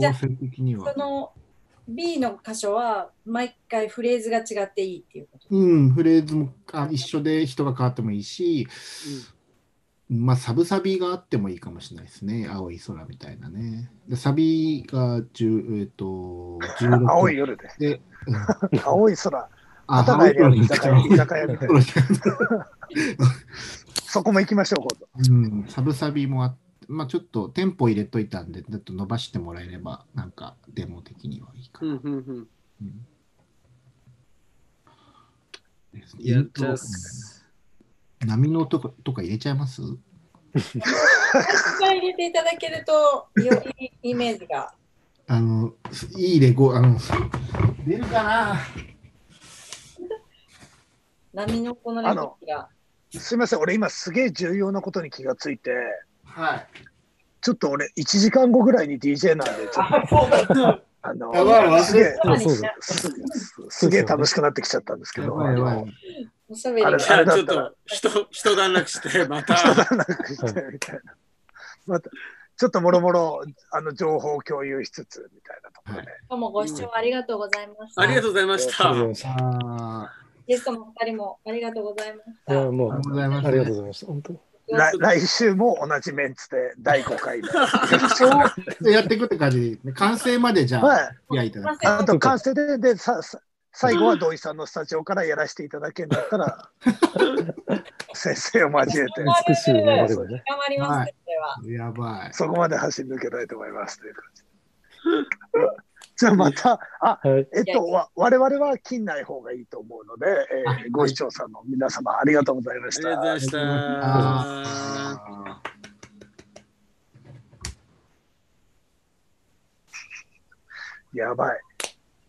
Speaker 4: じゃあ
Speaker 2: 構成的には
Speaker 4: そ。の B の箇所は毎回フレーズが違っていいっていうこと。
Speaker 2: うん、フレーズもあ一緒で人が変わってもいいし、まあ、サブサビがあってもいいかもしれないですね。青い空みたいなね。でサビが10、えっと、16
Speaker 1: 青い夜で。
Speaker 2: で、うん
Speaker 1: 青い空。
Speaker 2: あ、
Speaker 1: たないである居酒屋、
Speaker 2: 青い
Speaker 1: 居酒屋みたいな。
Speaker 2: 空
Speaker 1: そこも行きましょう、今度。
Speaker 2: うん、サブサビもあって、まあ、ちょっとテンポ入れといたんで、ちょっと伸ばしてもらえれば、なんかデモ的にはいいか
Speaker 5: う
Speaker 2: な。
Speaker 5: ん。う
Speaker 2: う
Speaker 5: ん。
Speaker 2: んですね
Speaker 5: やっ
Speaker 2: イント
Speaker 5: ちゃ
Speaker 2: ロ
Speaker 5: うっす。
Speaker 2: 波の音とかとか入れちゃいます
Speaker 4: 一回入れていただけるとよりイメージが。
Speaker 2: あの、いいレゴ、あの、出るかな
Speaker 4: 波のこのレベルが。
Speaker 1: すいません、俺今すげえ重要なことに気がついて、
Speaker 2: はい。
Speaker 1: ちょっと俺1時間後ぐらいに DJ なんで、ちょっと、
Speaker 2: そうだ。
Speaker 1: あの
Speaker 2: やばい忘れて
Speaker 1: すげえ、
Speaker 3: あそうだ。
Speaker 1: すすげえ楽しくなってきちゃったんですけ
Speaker 2: や
Speaker 1: ど、
Speaker 2: ばいやばい。
Speaker 4: おしゃべり
Speaker 1: あ
Speaker 4: が
Speaker 1: れ
Speaker 5: じゃあ、ちょっと、人、人段落して、また。
Speaker 1: あのなんかしてみたいな。また、ちょっともろもろ、あの、情報共有しつつ、みたいなところで。
Speaker 4: どうもご視聴ありがとうございました。
Speaker 5: ありがとうございまし
Speaker 3: あ
Speaker 5: た
Speaker 3: りがとうご。ざいました。
Speaker 2: あ
Speaker 4: ゲストのお二人もありがとうございまし
Speaker 3: いや、
Speaker 4: た。
Speaker 3: もう、
Speaker 2: ありがとうございます
Speaker 3: ありがとうございました。本当に。
Speaker 1: 来来週も同じメンツで、第5回で。
Speaker 2: ーやっていくって感じで、完成までじゃ
Speaker 1: ま
Speaker 2: あ、
Speaker 1: あ、
Speaker 2: いやいただく。
Speaker 1: あと完成で、で、さ、さ最後は土井さんのスタジオからやらせていただけんだった ら、先生を交えて、
Speaker 3: 美しい流れがね。
Speaker 4: 頑張ります、
Speaker 2: はい
Speaker 4: では。
Speaker 2: やばい。
Speaker 1: そこまで走り抜けたいと思います、という感じで。 じゃあまた、あ、
Speaker 3: はい。
Speaker 1: えっと、わ我々は切んない方がいいと思うので、えーご視聴者の皆様ありがとうございま
Speaker 5: あ
Speaker 1: し
Speaker 5: り
Speaker 1: た。
Speaker 5: がとうございました。
Speaker 1: やばい。